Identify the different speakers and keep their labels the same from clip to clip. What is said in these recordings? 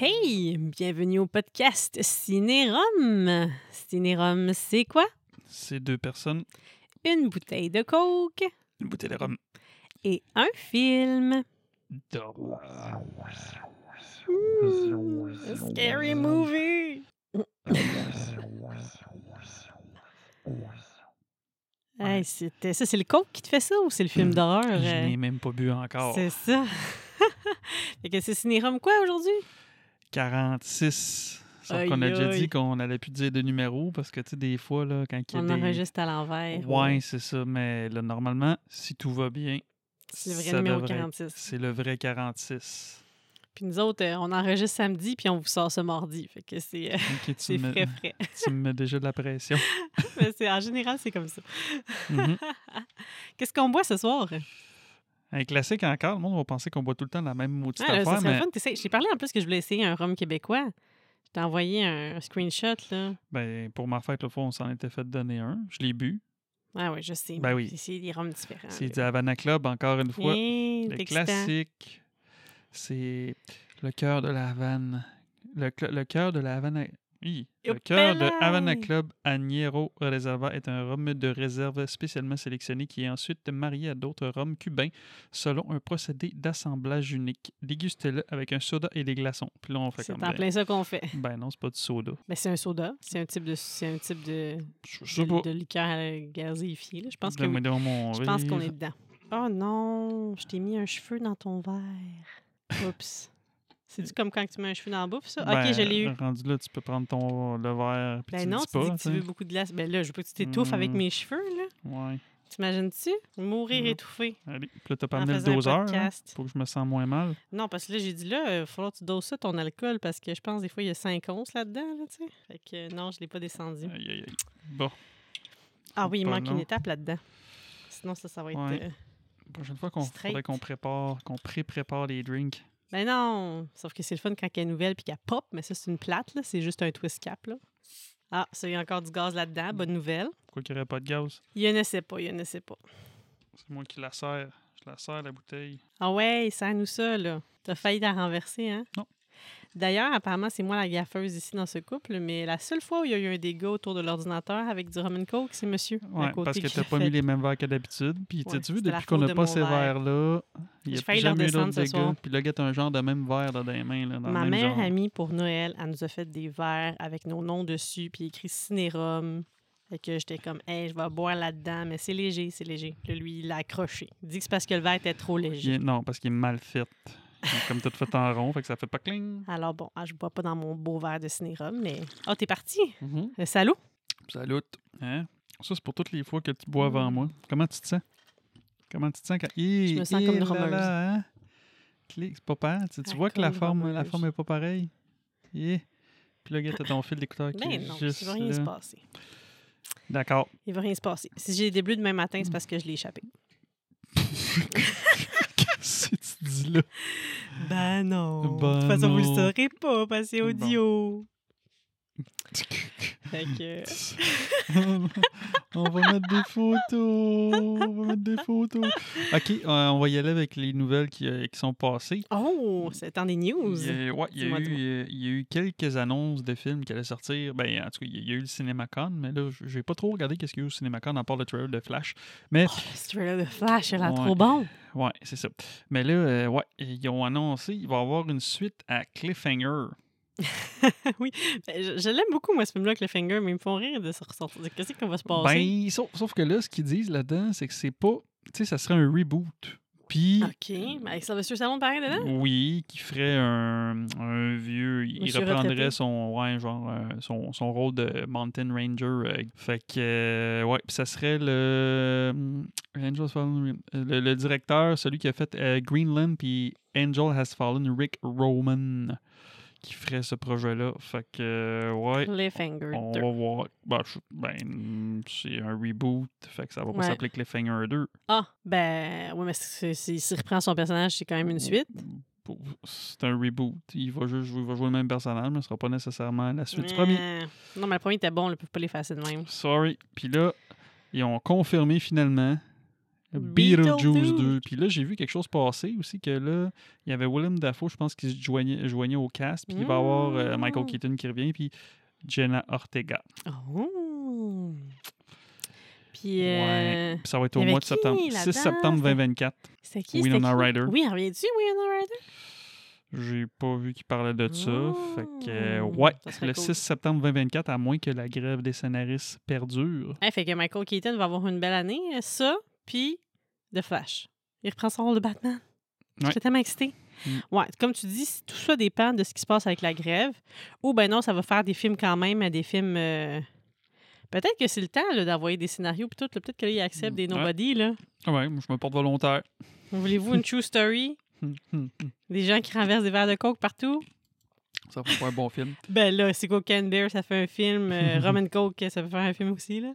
Speaker 1: Hey, bienvenue au podcast Cinérum. Cinérum, c'est quoi?
Speaker 2: C'est deux personnes,
Speaker 1: Une bouteille de coke
Speaker 2: une bouteille de rhum.
Speaker 1: et un film.
Speaker 2: d'or.
Speaker 1: Mmh, scary movie! Hey, c'était ça, c'est le coke qui te fait ça ou c'est le film
Speaker 2: Mmh,
Speaker 1: d'horreur?
Speaker 2: Je
Speaker 1: euh,
Speaker 2: n'ai même pas bu encore.
Speaker 1: C'est ça. fait que c'est Cinérum quoi aujourd'hui?
Speaker 2: 46. Sauf
Speaker 1: Aïe,
Speaker 2: qu'on a déjà
Speaker 1: aïe.
Speaker 2: dit qu'on n'allait plus dire de numéro parce que, tu sais, des fois, là, quand il y a
Speaker 1: On
Speaker 2: des...
Speaker 1: enregistre à l'envers.
Speaker 2: Ouais, c'est ça. Mais là, normalement, si tout va bien,
Speaker 1: C'est le vrai
Speaker 2: ça
Speaker 1: numéro
Speaker 2: devrait-
Speaker 1: 46.
Speaker 2: C'est le vrai 46.
Speaker 1: Puis nous autres, euh, on enregistre samedi puis on vous sort ce mardi. Fait que c'est euh,
Speaker 2: Ok,
Speaker 1: c'est
Speaker 2: tu, me,
Speaker 1: frais, frais.
Speaker 2: tu me mets déjà de la pression.
Speaker 1: Mais c'est- en général, c'est comme ça.
Speaker 2: Mhm.
Speaker 1: Qu'est-ce qu'on boit ce soir?
Speaker 2: Un classique encore, le monde va penser qu'on boit tout le temps la même maudite
Speaker 1: Ah, là, ça
Speaker 2: affaire,
Speaker 1: serait le
Speaker 2: mais
Speaker 1: fun. que t'essayes. J'ai parlé en plus que je voulais essayer un rhum québécois. Je t'ai envoyé un, un screenshot, là.
Speaker 2: ben, pour ma fête, le fois, on s'en était fait donner un. Je l'ai bu.
Speaker 1: Ah oui, je sais.
Speaker 2: Ben
Speaker 1: mais
Speaker 2: oui.
Speaker 1: C'est c'est des rhums différents.
Speaker 2: C'est
Speaker 1: Ah, là.
Speaker 2: du Havana Club, encore une fois.
Speaker 1: Hein,
Speaker 2: Le
Speaker 1: c'est excitant.
Speaker 2: classique, c'est le cœur de la Havane. Le, cl- le cœur de la Havana. Hi, le cœur de
Speaker 1: Hoppala!
Speaker 2: Havana Club Añero Reserva est un rhum de réserve spécialement sélectionné qui est ensuite marié à d'autres rhums cubains selon un procédé d'assemblage unique. Dégustez-le avec un soda et des glaçons. Puis là, on fait
Speaker 1: C'est
Speaker 2: comme
Speaker 1: en
Speaker 2: ben-
Speaker 1: plein ça qu'on fait.
Speaker 2: Ben non, c'est pas du soda.
Speaker 1: Ben, c'est un soda. C'est un type de, c'est un type de,
Speaker 2: Je
Speaker 1: de,
Speaker 2: sais pas.
Speaker 1: de liqueur euh, gazéifiée. là. Je pense que oui.
Speaker 2: Donne-moi donc mon
Speaker 1: Je pense qu'on est
Speaker 2: verre.
Speaker 1: dedans. Oh non, je t'ai mis un cheveu dans ton verre. Oups. C'est du comme quand tu mets un cheveu dans la bouffe, ça?
Speaker 2: Ben,
Speaker 1: ok, je l'ai eu.
Speaker 2: Rendu là, tu peux prendre ton le verre. Puis
Speaker 1: Ben
Speaker 2: tu le
Speaker 1: non,
Speaker 2: dis
Speaker 1: tu dis
Speaker 2: pas,
Speaker 1: que tu veux
Speaker 2: sais.
Speaker 1: beaucoup de glace. Ben là, je veux pas que tu t'étouffes avec
Speaker 2: Mm.
Speaker 1: mes cheveux, là.
Speaker 2: Ouais.
Speaker 1: T'imagines-tu? Mourir
Speaker 2: Mm.
Speaker 1: étouffé
Speaker 2: Allez, puis là, t'as pas
Speaker 1: en
Speaker 2: amené le
Speaker 1: faisant un
Speaker 2: doseur hein,
Speaker 1: podcast.
Speaker 2: pour que je me sens moins mal.
Speaker 1: Non, parce que là, j'ai dit là, il va falloir que tu doses ça ton alcool parce que je pense des fois, il y a 5 onces là-dedans, là, tu sais. Fait que euh, non, je l'ai pas descendu.
Speaker 2: Aïe, aïe, aïe. Bon,
Speaker 1: ah oui, il
Speaker 2: pas
Speaker 1: manque une
Speaker 2: long.
Speaker 1: étape là-dedans. Sinon, ça, ça va être...
Speaker 2: Ouais.
Speaker 1: euh,
Speaker 2: la prochaine fois qu'on
Speaker 1: Straight.
Speaker 2: faudrait qu'on prépare, qu'on pré-prépare les drinks.
Speaker 1: Ben non! Sauf que c'est le fun quand elle est nouvelle puis qu'elle pop, mais ça, c'est une plate, là. C'est juste un twist cap, là. Ah, ça, il y a encore du gaz là-dedans. Bonne nouvelle.
Speaker 2: Pourquoi qu'il n'y aurait pas de gaz?
Speaker 1: Il y en a pas, il y en a pas.
Speaker 2: C'est moi qui la sers. Je la sers, la bouteille.
Speaker 1: Ah ouais, sers-nous ça, là. T'as failli la renverser, hein?
Speaker 2: Non.
Speaker 1: D'ailleurs, apparemment, c'est moi la gaffeuse ici dans ce couple, mais la seule fois où il y a eu un dégât autour de l'ordinateur avec du Roman Coke, c'est monsieur. à
Speaker 2: Ouais,
Speaker 1: côté
Speaker 2: parce que
Speaker 1: qui
Speaker 2: t'as
Speaker 1: l'a
Speaker 2: pas
Speaker 1: fait.
Speaker 2: mis les mêmes verres que d'habitude. Puis
Speaker 1: Ouais,
Speaker 2: tu vu,
Speaker 1: c'était la
Speaker 2: depuis qu'on
Speaker 1: faute
Speaker 2: n'a
Speaker 1: de
Speaker 2: pas
Speaker 1: mon
Speaker 2: ces
Speaker 1: verre.
Speaker 2: verres-là, il n'y
Speaker 1: J'ai
Speaker 2: a
Speaker 1: failli
Speaker 2: plus
Speaker 1: leur
Speaker 2: jamais eu d'autres
Speaker 1: descendre ce soir.
Speaker 2: dégâts. Puis là, t'as un genre de même verre là, dans les mains. Là, dans le
Speaker 1: Ma
Speaker 2: même
Speaker 1: meilleure
Speaker 2: genre.
Speaker 1: amie, pour Noël, elle nous a fait des verres avec nos noms dessus, puis écrit Cinérum. Fait que j'étais comme, hey, je vais boire là-dedans, mais c'est léger, c'est léger. Là, lui, il l'a accroché. Il dit que c'est parce que le verre était trop
Speaker 2: Il
Speaker 1: léger.
Speaker 2: est- Non, parce qu'il est mal fait. Il est Comme tout fait en rond, fait que ça fait pas cling.
Speaker 1: Alors bon, ah, je bois pas dans mon beau verre de Cinérum, mais. Ah, t'es parti?
Speaker 2: Mhm.
Speaker 1: Euh, Salut!
Speaker 2: Salut. Hein? Ça, c'est pour toutes les fois que tu bois avant moi. Comment tu te sens? Comment tu te sens quand. Hi,
Speaker 1: Mm. me sens comme une
Speaker 2: hi, là,
Speaker 1: romeuse.
Speaker 2: là, hein? Clique, c'est pas pareil. Tu, tu
Speaker 1: Ah,
Speaker 2: vois que la
Speaker 1: comme une
Speaker 2: forme, la
Speaker 1: romeuse.
Speaker 2: forme est pas pareille. Hi. Puis là, gars, t'as ton fil d'écouteur qui
Speaker 1: Ben
Speaker 2: est
Speaker 1: non,
Speaker 2: juste
Speaker 1: il
Speaker 2: euh,
Speaker 1: va rien se
Speaker 2: là.
Speaker 1: passer.
Speaker 2: D'accord.
Speaker 1: Il va rien se passer. Si j'ai des bleus demain matin, c'est parce que je l'ai échappé.
Speaker 2: Qu'est-ce que tu dis là?
Speaker 1: Ben non.
Speaker 2: Ben
Speaker 1: de toute façon, vous
Speaker 2: non.
Speaker 1: le saurez pas, parce que c'est
Speaker 2: Bon.
Speaker 1: audio. Fait que.
Speaker 2: on va mettre des photos. On va mettre des photos. OK, euh, on va y aller avec les nouvelles qui, euh, qui sont passées.
Speaker 1: Oh, c'est dans des news.
Speaker 2: Il y a, ouais, il y a
Speaker 1: Dis-moi,
Speaker 2: eu,
Speaker 1: dis-moi.
Speaker 2: euh, il y a eu quelques annonces de films qui allaient sortir. Ben, en tout cas, il y a- il y a eu le CinemaCon, mais là, j- j'ai pas trop regardé qu'est-ce qu'il y a eu au CinemaCon à part le trailer de Flash. Mais,
Speaker 1: Oh, le trailer de Flash, elle a l'air
Speaker 2: Ouais.
Speaker 1: trop bon.
Speaker 2: ouais, c'est ça. Mais là, euh, ouais, ils ont annoncé qu'il va y avoir une suite à Cliffhanger.
Speaker 1: Ben, Je, je l'aime beaucoup, moi, ce film-là, avec le finger, mais ils me font rire de se ressortir. de Qu'est-ce qu'on va se passer?
Speaker 2: Ben, sauf, sauf que là, ce qu'ils disent là-dedans, c'est que c'est pas. Tu sais, ça serait un reboot. Puis.
Speaker 1: OK. Ben, avec Sylvester Stallone, pareil, dedans?
Speaker 2: Oui, qui ferait un, un vieux. Il
Speaker 1: Monsieur
Speaker 2: reprendrait
Speaker 1: retraité.
Speaker 2: son ouais, genre euh, son, son rôle de Mountain Ranger. euh, fait que euh, ouais, puis ça serait le hum, Angel Has Fallen- euh, le, le directeur, celui qui a fait euh, Greenland puis Angel Has Fallen, Rick Roman, qui ferait ce projet-là. Fait que euh, ouais.
Speaker 1: Les Finger
Speaker 2: On
Speaker 1: 2.
Speaker 2: va voir. Ben, je- ben, c'est un reboot, fait que ça va pas
Speaker 1: Ouais.
Speaker 2: s'appeler Cliffhanger 2.
Speaker 1: Ah, ben, oui, mais c'est- c'est- s'il reprend son personnage, c'est quand même une suite.
Speaker 2: Pour- C'est un reboot. Il va, juste, jouer- il va jouer le même personnage, mais ce sera pas nécessairement la suite du premier.
Speaker 1: Euh, Non, mais le premier était bon, on ne peut pas l'effacer de même.
Speaker 2: Sorry. Puis là, ils ont confirmé finalement Beetlejuice
Speaker 1: Beetlejuice.
Speaker 2: 2. Puis là, j'ai vu quelque chose passer aussi que là, il y avait Willem Dafoe, je pense, qui se joignait, joignait au cast. Puis il va y avoir euh, Michael
Speaker 1: Mm.
Speaker 2: Keaton qui revient, puis Jenna Ortega.
Speaker 1: Oh. Puis,
Speaker 2: Ouais.
Speaker 1: euh,
Speaker 2: Puis ça va être
Speaker 1: il y
Speaker 2: au
Speaker 1: avait
Speaker 2: mois de
Speaker 1: qui
Speaker 2: septembre. 6
Speaker 1: là-dedans?
Speaker 2: septembre 2024.
Speaker 1: c'est qui?
Speaker 2: Winona
Speaker 1: c'était qui?
Speaker 2: Ryder.
Speaker 1: Oui, elle revient-tu, Winona Ryder?
Speaker 2: J'ai pas vu qu'il parlait de ça. Fait que, euh,
Speaker 1: Mm.
Speaker 2: ouais,
Speaker 1: Ça serait
Speaker 2: le
Speaker 1: cool.
Speaker 2: 6 septembre 2024, à moins que la grève des scénaristes perdure.
Speaker 1: Ouais, fait que Michael Keaton va avoir une belle année. euh, Ça, puis The Flash. Il reprend son rôle de Batman.
Speaker 2: Ouais.
Speaker 1: J'étais tellement excitée.
Speaker 2: Mm.
Speaker 1: Ouais, comme tu dis, tout ça dépend de ce qui se passe avec la grève. Ou ben non, ça va faire des films quand même, des films... euh, Peut-être que c'est le temps là, d'envoyer des scénarios puis tout. là. Peut-être qu'il accepte
Speaker 2: Mm.
Speaker 1: des
Speaker 2: Ouais.
Speaker 1: nobody. là.
Speaker 2: Ah Ouais, moi, je me porte volontaire.
Speaker 1: Voulez-vous une true story?
Speaker 2: Hum, hum, hum.
Speaker 1: Des gens qui renversent des verres de coke partout?
Speaker 2: ça va faire un bon film.
Speaker 1: Ben là, c'est Cocaine Bear, ça fait un film. euh, Rum and Coke, ça peut faire un film aussi. là.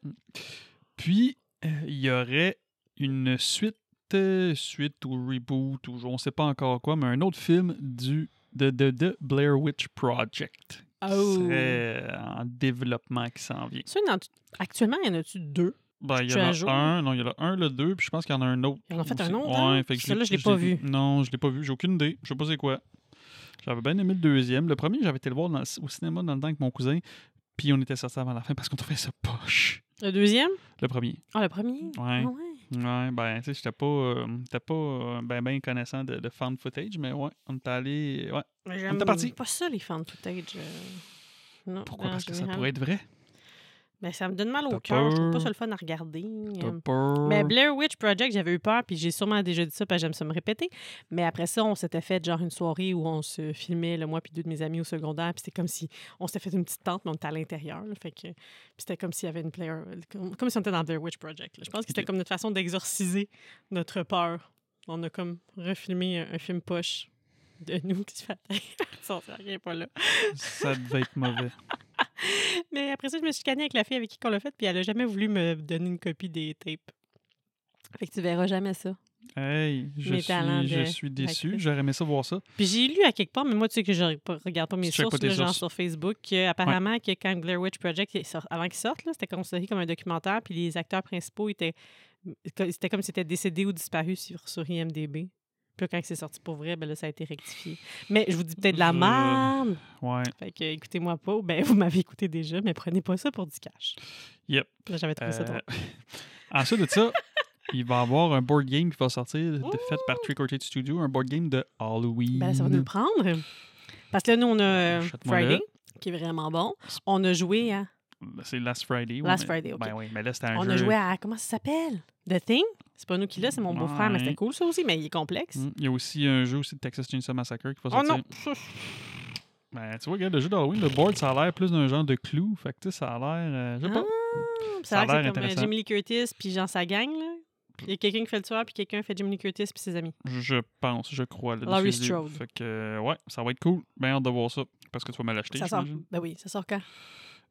Speaker 2: Puis, euh, il y aurait une suite, euh, suite ou reboot, ou on ne sait pas encore quoi, mais un autre film du de, de, de Blair Witch Project
Speaker 1: Oh.
Speaker 2: qui serait en développement qui s'en vient.
Speaker 1: Ça, il y en a- Actuellement, il y en a-tu deux?
Speaker 2: Ben, il y
Speaker 1: Tu es à
Speaker 2: en
Speaker 1: jour?
Speaker 2: a un, non, il y en a un, le deux, puis je pense qu'il y en a un autre.
Speaker 1: Ils en ont fait un
Speaker 2: aussi.
Speaker 1: autre,
Speaker 2: Ouais,
Speaker 1: hein?
Speaker 2: fait que je
Speaker 1: Celui-là,
Speaker 2: l'ai-
Speaker 1: je l'ai
Speaker 2: je
Speaker 1: pas
Speaker 2: l'ai-
Speaker 1: vu.
Speaker 2: Non, je l'ai pas vu, j'ai aucune idée, je sais pas c'est quoi. J'avais bien aimé le deuxième. Le premier, j'avais été le voir dans le- au cinéma dans le temps avec mon cousin, puis on était sortis avant la fin parce qu'on trouvait ça poche.
Speaker 1: Le deuxième?
Speaker 2: Le premier.
Speaker 1: Ah, le premier?
Speaker 2: Ouais.
Speaker 1: Ah ouais.
Speaker 2: Ouais, ben, tu sais, j'étais pas, euh, j'étais pas euh, ben, ben connaissant de, de found footage, mais ouais, on est allé. Ouais.
Speaker 1: Mais
Speaker 2: On
Speaker 1: J'aime
Speaker 2: était parti.
Speaker 1: pas ça, les fans footage. euh, Non,
Speaker 2: Pourquoi?
Speaker 1: en
Speaker 2: Parce que ça
Speaker 1: général.
Speaker 2: pourrait être vrai.
Speaker 1: Ben, ça me donne mal au
Speaker 2: T'as
Speaker 1: cœur. Je trouve pas
Speaker 2: peur.
Speaker 1: ça le fun à regarder.
Speaker 2: T'as
Speaker 1: Euh,
Speaker 2: peur.
Speaker 1: Mais Blair Witch Project, j'avais eu peur, puis j'ai sûrement déjà dit ça, parce que j'aime ça me répéter. Mais après ça, on s'était fait genre une soirée où on se filmait, là, moi puis deux de mes amis au secondaire, puis c'était comme si on s'était fait une petite tente, mais on était à l'intérieur. là, fait que puis c'était comme s'il y avait une Blair... Comme, comme si on était dans Blair Witch Project. là. Je pense que c'était
Speaker 2: Ok.
Speaker 1: comme notre façon d'exorciser notre peur. On a comme refilmé un, un film poche de nous qui se fait Ça, on rien pas là.
Speaker 2: Ça devait être mauvais.
Speaker 1: Mais après ça, je me suis canée avec la fille avec qui on l'a fait, puis elle a jamais voulu me donner une copie des tapes. Fait que tu verras jamais ça.
Speaker 2: Hey, je
Speaker 1: Mes talents
Speaker 2: suis, je
Speaker 1: de-
Speaker 2: suis déçu.
Speaker 1: d'actrice.
Speaker 2: J'aurais aimé ça voir ça.
Speaker 1: Puis j'ai lu à quelque part, mais moi, tu sais que je re- pas- regarde pas mes
Speaker 2: Tu checkes pas
Speaker 1: sources,
Speaker 2: tes
Speaker 1: là, genre
Speaker 2: sources.
Speaker 1: sur Facebook, que apparemment que quand Blair Witch Project, est sor- avant qu'il sorte, là, c'était considéré comme un documentaire, puis les acteurs principaux étaient. C'était comme s'ils étaient décédés ou disparus sur, sur IMDB. Puis là, quand c'est sorti pour vrai, ben là, ça a été rectifié. Mais je vous dis peut-être de la
Speaker 2: Je-
Speaker 1: merde.
Speaker 2: Ouais.
Speaker 1: Fait que écoutez-moi pas. Ben, vous m'avez écouté déjà, mais prenez pas ça pour du cash.
Speaker 2: Yep.
Speaker 1: Là, j'avais trouvé ça
Speaker 2: Euh,
Speaker 1: drôle.
Speaker 2: Ensuite de ça, il va y avoir un board game qui va sortir, de,
Speaker 1: Ouh!
Speaker 2: fait par Trick or Treat Studio, un board game de Halloween.
Speaker 1: Ben, ça va nous le prendre. Parce que là, nous, on a euh,
Speaker 2: Achète-moi le.
Speaker 1: Friday, qui est vraiment bon. On a joué à.
Speaker 2: C'est Last Friday. ouais,
Speaker 1: Last
Speaker 2: mais-
Speaker 1: Friday, ok.
Speaker 2: Ben oui, mais là, c'était un
Speaker 1: on
Speaker 2: jeu.
Speaker 1: a joué à. Comment ça s'appelle? The Thing. C'est pas nous qui l'a, c'est mon beau-frère, mais
Speaker 2: Ouais.
Speaker 1: c'était cool ça aussi, mais il est complexe.
Speaker 2: Mm, Il y a aussi un jeu aussi de Texas Chainsaw Massacre qui va
Speaker 1: Oh
Speaker 2: sortir.
Speaker 1: non! Ça,
Speaker 2: Ben, tu vois, regarde, le jeu d'Halloween, le board, ça a l'air plus d'un genre de clou. Fait que, tu sais, ça a l'air. euh, je sais pas.
Speaker 1: Ah,
Speaker 2: Ça
Speaker 1: ça
Speaker 2: a
Speaker 1: a
Speaker 2: l'air
Speaker 1: l'air que c'est comme euh,
Speaker 2: intéressant.
Speaker 1: Jimmy Lee Curtis puis Jean sa gang, là. Il y a quelqu'un qui fait le tueur, puis quelqu'un fait Jimmy Lee Curtis puis ses amis.
Speaker 2: Je pense, je crois. Là, de
Speaker 1: Laurie
Speaker 2: ce que j'ai-
Speaker 1: Strode.
Speaker 2: Fait que, euh, ouais, ça va être cool. Bien hâte de voir ça. Parce que tu vas me l'acheter.
Speaker 1: ça sort.
Speaker 2: j'imagine.
Speaker 1: Ben oui, ça sort quand?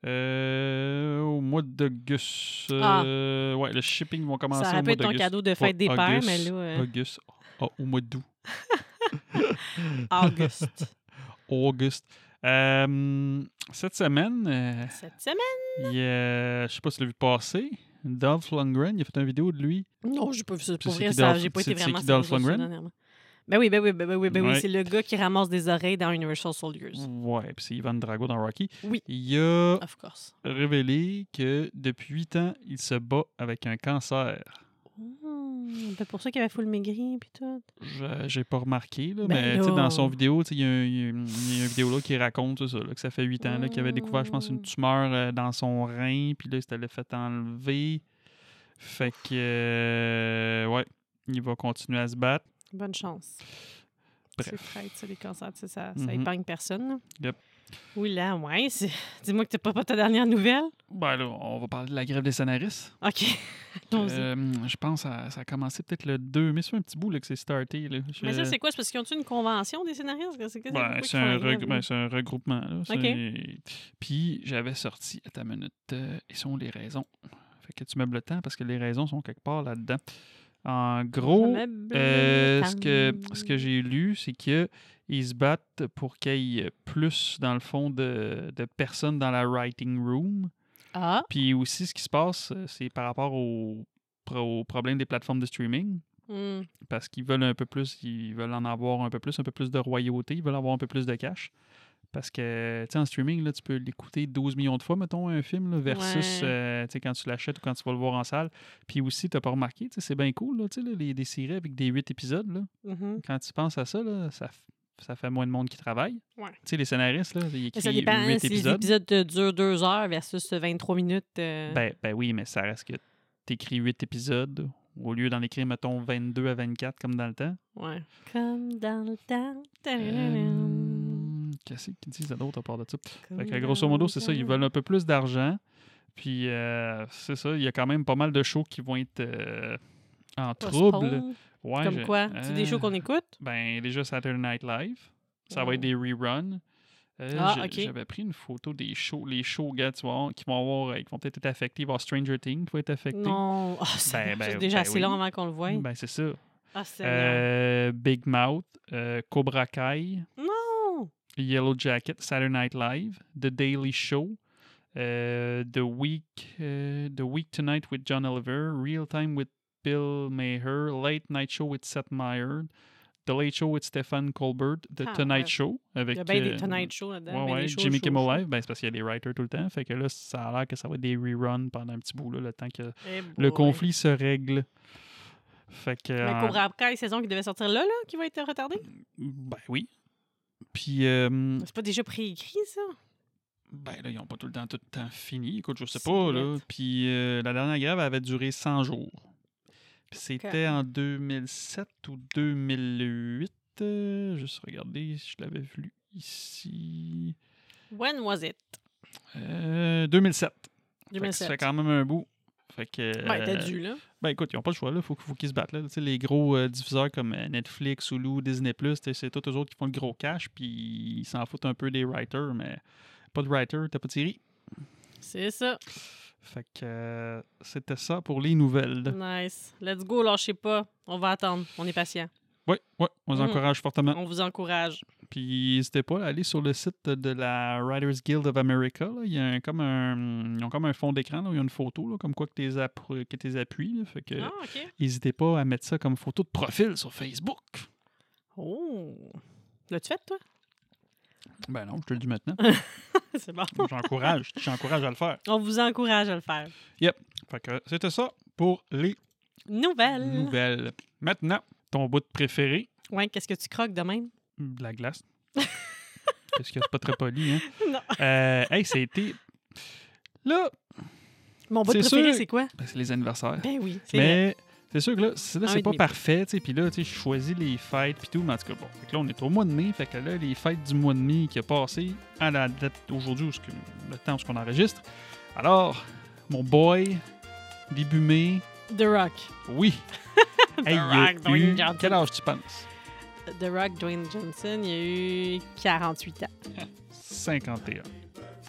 Speaker 2: Euh, au mois d'Auguste.
Speaker 1: Ah.
Speaker 2: euh, Ouais, le shipping va commencer
Speaker 1: ça
Speaker 2: au
Speaker 1: aurait pu
Speaker 2: mois
Speaker 1: être ton
Speaker 2: d'Auguste.
Speaker 1: cadeau de
Speaker 2: Pas
Speaker 1: fête des pères,
Speaker 2: Auguste,
Speaker 1: mais là, euh,
Speaker 2: Auguste. Ah, au mois d'août.
Speaker 1: August.
Speaker 2: Auguste. Euh, cette semaine, euh,
Speaker 1: Cette semaine?
Speaker 2: il y a- je sais pas si tu l'as vu passer, Dolph Lundgren, il a fait une vidéo de lui.
Speaker 1: Non, j'ai pas vu ça.
Speaker 2: Puis
Speaker 1: Pour
Speaker 2: c'est
Speaker 1: vrai,
Speaker 2: qui
Speaker 1: ça,
Speaker 2: Dolph-
Speaker 1: j'ai pas
Speaker 2: c'est-
Speaker 1: été
Speaker 2: c'est
Speaker 1: vraiment
Speaker 2: qui Dolph
Speaker 1: sur les
Speaker 2: Lundgren?
Speaker 1: choses dernièrement. Ben oui, ben oui, ben oui, ben oui, ben oui.
Speaker 2: Ouais. Mm.
Speaker 1: C'est le gars qui ramasse des oreilles dans Universal Soldiers.
Speaker 2: Ouais, puis c'est Ivan Drago dans Rocky.
Speaker 1: Oui.
Speaker 2: Il a
Speaker 1: Of course.
Speaker 2: révélé que depuis 8 ans, il se bat avec un cancer.
Speaker 1: Hmm, C'est pour ça qu'il avait full maigri puis tout.
Speaker 2: Je- J'ai pas remarqué, là,
Speaker 1: Ben
Speaker 2: mais tu sais,
Speaker 1: là.
Speaker 2: dans son vidéo, tu sais, il y, a un- il y a une il y a une vidéo là, qui raconte tout ça, là, que ça fait 8 ans là, qu'il avait découvert, je pense, une
Speaker 1: Mm.
Speaker 2: tumeur euh, dans son rein, puis là, il s'était fait enlever. Fait que, euh, ouais, il va continuer à se battre.
Speaker 1: Bonne chance. C'est
Speaker 2: Bref.
Speaker 1: traite, ça, les cancers, tu sais, ça, ça
Speaker 2: Mhm.
Speaker 1: épargne personne. là.
Speaker 2: Yep.
Speaker 1: Oui, là, ouais. c'est- Dis-moi que t'as pas, pas ta dernière nouvelle.
Speaker 2: Ben là, on va parler de la grève des scénaristes.
Speaker 1: OK. Allons-y.
Speaker 2: Euh, je pense que ça, ça a commencé peut-être le 2, mais c'est un petit bout là, que c'est starté. Là. Je-
Speaker 1: Mais ça, c'est quoi? C'est parce qu'ils ont-tu une convention des scénaristes? Qu'est-ce que c'est?
Speaker 2: Ben,
Speaker 1: Pourquoi
Speaker 2: c'est
Speaker 1: ils font
Speaker 2: un,
Speaker 1: la grève,
Speaker 2: regr-
Speaker 1: là?
Speaker 2: ben, c'est un regroupement. là. C'est- Puis j'avais sorti à ta minute. euh, et sont les raisons. Fait que tu meubles le temps parce que les raisons sont quelque part là-dedans. En gros,
Speaker 1: Meuble,
Speaker 2: euh, ce
Speaker 1: tam.
Speaker 2: que, ce que j'ai lu, c'est que ils se battent pour qu'il y ait plus, dans le fond, de, de personnes dans la writing room.
Speaker 1: Ah,
Speaker 2: Puis aussi, ce qui se passe, euh, c'est par rapport au pro- au problème des plateformes de streaming
Speaker 1: Hmm.
Speaker 2: parce qu'ils veulent un peu plus, ils veulent en avoir un peu plus, un peu plus de royauté, ils veulent avoir un peu plus de cash. Parce que, tu sais, en streaming, là, tu peux l'écouter 12 millions de fois, mettons, un film, là, versus,
Speaker 1: Ouais.
Speaker 2: euh, tu sais, quand tu l'achètes ou quand tu vas le voir en salle. Puis aussi, t'as pas remarqué, tu sais, c'est bien cool, là, tu sais, là, les, des séries avec des 8 épisodes, là.
Speaker 1: Mhm.
Speaker 2: Quand tu penses à ça, là, ça, f- ça fait moins de monde qui travaille.
Speaker 1: Ouais.
Speaker 2: Tu sais, les scénaristes, là, ils
Speaker 1: Mais Ça
Speaker 2: écrivent
Speaker 1: dépend. hein,
Speaker 2: 8
Speaker 1: Si
Speaker 2: épisodes.
Speaker 1: l'épisode euh, dure deux heures versus euh, 23 minutes. euh,
Speaker 2: Ben, ben oui, mais ça reste que t'écris 8 épisodes au lieu d'en écrire, mettons, 22 à 24 comme dans le temps.
Speaker 1: ouais. Comme dans le temps.
Speaker 2: Euh, Qu'est-ce qu'ils disent d'autre à part de ça? Fait que, grosso modo, c'est ça, ils veulent un peu plus d'argent. Puis euh, c'est ça, il y a quand même pas mal de shows qui vont être euh, en trouble. Ouais,
Speaker 1: Comme
Speaker 2: je-
Speaker 1: quoi? C'est des shows
Speaker 2: euh,
Speaker 1: qu'on écoute?
Speaker 2: Ben déjà Saturday Night Live. Ça va être
Speaker 1: Oh.
Speaker 2: des reruns. Euh,
Speaker 1: Ah,
Speaker 2: j'ai-
Speaker 1: ok.
Speaker 2: J'avais pris une photo des shows, les shows gars, tu vois, qui vont avoir, euh, qui vont peut-être être affectés. Il va y avoir Stranger Things qui va être affecté.
Speaker 1: Non. Ah, ça-
Speaker 2: Ben, ben,
Speaker 1: c'est déjà
Speaker 2: ben
Speaker 1: assez
Speaker 2: oui.
Speaker 1: long avant qu'on le voie.
Speaker 2: Ben c'est ça.
Speaker 1: ah, c'est
Speaker 2: Euh, Big Mouth, euh, Cobra Kai,
Speaker 1: Non!
Speaker 2: Yellow Jacket, Saturday Night Live, The Daily Show, euh, The Week, euh, The Week Tonight with John Oliver, Real Time with Bill Maher, Late Night Show with Seth Meyers, The Late Show with Stephen Colbert, The
Speaker 1: Ah,
Speaker 2: Tonight
Speaker 1: ouais.
Speaker 2: Show avec
Speaker 1: Il y a bien
Speaker 2: euh,
Speaker 1: des Tonight Show là-dedans.
Speaker 2: ouais,
Speaker 1: ben,
Speaker 2: ouais,
Speaker 1: des shows,
Speaker 2: Jimmy
Speaker 1: shows,
Speaker 2: Kimmel
Speaker 1: shows.
Speaker 2: Live, ben, c'est parce qu'il y a des writers tout le temps, fait que là ça a l'air que ça va être des reruns pendant un petit bout là, le temps que
Speaker 1: Eh
Speaker 2: le
Speaker 1: boy.
Speaker 2: conflit euh, se règle. Fait que
Speaker 1: Mais
Speaker 2: en-
Speaker 1: Cobra Kai, saison qui devait sortir là, là, qui va être retardée.
Speaker 2: ben oui. Puis euh,
Speaker 1: C'est pas déjà préécrit, ça?
Speaker 2: Ben là, ils n'ont pas tout le temps, tout le temps fini. Écoute, je sais
Speaker 1: C'est
Speaker 2: pas, là.
Speaker 1: plate.
Speaker 2: Puis euh, la dernière grève avait duré 100 jours. Puis c'était en 2007 ou 2008. Euh, juste regarder si je l'avais vu ici.
Speaker 1: When was it?
Speaker 2: Euh, 2007. Fait que ça
Speaker 1: 2007.
Speaker 2: fait quand même un bout. Fait que,
Speaker 1: Ben, t'as
Speaker 2: euh,
Speaker 1: dû, là.
Speaker 2: ben écoute, ils n'ont pas le choix, là. Faut, que- faut qu'ils se battent, là. Tu sais, les gros euh, diffuseurs comme euh, Netflix, Hulu, Disney+, tu sais, c'est tous eux autres qui font le gros cash, puis ils s'en foutent un peu des writers, mais pas de writer, t'as pas de série.
Speaker 1: C'est ça.
Speaker 2: Fait que euh, c'était ça pour les
Speaker 1: Mm.
Speaker 2: nouvelles.
Speaker 1: Nice. Let's go, lâchez pas. On va attendre. On est patient.
Speaker 2: Oui, ouais, on vous
Speaker 1: Mhm.
Speaker 2: encourage fortement.
Speaker 1: On vous encourage.
Speaker 2: Puis n'hésitez pas à aller sur le site de- de la Writers Guild of America. là. Il y a un- comme un, ils ont comme un fond d'écran, là, où il y a une photo, là, comme quoi que tes, appro- que tes appuis. là. Fait que
Speaker 1: Ah, OK.
Speaker 2: n'hésitez pas à mettre ça comme photo de profil sur Facebook.
Speaker 1: Oh. L'as-tu fait, toi?
Speaker 2: Ben non, je te le dis maintenant.
Speaker 1: c'est bon.
Speaker 2: J'encourage, j'encourage à le faire.
Speaker 1: On vous encourage à le faire.
Speaker 2: Fait que c'était ça pour les
Speaker 1: Nouvelle.
Speaker 2: nouvelles. Maintenant, ton bout de préféré,
Speaker 1: Ouais, qu'est-ce que tu croques de même?
Speaker 2: de la glace. Parce que c'est pas très poli, hein?
Speaker 1: non.
Speaker 2: Euh, hey, c'était. Là,
Speaker 1: Mon bout de
Speaker 2: C'est
Speaker 1: préféré,
Speaker 2: sûr.
Speaker 1: c'est quoi?
Speaker 2: ben, c'est les anniversaires.
Speaker 1: Ben oui. c'est vrai. Ah
Speaker 2: Mais c'est sûr que là, c'est, là,
Speaker 1: Un
Speaker 2: c'est
Speaker 1: et
Speaker 2: pas
Speaker 1: demi.
Speaker 2: parfait, tu sais. Puis là, tu sais, je choisis les fêtes, puis tout. Mais en tout cas, bon. Fait que là, on est au mois de mai. Fait que là, les fêtes du mois de mai qui a passé à la date d'aujourd'hui, où ce que- le temps où ce qu'on enregistre. Alors, mon boy, début mai,
Speaker 1: The Rock.
Speaker 2: oui. hey, il a
Speaker 1: Rock, Dwayne
Speaker 2: eu-
Speaker 1: Johnson.
Speaker 2: Quel âge tu penses?
Speaker 1: The Rock, Dwayne Johnson, il a eu 48 ans.
Speaker 2: 51.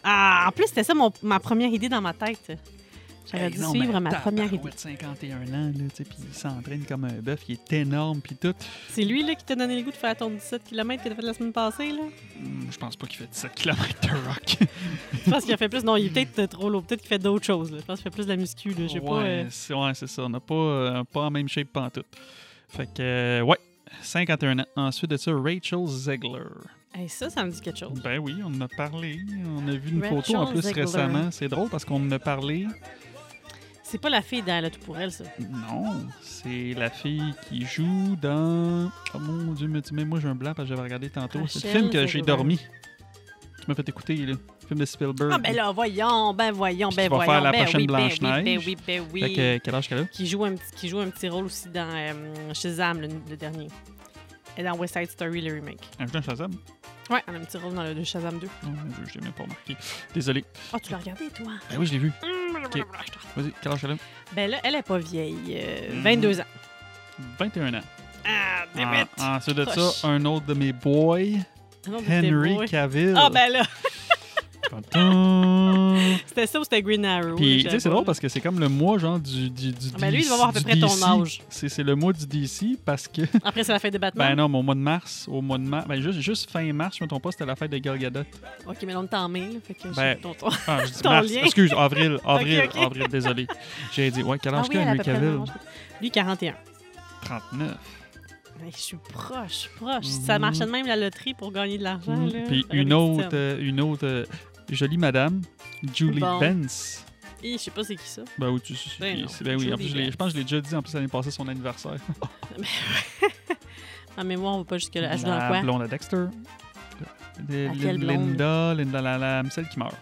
Speaker 1: Ah, en plus, c'était ça mon- ma première idée dans ma tête. J'aurais
Speaker 2: Hey,
Speaker 1: dû
Speaker 2: non,
Speaker 1: suivre
Speaker 2: mais
Speaker 1: ma première idée.
Speaker 2: tabarouette, 51 ans, là, tu sais, puis il s'entraîne comme un bœuf, il est énorme, puis tout.
Speaker 1: C'est lui là, qui t'a donné le goût de faire ton 17 km que t'as fait la semaine passée. Là.
Speaker 2: Hmm, Je pense pas qu'il fait 17 km de rock.
Speaker 1: Je pense qu'il a fait plus. Non, il est peut-être trop lourd. Peut-être qu'il fait d'autres choses. là. Je pense qu'il fait plus de la muscu. Là. Je sais
Speaker 2: ouais,
Speaker 1: pas. euh,
Speaker 2: c'est, ouais, c'est ça. On n'a pas, euh, pas en même shape pantoute. Fait que, euh, ouais, 51 ans. Ensuite de ça, Rachel Zegler.
Speaker 1: euh. hey, ça, ça me dit quelque chose.
Speaker 2: Ben oui, on en a parlé. On a vu une
Speaker 1: Rachel
Speaker 2: photo en plus
Speaker 1: Zegler.
Speaker 2: récemment. C'est drôle parce qu'on en a parlé.
Speaker 1: C'est pas la fille d'Elle a tout pour elle, ça.
Speaker 2: Euh. Non, c'est la fille qui joue dans. Oh mon dieu, mais tu mets- moi j'ai un blanc parce que j'avais regardé tantôt. c'est le
Speaker 1: Rachel
Speaker 2: film que j'ai
Speaker 1: Zegler.
Speaker 2: dormi. Tu m'as fait écouter, là. Le film de Spielberg.
Speaker 1: Ah, ben là, voyons, ben voyons,
Speaker 2: Puis
Speaker 1: ben
Speaker 2: tu vas
Speaker 1: voyons.
Speaker 2: faire la
Speaker 1: ben,
Speaker 2: prochaine
Speaker 1: oui, ben oui,
Speaker 2: Blanche-Neige.
Speaker 1: Ben oui, ben oui.
Speaker 2: Fait que, euh, quel âge qu'elle a?
Speaker 1: Qui, joue un petit, qui joue un petit rôle aussi dans euh, Shazam, le, le dernier. Et dans West Side Story, le remake.
Speaker 2: Un jeune Shazam?
Speaker 1: Ouais, elle a un petit rôle dans le, le Shazam 2.
Speaker 2: Oh mon dieu, je l'ai même pas remarqué. Désolé.
Speaker 1: Oh, tu l'as regardé, toi? Hum,
Speaker 2: Ben oui, je l'ai vu. Vas-y, quel âge qu'elle a?
Speaker 1: Ben là, elle est pas vieille. euh,
Speaker 2: Mhm.
Speaker 1: 22 ans.
Speaker 2: 21 ans.
Speaker 1: Ah, damn
Speaker 2: En-
Speaker 1: it!
Speaker 2: ensuite de
Speaker 1: Croche.
Speaker 2: ça, un autre de mes boys,
Speaker 1: Non, mais t'es
Speaker 2: Henry
Speaker 1: beau, hein.
Speaker 2: Cavill.
Speaker 1: Ah, ben là!
Speaker 2: Tum-tum.
Speaker 1: C'était ça ou c'était Green Arrow?
Speaker 2: Puis,
Speaker 1: là,
Speaker 2: tu sais, c'est
Speaker 1: j'avoue.
Speaker 2: drôle parce que c'est comme le mois, genre, du, du, du
Speaker 1: Ah, ben, lui, il va avoir à peu
Speaker 2: du
Speaker 1: près ton
Speaker 2: DC.
Speaker 1: âge.
Speaker 2: C'est c'est le mois du DC parce que.
Speaker 1: Après, c'est la fête de
Speaker 2: Ben
Speaker 1: Batman.
Speaker 2: non, mais au mois de mars, au mois de mars, ben juste, juste fin mars, je me trompe pas, c'était la fête de Gal Gadot.
Speaker 1: OK, mais là, on est en mai. là, fait que je-
Speaker 2: Ben,
Speaker 1: ton- ton-
Speaker 2: Ah, je dis
Speaker 1: Ton
Speaker 2: mars,
Speaker 1: lien.
Speaker 2: excuse, avril, avril,
Speaker 1: Ok, ok.
Speaker 2: avril, désolé. J'ai dit, ouais, quel
Speaker 1: Ah
Speaker 2: âge
Speaker 1: oui,
Speaker 2: qu'a
Speaker 1: elle a à
Speaker 2: Henry
Speaker 1: peu près le
Speaker 2: Cavill?
Speaker 1: même âge. Lui, 41.
Speaker 2: 39.
Speaker 1: Ben, je suis proche, proche. Ça marchait de même la loterie pour gagner de l'argent.
Speaker 2: Mhm.
Speaker 1: là.
Speaker 2: Puis
Speaker 1: Ça aurait
Speaker 2: une
Speaker 1: des
Speaker 2: autre,
Speaker 1: petites sommes.
Speaker 2: euh, une autre euh, jolie madame, Julie
Speaker 1: Bon.
Speaker 2: Pence.
Speaker 1: Hi, Je sais pas c'est qui ça.
Speaker 2: Ben, où tu,
Speaker 1: Ben non,
Speaker 2: c'est- ben oui, en plus,
Speaker 1: Julie
Speaker 2: je, l'ai-
Speaker 1: Verne.
Speaker 2: je pense que je l'ai déjà dit, en plus, l'année passée, son anniversaire.
Speaker 1: En mémoire, on va pas jusque-là. Elle joue dans
Speaker 2: la
Speaker 1: quoi?
Speaker 2: blonde à Dexter. De-
Speaker 1: quelle blonde?
Speaker 2: Linda, Linda la, la, celle qui meurt.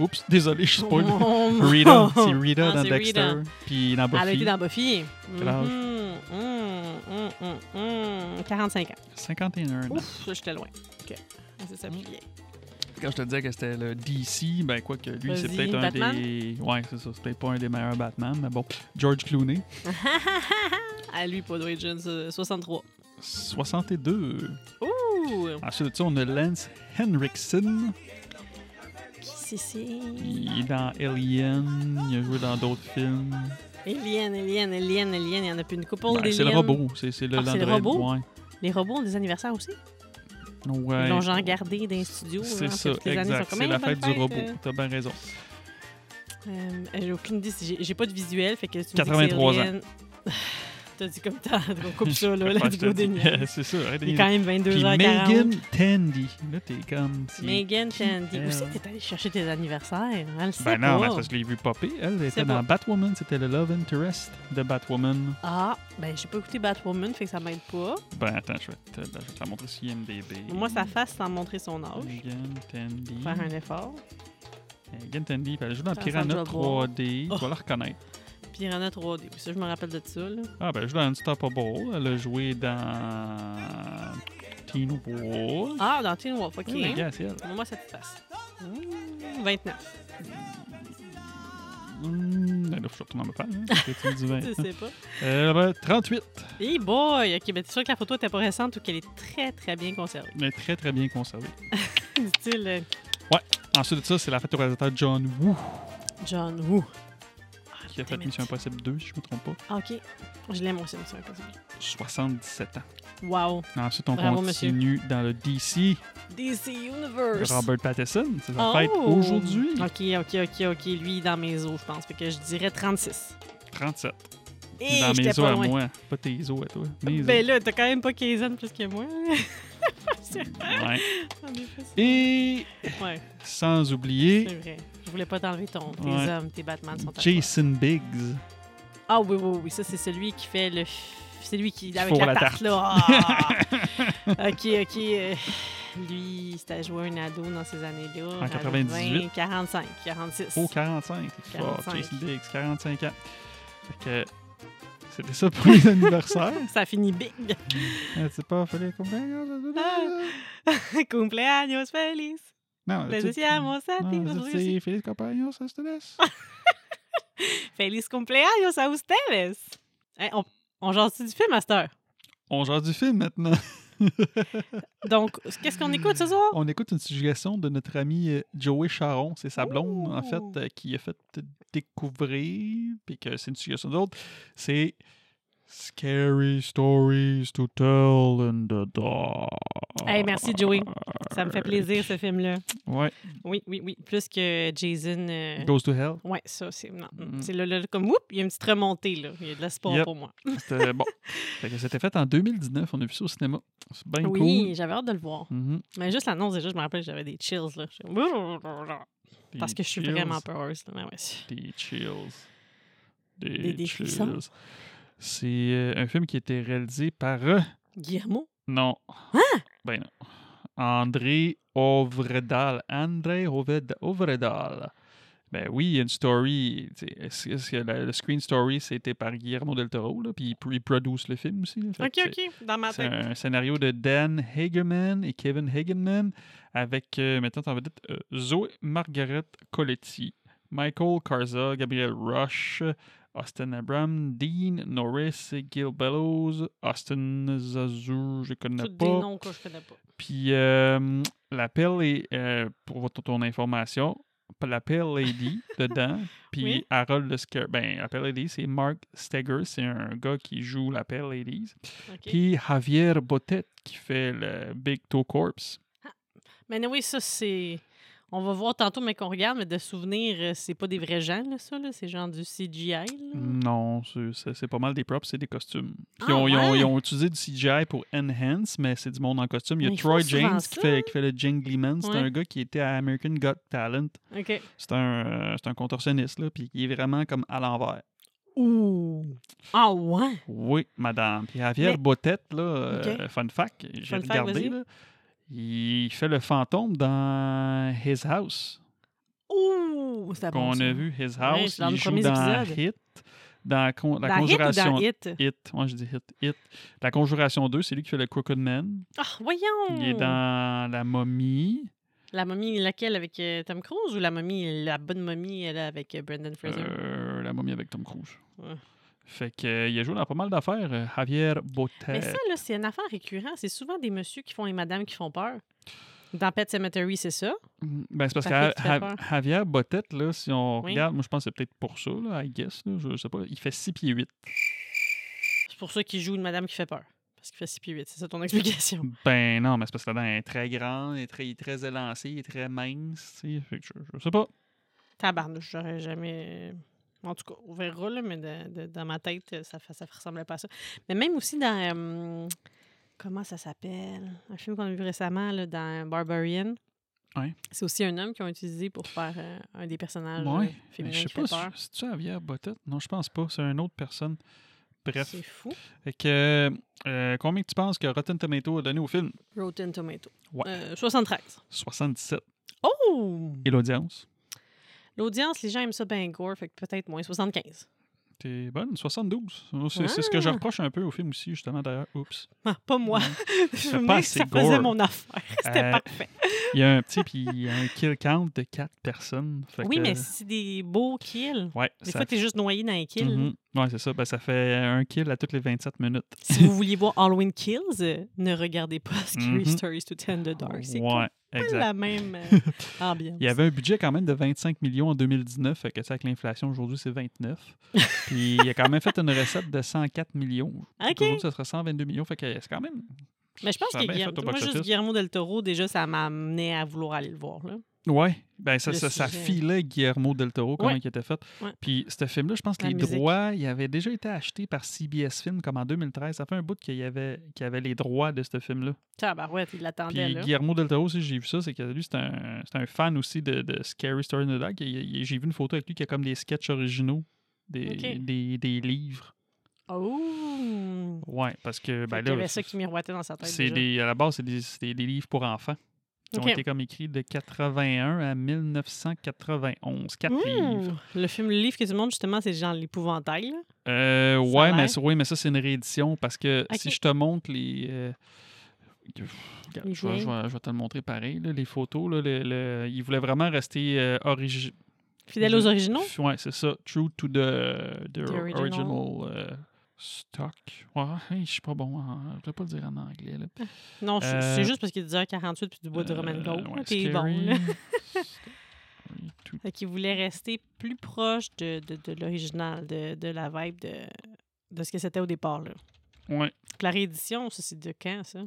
Speaker 2: Oups, désolé, je spoil.
Speaker 1: Oh, mon-
Speaker 2: Rita, c'est Rita
Speaker 1: Ah,
Speaker 2: dans
Speaker 1: c'est
Speaker 2: Dexter.
Speaker 1: Rita.
Speaker 2: Puis dans
Speaker 1: Elle a été
Speaker 2: Buffy.
Speaker 1: dans Buffy.
Speaker 2: Quel âge?
Speaker 1: Mhm, mhm, mhm, mhm, mhm. 45 ans.
Speaker 2: 51 ans.
Speaker 1: Ouf, là, j'étais loin. OK. Ah, C'est ça, puis vieille.
Speaker 2: Quand je te disais que c'était le DC, ben quoi que lui, c'est
Speaker 1: Vas-y,
Speaker 2: peut-être un
Speaker 1: Batman?
Speaker 2: des. Ouais, c'est ça. C'est peut-être pas un des meilleurs Batman, mais bon. George Clooney,
Speaker 1: à lui, Paul Jones, 63.
Speaker 2: 62.
Speaker 1: Ouh!
Speaker 2: Ensuite de ça, on a Lance Henriksen.
Speaker 1: Qui c'est, c'est?
Speaker 2: Il est dans Alien. Il a joué dans d'autres films.
Speaker 1: Alien, Alien, Alien, Alien. Il y en a plus une couple
Speaker 2: Ben, c'est le
Speaker 1: d'aliens.
Speaker 2: robot. C'est c'est le
Speaker 1: Ah, c'est le
Speaker 2: l'android,
Speaker 1: robot?
Speaker 2: Ouais.
Speaker 1: Les robots ont des anniversaires aussi.
Speaker 2: Ouais.
Speaker 1: Ils l'ont genre gardé dans les studios.
Speaker 2: C'est
Speaker 1: genre,
Speaker 2: ça,
Speaker 1: hein, toutes les années, ils sont
Speaker 2: exact.
Speaker 1: comme,
Speaker 2: C'est
Speaker 1: Hey,
Speaker 2: la
Speaker 1: bonne
Speaker 2: fête du robot.
Speaker 1: euh.
Speaker 2: T'as bien raison.
Speaker 1: Euh, j'ai aucune idée. si J'ai, j'ai pas de visuel. Fait que tu me dis que
Speaker 2: 83
Speaker 1: c'est Alien. T'as dit comme t'as. On coupe ça, là.
Speaker 2: Ouais,
Speaker 1: Let's
Speaker 2: je te
Speaker 1: go,
Speaker 2: dis.
Speaker 1: Daniel.
Speaker 2: C'est ça. arrête
Speaker 1: Il
Speaker 2: de
Speaker 1: est quand même
Speaker 2: Puis
Speaker 1: 22h40.
Speaker 2: Megan Tandy. Là, t'es comme. si-
Speaker 1: Megan
Speaker 2: Qui
Speaker 1: Chandy. Où
Speaker 2: elle?
Speaker 1: c'est que t'es allé chercher tes anniversaires? Elle le sait
Speaker 2: Euh, Ben
Speaker 1: pas.
Speaker 2: non, mais c'est parce que je l'ai vu popper. Elle elle
Speaker 1: C'est
Speaker 2: était dans Batwoman. C'était le Love Interest de Batwoman.
Speaker 1: Ah, ben j'ai pas écouté Batwoman, fait que ça m'aide pas.
Speaker 2: Ben attends, je vais te, je vais te la montrer sur IMDB.
Speaker 1: Moi, sa face sans montrer son âge.
Speaker 2: Megan Tandy.
Speaker 1: Faire un effort.
Speaker 2: Megan Tandy. puis Elle joue dans
Speaker 1: Ça, ça
Speaker 2: Piranha
Speaker 1: doit voir.
Speaker 2: 3D.
Speaker 1: Oh.
Speaker 2: Tu vas la reconnaître.
Speaker 1: Piranha 3D. Oui, ça, je me rappelle de ça, là.
Speaker 2: Ah, ben elle joue dans Unstoppable. Elle a joué dans. Teen Wolf.
Speaker 1: Ah, dans Teen Wolf, ok.
Speaker 2: Oui, mais gars, c'est elle.
Speaker 1: Moi, ça te passe. Mmh, 29.
Speaker 2: Hum, là, je retourne dans ma page. hein, parce que tu me dis
Speaker 1: Tu
Speaker 2: 20.
Speaker 1: sais pas.
Speaker 2: Euh, ben, 38.
Speaker 1: Hey boy! Ok, ben t'es sûr que la photo était pas récente ou qu'elle est très, très bien conservée.
Speaker 2: Elle est très, très bien conservée.
Speaker 1: Dit-il euh,
Speaker 2: Ensuite de ça, c'est la fête au réalisateur John Woo
Speaker 1: John Woo. Ah,
Speaker 2: qui a fait
Speaker 1: damn it.
Speaker 2: Mission Impossible 2, si je ne me trompe pas.
Speaker 1: Ah, ok. Je l'aime aussi, Mission Impossible.
Speaker 2: 77 ans.
Speaker 1: Wow.
Speaker 2: Ensuite, on
Speaker 1: Bravo,
Speaker 2: continue dans le DC.
Speaker 1: DC Universe.
Speaker 2: Robert Pattinson, c'est sa
Speaker 1: Oh!
Speaker 2: fête aujourd'hui.
Speaker 1: Ok, ok, ok, ok. Lui, il est dans mes os, je pense. Fait que je dirais 36.
Speaker 2: 37.
Speaker 1: Et
Speaker 2: dans
Speaker 1: Eh, j'étais
Speaker 2: mes os
Speaker 1: pas
Speaker 2: à
Speaker 1: loin.
Speaker 2: moi. Pas tes os à toi. Mes
Speaker 1: Ben
Speaker 2: os.
Speaker 1: là, t'as quand même pas 15 ans de plus que moi.
Speaker 2: Ouais.
Speaker 1: On est plus-
Speaker 2: Et
Speaker 1: ouais,
Speaker 2: sans oublier
Speaker 1: c'est vrai. Je voulais pas t'enlever ton. Tes
Speaker 2: Ouais.
Speaker 1: hommes, tes Batman sont à toi.
Speaker 2: Jason Biggs.
Speaker 1: Ah oui, oui, oui. Ça, c'est celui qui fait le. f- C'est lui qui. Avec
Speaker 2: Fourre
Speaker 1: la,
Speaker 2: la
Speaker 1: tarte,
Speaker 2: tarte.
Speaker 1: là. Ah! ok, ok. euh, Lui, c'était joué un ado dans ces années-là.
Speaker 2: En 98.
Speaker 1: 20, 45, 46.
Speaker 2: Oh, 45. T'es fort,
Speaker 1: 45.
Speaker 2: Jason Biggs, 45 ans. Fait que c'était ça pour les anniversaires.
Speaker 1: Ça finit big.
Speaker 2: Euh, C'est pas fallait combien?
Speaker 1: Ah! Cumpleaños feliz.
Speaker 2: Non,
Speaker 1: Les
Speaker 2: Ah, tu-
Speaker 1: deseamos a ti,
Speaker 2: Non,
Speaker 1: los
Speaker 2: c'est Félix Compagnon, ça, je te laisse.
Speaker 1: Ah! Feliz cumpleaños a ustedes! Hey, on on jase du film, Master?
Speaker 2: On genre du film maintenant.
Speaker 1: Donc, qu'est-ce qu'on écoute ce soir?
Speaker 2: On écoute une suggestion de notre ami euh, Joey Charon. C'est sa blonde, en
Speaker 1: Ouh.
Speaker 2: fait, euh, qui a fait découvrir, puis que c'est une suggestion d'autre. C'est Scary Stories to Tell in the Dark.
Speaker 1: Hey, merci, Joey. Ça me fait plaisir, ce film-là.
Speaker 2: Ouais.
Speaker 1: Oui, oui, oui. Plus que Jason. euh,
Speaker 2: Goes to Hell.
Speaker 1: Ouais, ça, c'est. Non, non.
Speaker 2: Mm.
Speaker 1: C'est là, là, comme, oups, il y a une petite remontée, là. Il y a de l'espoir
Speaker 2: Yep.
Speaker 1: pour moi.
Speaker 2: C'était bon. Fait que c'était fait en 2019. On a vu ça au cinéma. C'est bien
Speaker 1: Oui,
Speaker 2: cool.
Speaker 1: j'avais hâte de le voir.
Speaker 2: Mhm.
Speaker 1: Mais juste l'annonce, déjà, je me rappelle, j'avais des chills, là. J'étais- Parce que je suis
Speaker 2: Chills.
Speaker 1: vraiment peureuse, là. Ouais, ouais.
Speaker 2: Des chills. Des,
Speaker 1: des frissons?
Speaker 2: chills. C'est euh, un film qui a été réalisé par. euh,
Speaker 1: Guillermo?
Speaker 2: non.
Speaker 1: Hein?
Speaker 2: Ben non. André Ovredal. André Oved- Ovredal. Ben oui, il y a une story. tu sais, Est-ce est-ce que la- le screen story, c'était par Guillermo del Toro, là, puis il pr- il produce le film aussi. là. Fait
Speaker 1: Ok,
Speaker 2: que c'est-
Speaker 1: ok, dans ma
Speaker 2: c'est
Speaker 1: tête.
Speaker 2: un scénario de Dan Hagerman et Kevin Hagerman avec, euh, maintenant, on va dire, euh, Zoé Margaret Coletti, Michael Carza, Gabriel Rush, Austin Abram, Dean Norris, Gil Bellows, Austin Zazu, je connais
Speaker 1: Tous des
Speaker 2: pas.
Speaker 1: noms que je connais pas.
Speaker 2: Puis euh, l'appel est, euh, pour votre, ton information, la Pale Lady dedans, puis
Speaker 1: Oui.
Speaker 2: Harold le Scare. Ben, la Pale Lady, c'est Mark Steger, c'est un gars qui joue la Pale Lady.
Speaker 1: OK.
Speaker 2: Puis Javier Botet qui fait le Big Toe Corpse.
Speaker 1: Mais oui, ça, c'est. On va voir tantôt, mais qu'on regarde, mais de souvenir, euh, c'est pas des vrais gens, là, ça, là. C'est genre du CGI, là.
Speaker 2: Mm. Non, c'est- c'est c'est pas mal des props, c'est des costumes.
Speaker 1: Hmm. Ah
Speaker 2: Puis ils, ont, ils ont-
Speaker 1: ouais?
Speaker 2: ils ont utilisé du CGI pour Enhance, mais c'est du monde en costume. Il y a
Speaker 1: Mais ils
Speaker 2: Troy
Speaker 1: font souvent
Speaker 2: James qui
Speaker 1: ça,
Speaker 2: fait, qui fait le Jingleman. C'est
Speaker 1: Ouais.
Speaker 2: un gars qui était à American Got Talent.
Speaker 1: OK.
Speaker 2: C'est un, euh, c'est un contorsionniste, là, puis il est vraiment comme à l'envers.
Speaker 1: Ouh! Ah, ouais!
Speaker 2: Oui, madame. Puis Javier
Speaker 1: Mais-
Speaker 2: Botet, là, euh, fun fact, j'ai
Speaker 1: Fun fact,
Speaker 2: regardé,
Speaker 1: vas-y.
Speaker 2: là, il fait le fantôme dans His House.
Speaker 1: Ouh! C'est bon,
Speaker 2: qu'on
Speaker 1: ça.
Speaker 2: a vu
Speaker 1: Ouais,
Speaker 2: His House,
Speaker 1: c'est dans
Speaker 2: il
Speaker 1: le
Speaker 2: joue
Speaker 1: premier
Speaker 2: dans
Speaker 1: épisode.
Speaker 2: Hit, dans la, con- la
Speaker 1: Dans Hit ou
Speaker 2: conjuration
Speaker 1: dans Hit?
Speaker 2: Hit, moi je dis Hit, Hit. La Conjuration 2, c'est lui qui fait le Crooked Man.
Speaker 1: Ah, voyons!
Speaker 2: Il est dans La Momie.
Speaker 1: La momie, laquelle, avec euh, Tom Cruise, ou la momie, la bonne momie, elle, avec euh, Brendan Fraser?
Speaker 2: Euh, la Momie avec Tom Cruise.
Speaker 1: Ouais.
Speaker 2: Fait que, euh, il a joué dans pas mal d'affaires. euh, Javier
Speaker 1: Mais
Speaker 2: Botet.
Speaker 1: ça, là, c'est une affaire récurrente. C'est souvent des messieurs qui font et madames qui font peur. Dans Pet Cemetery, c'est ça.
Speaker 2: Mm, Ben, c'est parce que
Speaker 1: Patrick, tu fais
Speaker 2: Ha-
Speaker 1: peur.
Speaker 2: Ha- Javier Botet, là, si on
Speaker 1: Oui.
Speaker 2: regarde, moi je pense que c'est peut-être pour ça, là, I guess, là, je sais pas. Il fait 6 pieds 8.
Speaker 1: C'est pour ça qu'ils jouent une madame qui fait peur. Parce qu'il fait 6 pieds 8. C'est ça ton explication.
Speaker 2: Ben non, mais c'est parce que là-dedans, il est très grand, il est très, il est très élancé, il est très mince, tu sais. Fait que je- je sais pas.
Speaker 1: Tabarnouche, j'aurais jamais. En tout cas, on verra, là, mais de- de- dans ma tête, ça ne ressemblait pas à ça. Mais même aussi dans. euh, comment ça s'appelle Un film qu'on a vu récemment, là, dans Barbarian.
Speaker 2: Ouais.
Speaker 1: C'est aussi un homme qu'ils ont utilisé pour faire euh, un des personnages
Speaker 2: Ouais,
Speaker 1: euh,
Speaker 2: Mais
Speaker 1: féminins
Speaker 2: Ben, je sais
Speaker 1: qui fait
Speaker 2: pas, si
Speaker 1: peur.
Speaker 2: c'est-tu Javier Botet? Non, je pense pas, c'est une autre personne. Bref.
Speaker 1: C'est fou.
Speaker 2: Fait que, euh, combien que tu penses que Rotten Tomato a donné au film?
Speaker 1: Rotten Tomato.
Speaker 2: Ouais.
Speaker 1: Euh, 73.
Speaker 2: 77.
Speaker 1: Oh!
Speaker 2: Et l'audience?
Speaker 1: L'audience, les gens aiment ça bien gore, fait que peut-être moins 75.
Speaker 2: T'es bonne, 72. Oh, C'est c'est ce que je
Speaker 1: Ah.
Speaker 2: reproche un peu au film aussi, justement, d'ailleurs. Oups.
Speaker 1: Ah, pas moi. Je
Speaker 2: pas
Speaker 1: me disais que
Speaker 2: assez
Speaker 1: ça faisait
Speaker 2: gore.
Speaker 1: mon affaire. C'était
Speaker 2: Euh,
Speaker 1: parfait.
Speaker 2: Il y a un petit, puis il y a un kill count de 4 personnes. Fait
Speaker 1: Oui,
Speaker 2: que,
Speaker 1: mais c'est des beaux kills.
Speaker 2: Ouais,
Speaker 1: Des
Speaker 2: ça
Speaker 1: fois, t'es juste noyé dans les kills.
Speaker 2: Mhm. Ouais, c'est ça. Ben, ça fait un kill à toutes les 27 minutes.
Speaker 1: Si vous vouliez voir Halloween Kills, euh, ne regardez pas Scary
Speaker 2: Mhm.
Speaker 1: Stories to Tell the Dark. C'est
Speaker 2: ouais,
Speaker 1: pas
Speaker 2: exact.
Speaker 1: la même euh, ambiance.
Speaker 2: Il y avait un budget quand même de 25 millions en 2019, fait que tu sais, avec l'inflation aujourd'hui, c'est 29. Puis il a quand même fait une recette de 104 millions.
Speaker 1: OK.
Speaker 2: Aujourd'hui, ce serait 122 millions, fait que c'est quand même.
Speaker 1: Mais je pense
Speaker 2: ça
Speaker 1: que
Speaker 2: a bien
Speaker 1: Guillermo,
Speaker 2: fait au
Speaker 1: moi,
Speaker 2: box-office.
Speaker 1: juste Guillermo del Toro, déjà, ça m'a amené à vouloir aller le voir. Là.
Speaker 2: Ouais, ben ça,
Speaker 1: Le
Speaker 2: ça, ça
Speaker 1: sujet.
Speaker 2: filait Guillermo del Toro, comment
Speaker 1: Ouais.
Speaker 2: il était fait.
Speaker 1: Ouais.
Speaker 2: Puis ce film-là, je pense que
Speaker 1: La
Speaker 2: les
Speaker 1: musique.
Speaker 2: droits, il avait déjà été acheté par CBS Film comme en 2013. Ça fait un bout qu'il y avait, qu'il y avait les droits de ce film-là.
Speaker 1: Tabarouette, il l'attendait.
Speaker 2: Puis
Speaker 1: là.
Speaker 2: Guillermo del Toro aussi, j'ai vu ça, c'est que lui, c'est un, c'est un fan aussi de, de Scary Story in the Dark. Il- il- J'ai vu une photo avec lui qui a comme des sketchs originaux, des,
Speaker 1: Ok.
Speaker 2: des, des livres.
Speaker 1: Oh!
Speaker 2: Ouais, parce que ben
Speaker 1: il y
Speaker 2: là,
Speaker 1: avait ça qui
Speaker 2: c'est-
Speaker 1: miroitait dans sa tête.
Speaker 2: c'est
Speaker 1: déjà.
Speaker 2: des, à la base, c'est des, c'est des livres pour enfants. Ils ont
Speaker 1: Ok.
Speaker 2: été comme écrits de 81 à 1991. Quatre
Speaker 1: Ouh!
Speaker 2: livres.
Speaker 1: Le film, le livre que tu montres, justement, c'est genre l'épouvantail. là.
Speaker 2: Euh,
Speaker 1: Ça
Speaker 2: ouais,
Speaker 1: a
Speaker 2: mais,
Speaker 1: l'air.
Speaker 2: oui, mais ça, c'est une réédition parce que
Speaker 1: Ok.
Speaker 2: si je te montre les. euh, que- regarde,
Speaker 1: Les
Speaker 2: je, vais, je
Speaker 1: vieilles.
Speaker 2: vais- je vais te le montrer pareil. là, les photos, là, le- le- ils voulaient vraiment rester euh, origi- Mm-hmm.
Speaker 1: Fidèle aux originaux?
Speaker 2: Ouais, c'est ça. True to the, the
Speaker 1: The
Speaker 2: original,
Speaker 1: original.
Speaker 2: euh, stock. Ouais, hey, je suis pas bon. En, je vais pas le dire en anglais. Là.
Speaker 1: Non, c'est
Speaker 2: Euh,
Speaker 1: c'est juste parce qu'il est 10h48 puis du bois de
Speaker 2: Euh,
Speaker 1: Roman Gold.
Speaker 2: ouais,
Speaker 1: là, T'es
Speaker 2: scary,
Speaker 1: bon, là.
Speaker 2: scary to-
Speaker 1: Fait qu'il voulait rester plus proche de, de, de l'original, de, de la vibe de, de ce que c'était au départ. Là.
Speaker 2: Ouais,
Speaker 1: La réédition, ça, c'est de quand, ça?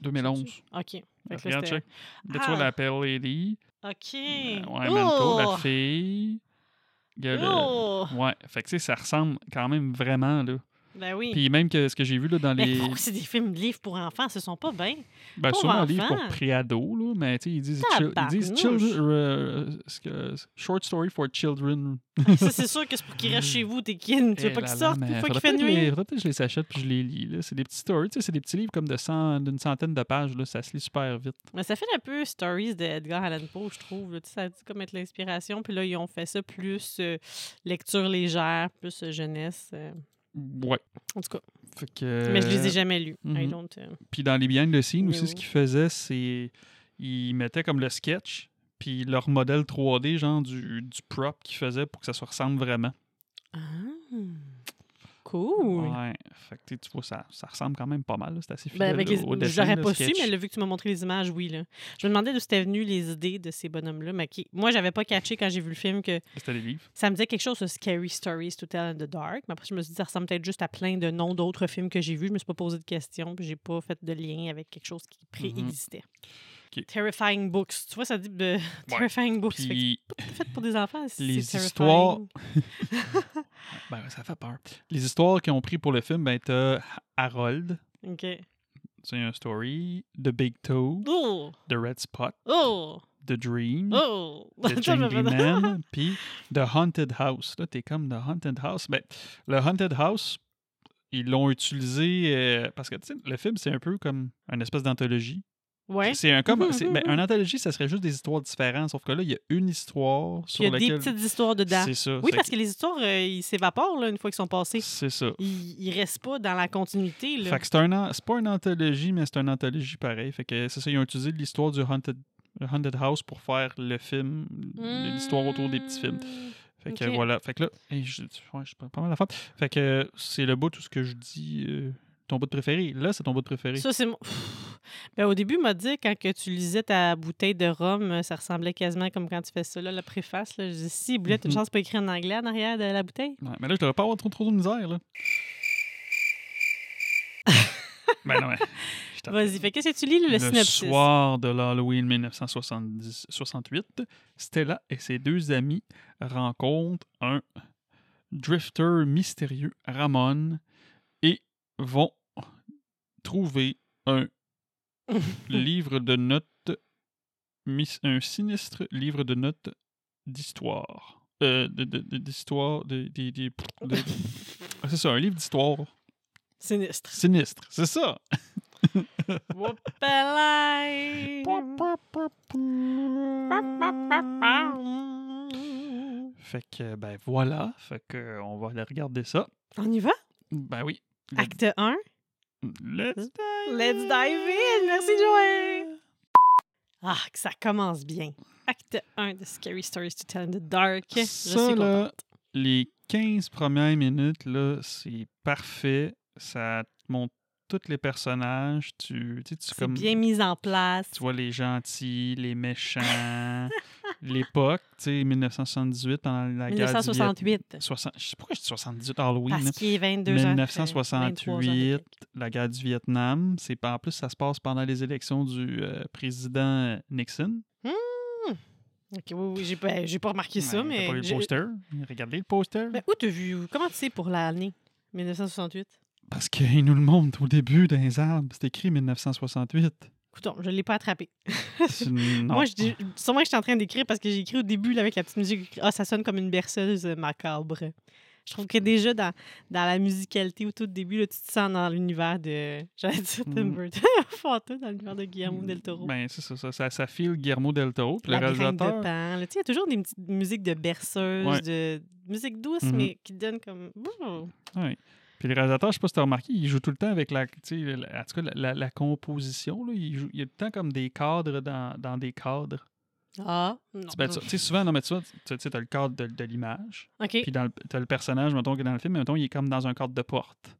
Speaker 2: 2011.
Speaker 1: OK. Fait que là,
Speaker 2: Regarde,
Speaker 1: c'était-
Speaker 2: check. That's what
Speaker 1: Ah!
Speaker 2: la Pale Lady.
Speaker 1: OK.
Speaker 2: Euh, ouais, Manto, la
Speaker 1: Oh!
Speaker 2: fille. euh, Il y a le-
Speaker 1: Oh!
Speaker 2: Ouais, fait que tu sais, ça ressemble quand même vraiment, là.
Speaker 1: Ben oui.
Speaker 2: Puis même que ce que j'ai vu là, dans
Speaker 1: Mais
Speaker 2: les.
Speaker 1: pourquoi c'est des films de livres pour enfants? Ce sont pas bien.
Speaker 2: Ben,
Speaker 1: Pauvre
Speaker 2: sûrement un livre pour
Speaker 1: enfant.
Speaker 2: pré-ado, là, mais tu sais, ils disent, chil- ils disent
Speaker 1: Tabarnouche.
Speaker 2: children- euh, ce que- Short Story for Children.
Speaker 1: ça, c'est sûr que c'est pour qu'ils restent chez vous, tes kids. Tu veux
Speaker 2: Eh
Speaker 1: pas qu'ils
Speaker 2: là là,
Speaker 1: sortent
Speaker 2: mais
Speaker 1: une fois qu'il
Speaker 2: faudrait
Speaker 1: fait
Speaker 2: peut-être les-
Speaker 1: nuit.
Speaker 2: faudrait peut-être que je les achète puis je les lis. là. C'est des petits stories, tu sais, c'est des petits livres comme de 100 d'une centaine de pages, là, ça se lit super vite.
Speaker 1: Mais ça fait un peu Stories de Edgar Allan Poe, je trouve. là. Tu sais, Ça a dû comme être l'inspiration. Puis là, ils ont fait ça plus euh, lecture légère, plus euh, jeunesse. euh.
Speaker 2: Ouais.
Speaker 1: En tout cas,
Speaker 2: Fait que,
Speaker 1: mais je les ai jamais lus. I
Speaker 2: mhm.
Speaker 1: don't, euh,
Speaker 2: Puis dans les behind the scenes
Speaker 1: Mais
Speaker 2: aussi,
Speaker 1: oui.
Speaker 2: ce qu'ils faisaient, c'est ils mettaient comme le sketch, puis leur modèle 3D, genre du, du prop qu'ils faisaient pour que ça se ressemble vraiment.
Speaker 1: Ah. Cool.
Speaker 2: Ouais. Fait que tu sais, tu vois, ça, ça ressemble quand même pas mal. là. C'est assez fidèle
Speaker 1: Ben, avec
Speaker 2: là,
Speaker 1: les-
Speaker 2: au dessin.
Speaker 1: J'aurais
Speaker 2: là,
Speaker 1: pas
Speaker 2: sketch.
Speaker 1: su, mais là, vu que tu m'as montré les images, oui. Là. Je me demandais d'où c'était venu les idées de ces bonhommes-là. Mais qui... Moi, j'avais pas catché quand j'ai vu le film que
Speaker 2: C'était des livres.
Speaker 1: ça me disait quelque chose, ce Scary Stories to Tell in the Dark. Mais après, je me suis dit, ça ressemble peut-être juste à plein de noms d'autres films que j'ai vus. Je me suis pas posé de questions, puis j'ai pas fait de lien avec quelque chose qui préexistait.
Speaker 2: Mm-hmm. Ok.
Speaker 1: Terrifying Books. Tu vois, ça dit euh, Terrifying Books. Fait que
Speaker 2: Puis
Speaker 1: c'est fait pour des enfants. c'est
Speaker 2: les
Speaker 1: terrifying.
Speaker 2: histoires- Ben, ça fait peur. Les histoires qu'ils ont pris pour le film, ben, t'as Harold,
Speaker 1: OK.
Speaker 2: c'est un story, The Big Toe,
Speaker 1: Oh!
Speaker 2: The Red Spot,
Speaker 1: Oh!
Speaker 2: The Dream,
Speaker 1: Oh!
Speaker 2: The
Speaker 1: Ça, je me
Speaker 2: Jingly
Speaker 1: fais-
Speaker 2: Man, puis The Haunted House. Là, t'es comme The Haunted House. Ben, le Haunted House, ils l'ont utilisé euh, parce que tu sais, le film, c'est un peu comme une espèce d'anthologie.
Speaker 1: Ouais.
Speaker 2: C'est un comme.
Speaker 1: Mhm,
Speaker 2: c'est-
Speaker 1: mhm,
Speaker 2: ben,
Speaker 1: mhm.
Speaker 2: une anthologie, ça serait juste des histoires différentes, sauf que là, il y a une histoire
Speaker 1: Puis
Speaker 2: sur
Speaker 1: il y a des
Speaker 2: laquelle.
Speaker 1: petites histoires dedans.
Speaker 2: C'est ça.
Speaker 1: Oui,
Speaker 2: c'est-
Speaker 1: parce que les histoires, euh, ils s'évaporent là, une fois qu'ils sont passés.
Speaker 2: C'est ça.
Speaker 1: Ils, ils restent pas dans la continuité. Là.
Speaker 2: Fait que c'est un an- c'est pas une anthologie, mais c'est une anthologie pareil. Fait que c'est ça, ils ont utilisé l'histoire du Haunted, Haunted House pour faire le film,
Speaker 1: Mmh.
Speaker 2: l'histoire autour des petits films.
Speaker 1: Hmm.
Speaker 2: Fait que
Speaker 1: Ok.
Speaker 2: voilà. Fait que là, hey, je, ouais, je parle pas mal la Fait que euh, c'est le bout tout ce que je dis. euh, ton bout de préféré. Là, c'est ton bout de préféré.
Speaker 1: Ça, c'est mon- Ben, au début, il m'a dit, quand que tu lisais ta bouteille de rhum, euh, ça ressemblait quasiment comme quand tu fais ça, là, la préface. Là. Je dis, si, Boulette, une
Speaker 2: Mhm.
Speaker 1: chance pas écrire en anglais en arrière de la bouteille.
Speaker 2: Ouais, mais là, je devrais pas avoir trop, trop de misère, là. ben non, mais. je t'appelle.
Speaker 1: Vas-y, fait qu'est-ce que tu lis, là, le, synopsis?
Speaker 2: soir de l'Halloween 1968, Stella et ses deux amis rencontrent un drifter mystérieux, Ramon, et vont trouver un livre de notes, mis- un sinistre livre de notes d'histoire. Euh, de- de- de- d'histoire, de- de- de- de- Ah, c'est ça, un livre d'histoire
Speaker 1: Sinistre.
Speaker 2: sinistre, c'est ça.
Speaker 1: Whoop-a-lay.
Speaker 2: Fait que, ben voilà. Fait que, euh, on va aller regarder ça.
Speaker 1: On y va?
Speaker 2: Ben oui. Le-
Speaker 1: Acte 1.
Speaker 2: Let's dive
Speaker 1: Let's dive in. Merci, Joël. Ah, que ça commence bien. Acte 1 de Scary Stories to Tell in the Dark. Je suis
Speaker 2: Ça, là,
Speaker 1: contente.
Speaker 2: Les 15 premières minutes, là, c'est parfait. Ça te montre tous les personnages. Tu, tu sais, tu
Speaker 1: C'est
Speaker 2: comme...
Speaker 1: bien mis en place.
Speaker 2: Tu vois les gentils, les méchants, l'époque, tu sais, 1978 pendant la guerre du Vietnam.
Speaker 1: 1968.
Speaker 2: 60, je sais pourquoi je dis 78 Halloween.
Speaker 1: Parce
Speaker 2: hein.
Speaker 1: qu'il est 22 ans.
Speaker 2: 1968, la guerre du Vietnam. C'est pas- en plus ça se passe pendant les élections du euh, président euh, Nixon.
Speaker 1: OK, oui, oui, j'ai pas, j'ai pas remarqué
Speaker 2: Ouais,
Speaker 1: ça,
Speaker 2: t'as
Speaker 1: mais...
Speaker 2: pas vu le
Speaker 1: j'ai-
Speaker 2: poster. Regardez le poster.
Speaker 1: Mais où t'as vu? Comment tu sais pour l'année? 1968?
Speaker 2: Parce qu'il nous le montre au début dans les arbres. C'est écrit 1968.
Speaker 1: Coudon, je l'ai pas attrapé.
Speaker 2: C'est- non.
Speaker 1: Moi, je dis, sûrement que j'étais en train d'écrire parce que j'ai écrit au début là, avec la petite musique. Ah, ça sonne comme une berceuse euh, macabre. Je trouve que déjà dans, dans la musicalité au tout début, là, tu te sens dans l'univers de. J'allais dire Tim
Speaker 2: Mm.
Speaker 1: Burton. Fantôme dans l'univers de Guillermo del Toro.
Speaker 2: Ben, c'est ça, ça, ça, ça file Guillermo del Toro. Puis le
Speaker 1: la graine de
Speaker 2: réalisateur,
Speaker 1: pan. là. Tu sais, il y a toujours des petites musiques de berceuse,
Speaker 2: Ouais.
Speaker 1: de musique douce,
Speaker 2: Mhm.
Speaker 1: mais qui donnent comme. Ouh!
Speaker 2: Puis le réalisateur, je sais pas si t'as remarqué, il joue tout le temps avec la, tu sais, la- en tout cas, la, la- la composition. là. il, joue- il y a tout le temps comme des cadres dans, dans des cadres.
Speaker 1: Ah, non.
Speaker 2: Tu- ben, tu tu sais, souvent, non, mais tu vois, tu tu sais, t'as le cadre de, de l'image,
Speaker 1: OK.
Speaker 2: puis dans le- t'as le personnage, mettons, qui est dans le film, mais mettons, il est comme dans un cadre de porte.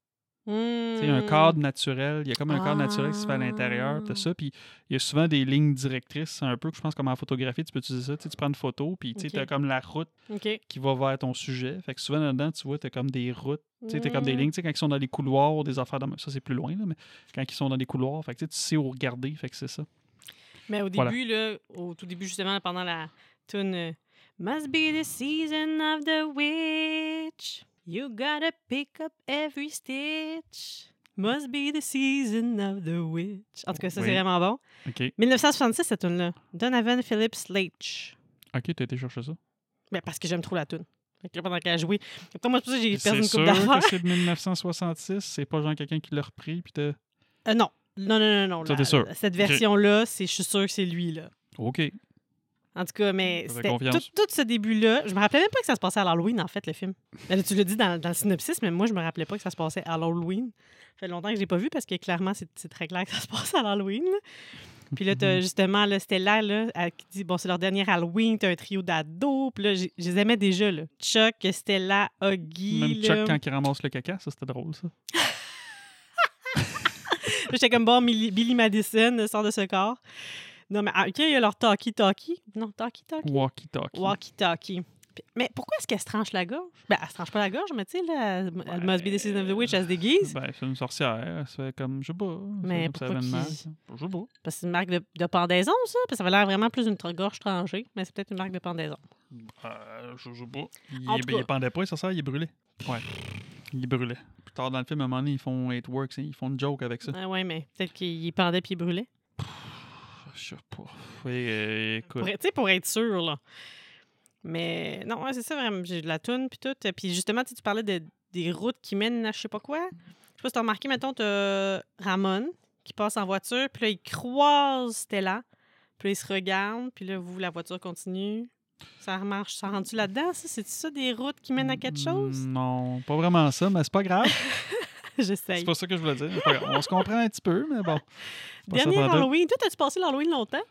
Speaker 2: Tu sais, un
Speaker 1: Mm.
Speaker 2: cadre naturel, il y a comme un cadre naturel qui se fait à l'intérieur,
Speaker 1: Ah.
Speaker 2: puis t'as ça, puis il y a souvent des lignes directrices, un peu, que je pense, comme en photographie, tu peux utiliser ça, tu sais, tu prends une photo, puis tu sais,
Speaker 1: Ok.
Speaker 2: t'as comme la route
Speaker 1: OK.
Speaker 2: qui va vers ton sujet. Fait que souvent, là-dedans, tu vois, t'as comme des routes tu sais, t'as
Speaker 1: Hmm.
Speaker 2: comme des lignes, tu sais, quand ils sont dans les couloirs, des affaires, dans... ça c'est plus loin, là, mais quand ils sont dans les couloirs, fait que, tu sais, tu sais où regarder, fait que c'est ça.
Speaker 1: Mais au
Speaker 2: Voilà.
Speaker 1: début, là, au tout début, justement, pendant la tune euh, Must be the season of the witch. You gotta pick up every stitch. Must be the season of the witch. En tout cas, ça,
Speaker 2: Oui.
Speaker 1: c'est vraiment bon.
Speaker 2: OK.
Speaker 1: 1966, cette tune-là. Donovan Phillips Leitch.
Speaker 2: OK, t'as été chercher ça.
Speaker 1: Ben, parce que j'aime trop la tune. Fait que là, pendant qu'elle a joué. Après, moi, c'est pour ça que j'ai perdu
Speaker 2: C'est
Speaker 1: une coupe
Speaker 2: sûr
Speaker 1: d'affaires.
Speaker 2: que c'est de 1966, c'est pas genre quelqu'un qui l'a repris, puis t'as...
Speaker 1: Euh, non. Non, non, non, non.
Speaker 2: Ça,
Speaker 1: La-
Speaker 2: t'es sûr?
Speaker 1: Cette version-là, c'est, je suis sûre que c'est lui, là.
Speaker 2: OK.
Speaker 1: En tout cas, mais
Speaker 2: J'avais
Speaker 1: c'était tout,
Speaker 2: confiance.
Speaker 1: tout ce début-là, je me rappelais même pas que ça se passait à Halloween, en fait, le film. Ben là, tu l'as dit dans, dans le synopsis, mais moi, je me rappelais pas que ça se passait à Halloween. Ça fait longtemps que je l'ai pas vu parce que clairement, c'est c'est très clair que ça se passe à Halloween. là. Puis là,
Speaker 2: Mhm.
Speaker 1: t'as- justement, là, c'était là, là, à- qui dit, bon, c'est leur dernier Halloween, t'as un trio d'ados. Puis là, j'ai- je les aimais déjà, là. Chuck, Stella, Huggy.
Speaker 2: Même
Speaker 1: là.
Speaker 2: Chuck quand il ramasse le caca, ça c'était drôle ça.
Speaker 1: Là, J'étais comme, bon, Millie- Billy Madison sort de ce corps. Non, mais ah, OK, il y a leur talkie-talkie. Non, talkie-talkie.
Speaker 2: Walkie talkie.
Speaker 1: Walkie-talkie. Puis- Mais pourquoi est-ce qu'elle se tranche la gorge? Ben, elle se tranche pas la gorge, mais tu sais, là, elle, elle must be the season of the witch, elle se déguise.
Speaker 2: Ben, c'est une sorcière, elle se fait comme, je sais pas.
Speaker 1: Mais
Speaker 2: c'est
Speaker 1: pourquoi
Speaker 2: comme ça,
Speaker 1: qu'il-
Speaker 2: événement. Je sais pas.
Speaker 1: Parce que c'est une marque de, de pendaison, ça. Parce que ça avait l'air vraiment plus une tra- gorge tranchée, mais c'est peut-être une marque de pendaison.
Speaker 2: Euh, je sais pas. Il, ben,
Speaker 1: En
Speaker 2: il-
Speaker 1: tout cas.
Speaker 2: il pendait pas, ça sert, il brûlait. Ouais. Il brûlait. Plus tard dans le film, à un moment donné, ils font It Works, ils font une joke avec ça.
Speaker 1: Ah ouais, mais peut-être qu'il y pendait puis il brûlait.
Speaker 2: Ah, Je sais pas. Et, euh, écoute.
Speaker 1: Pour, être- tu sais, pour être sûr, là. Mais non, ouais, c'est ça, vraiment. J'ai de la toune, puis tout. Puis justement, tu sais, tu parlais de- des routes qui mènent à je sais pas quoi. Je sais pas si t'as remarqué, mettons, t'as Ramon qui passe en voiture, puis là, il croise Stella, puis là, il se regarde, puis là, vous, la voiture continue. Ça remarche. Ça rentre-tu là-dedans, ça? C'est-tu ça, des routes qui mènent à quelque
Speaker 2: Hmm.
Speaker 1: chose?
Speaker 2: Mm, Non, pas vraiment ça, mais c'est pas grave.
Speaker 1: J'essaye.
Speaker 2: c'est pas ça que je voulais dire. C'est pas grave. On se comprend un petit peu, mais bon. C'est pas ça
Speaker 1: Dernier
Speaker 2: pendant tout.
Speaker 1: Halloween. Toi, as-tu passé l'Halloween longtemps?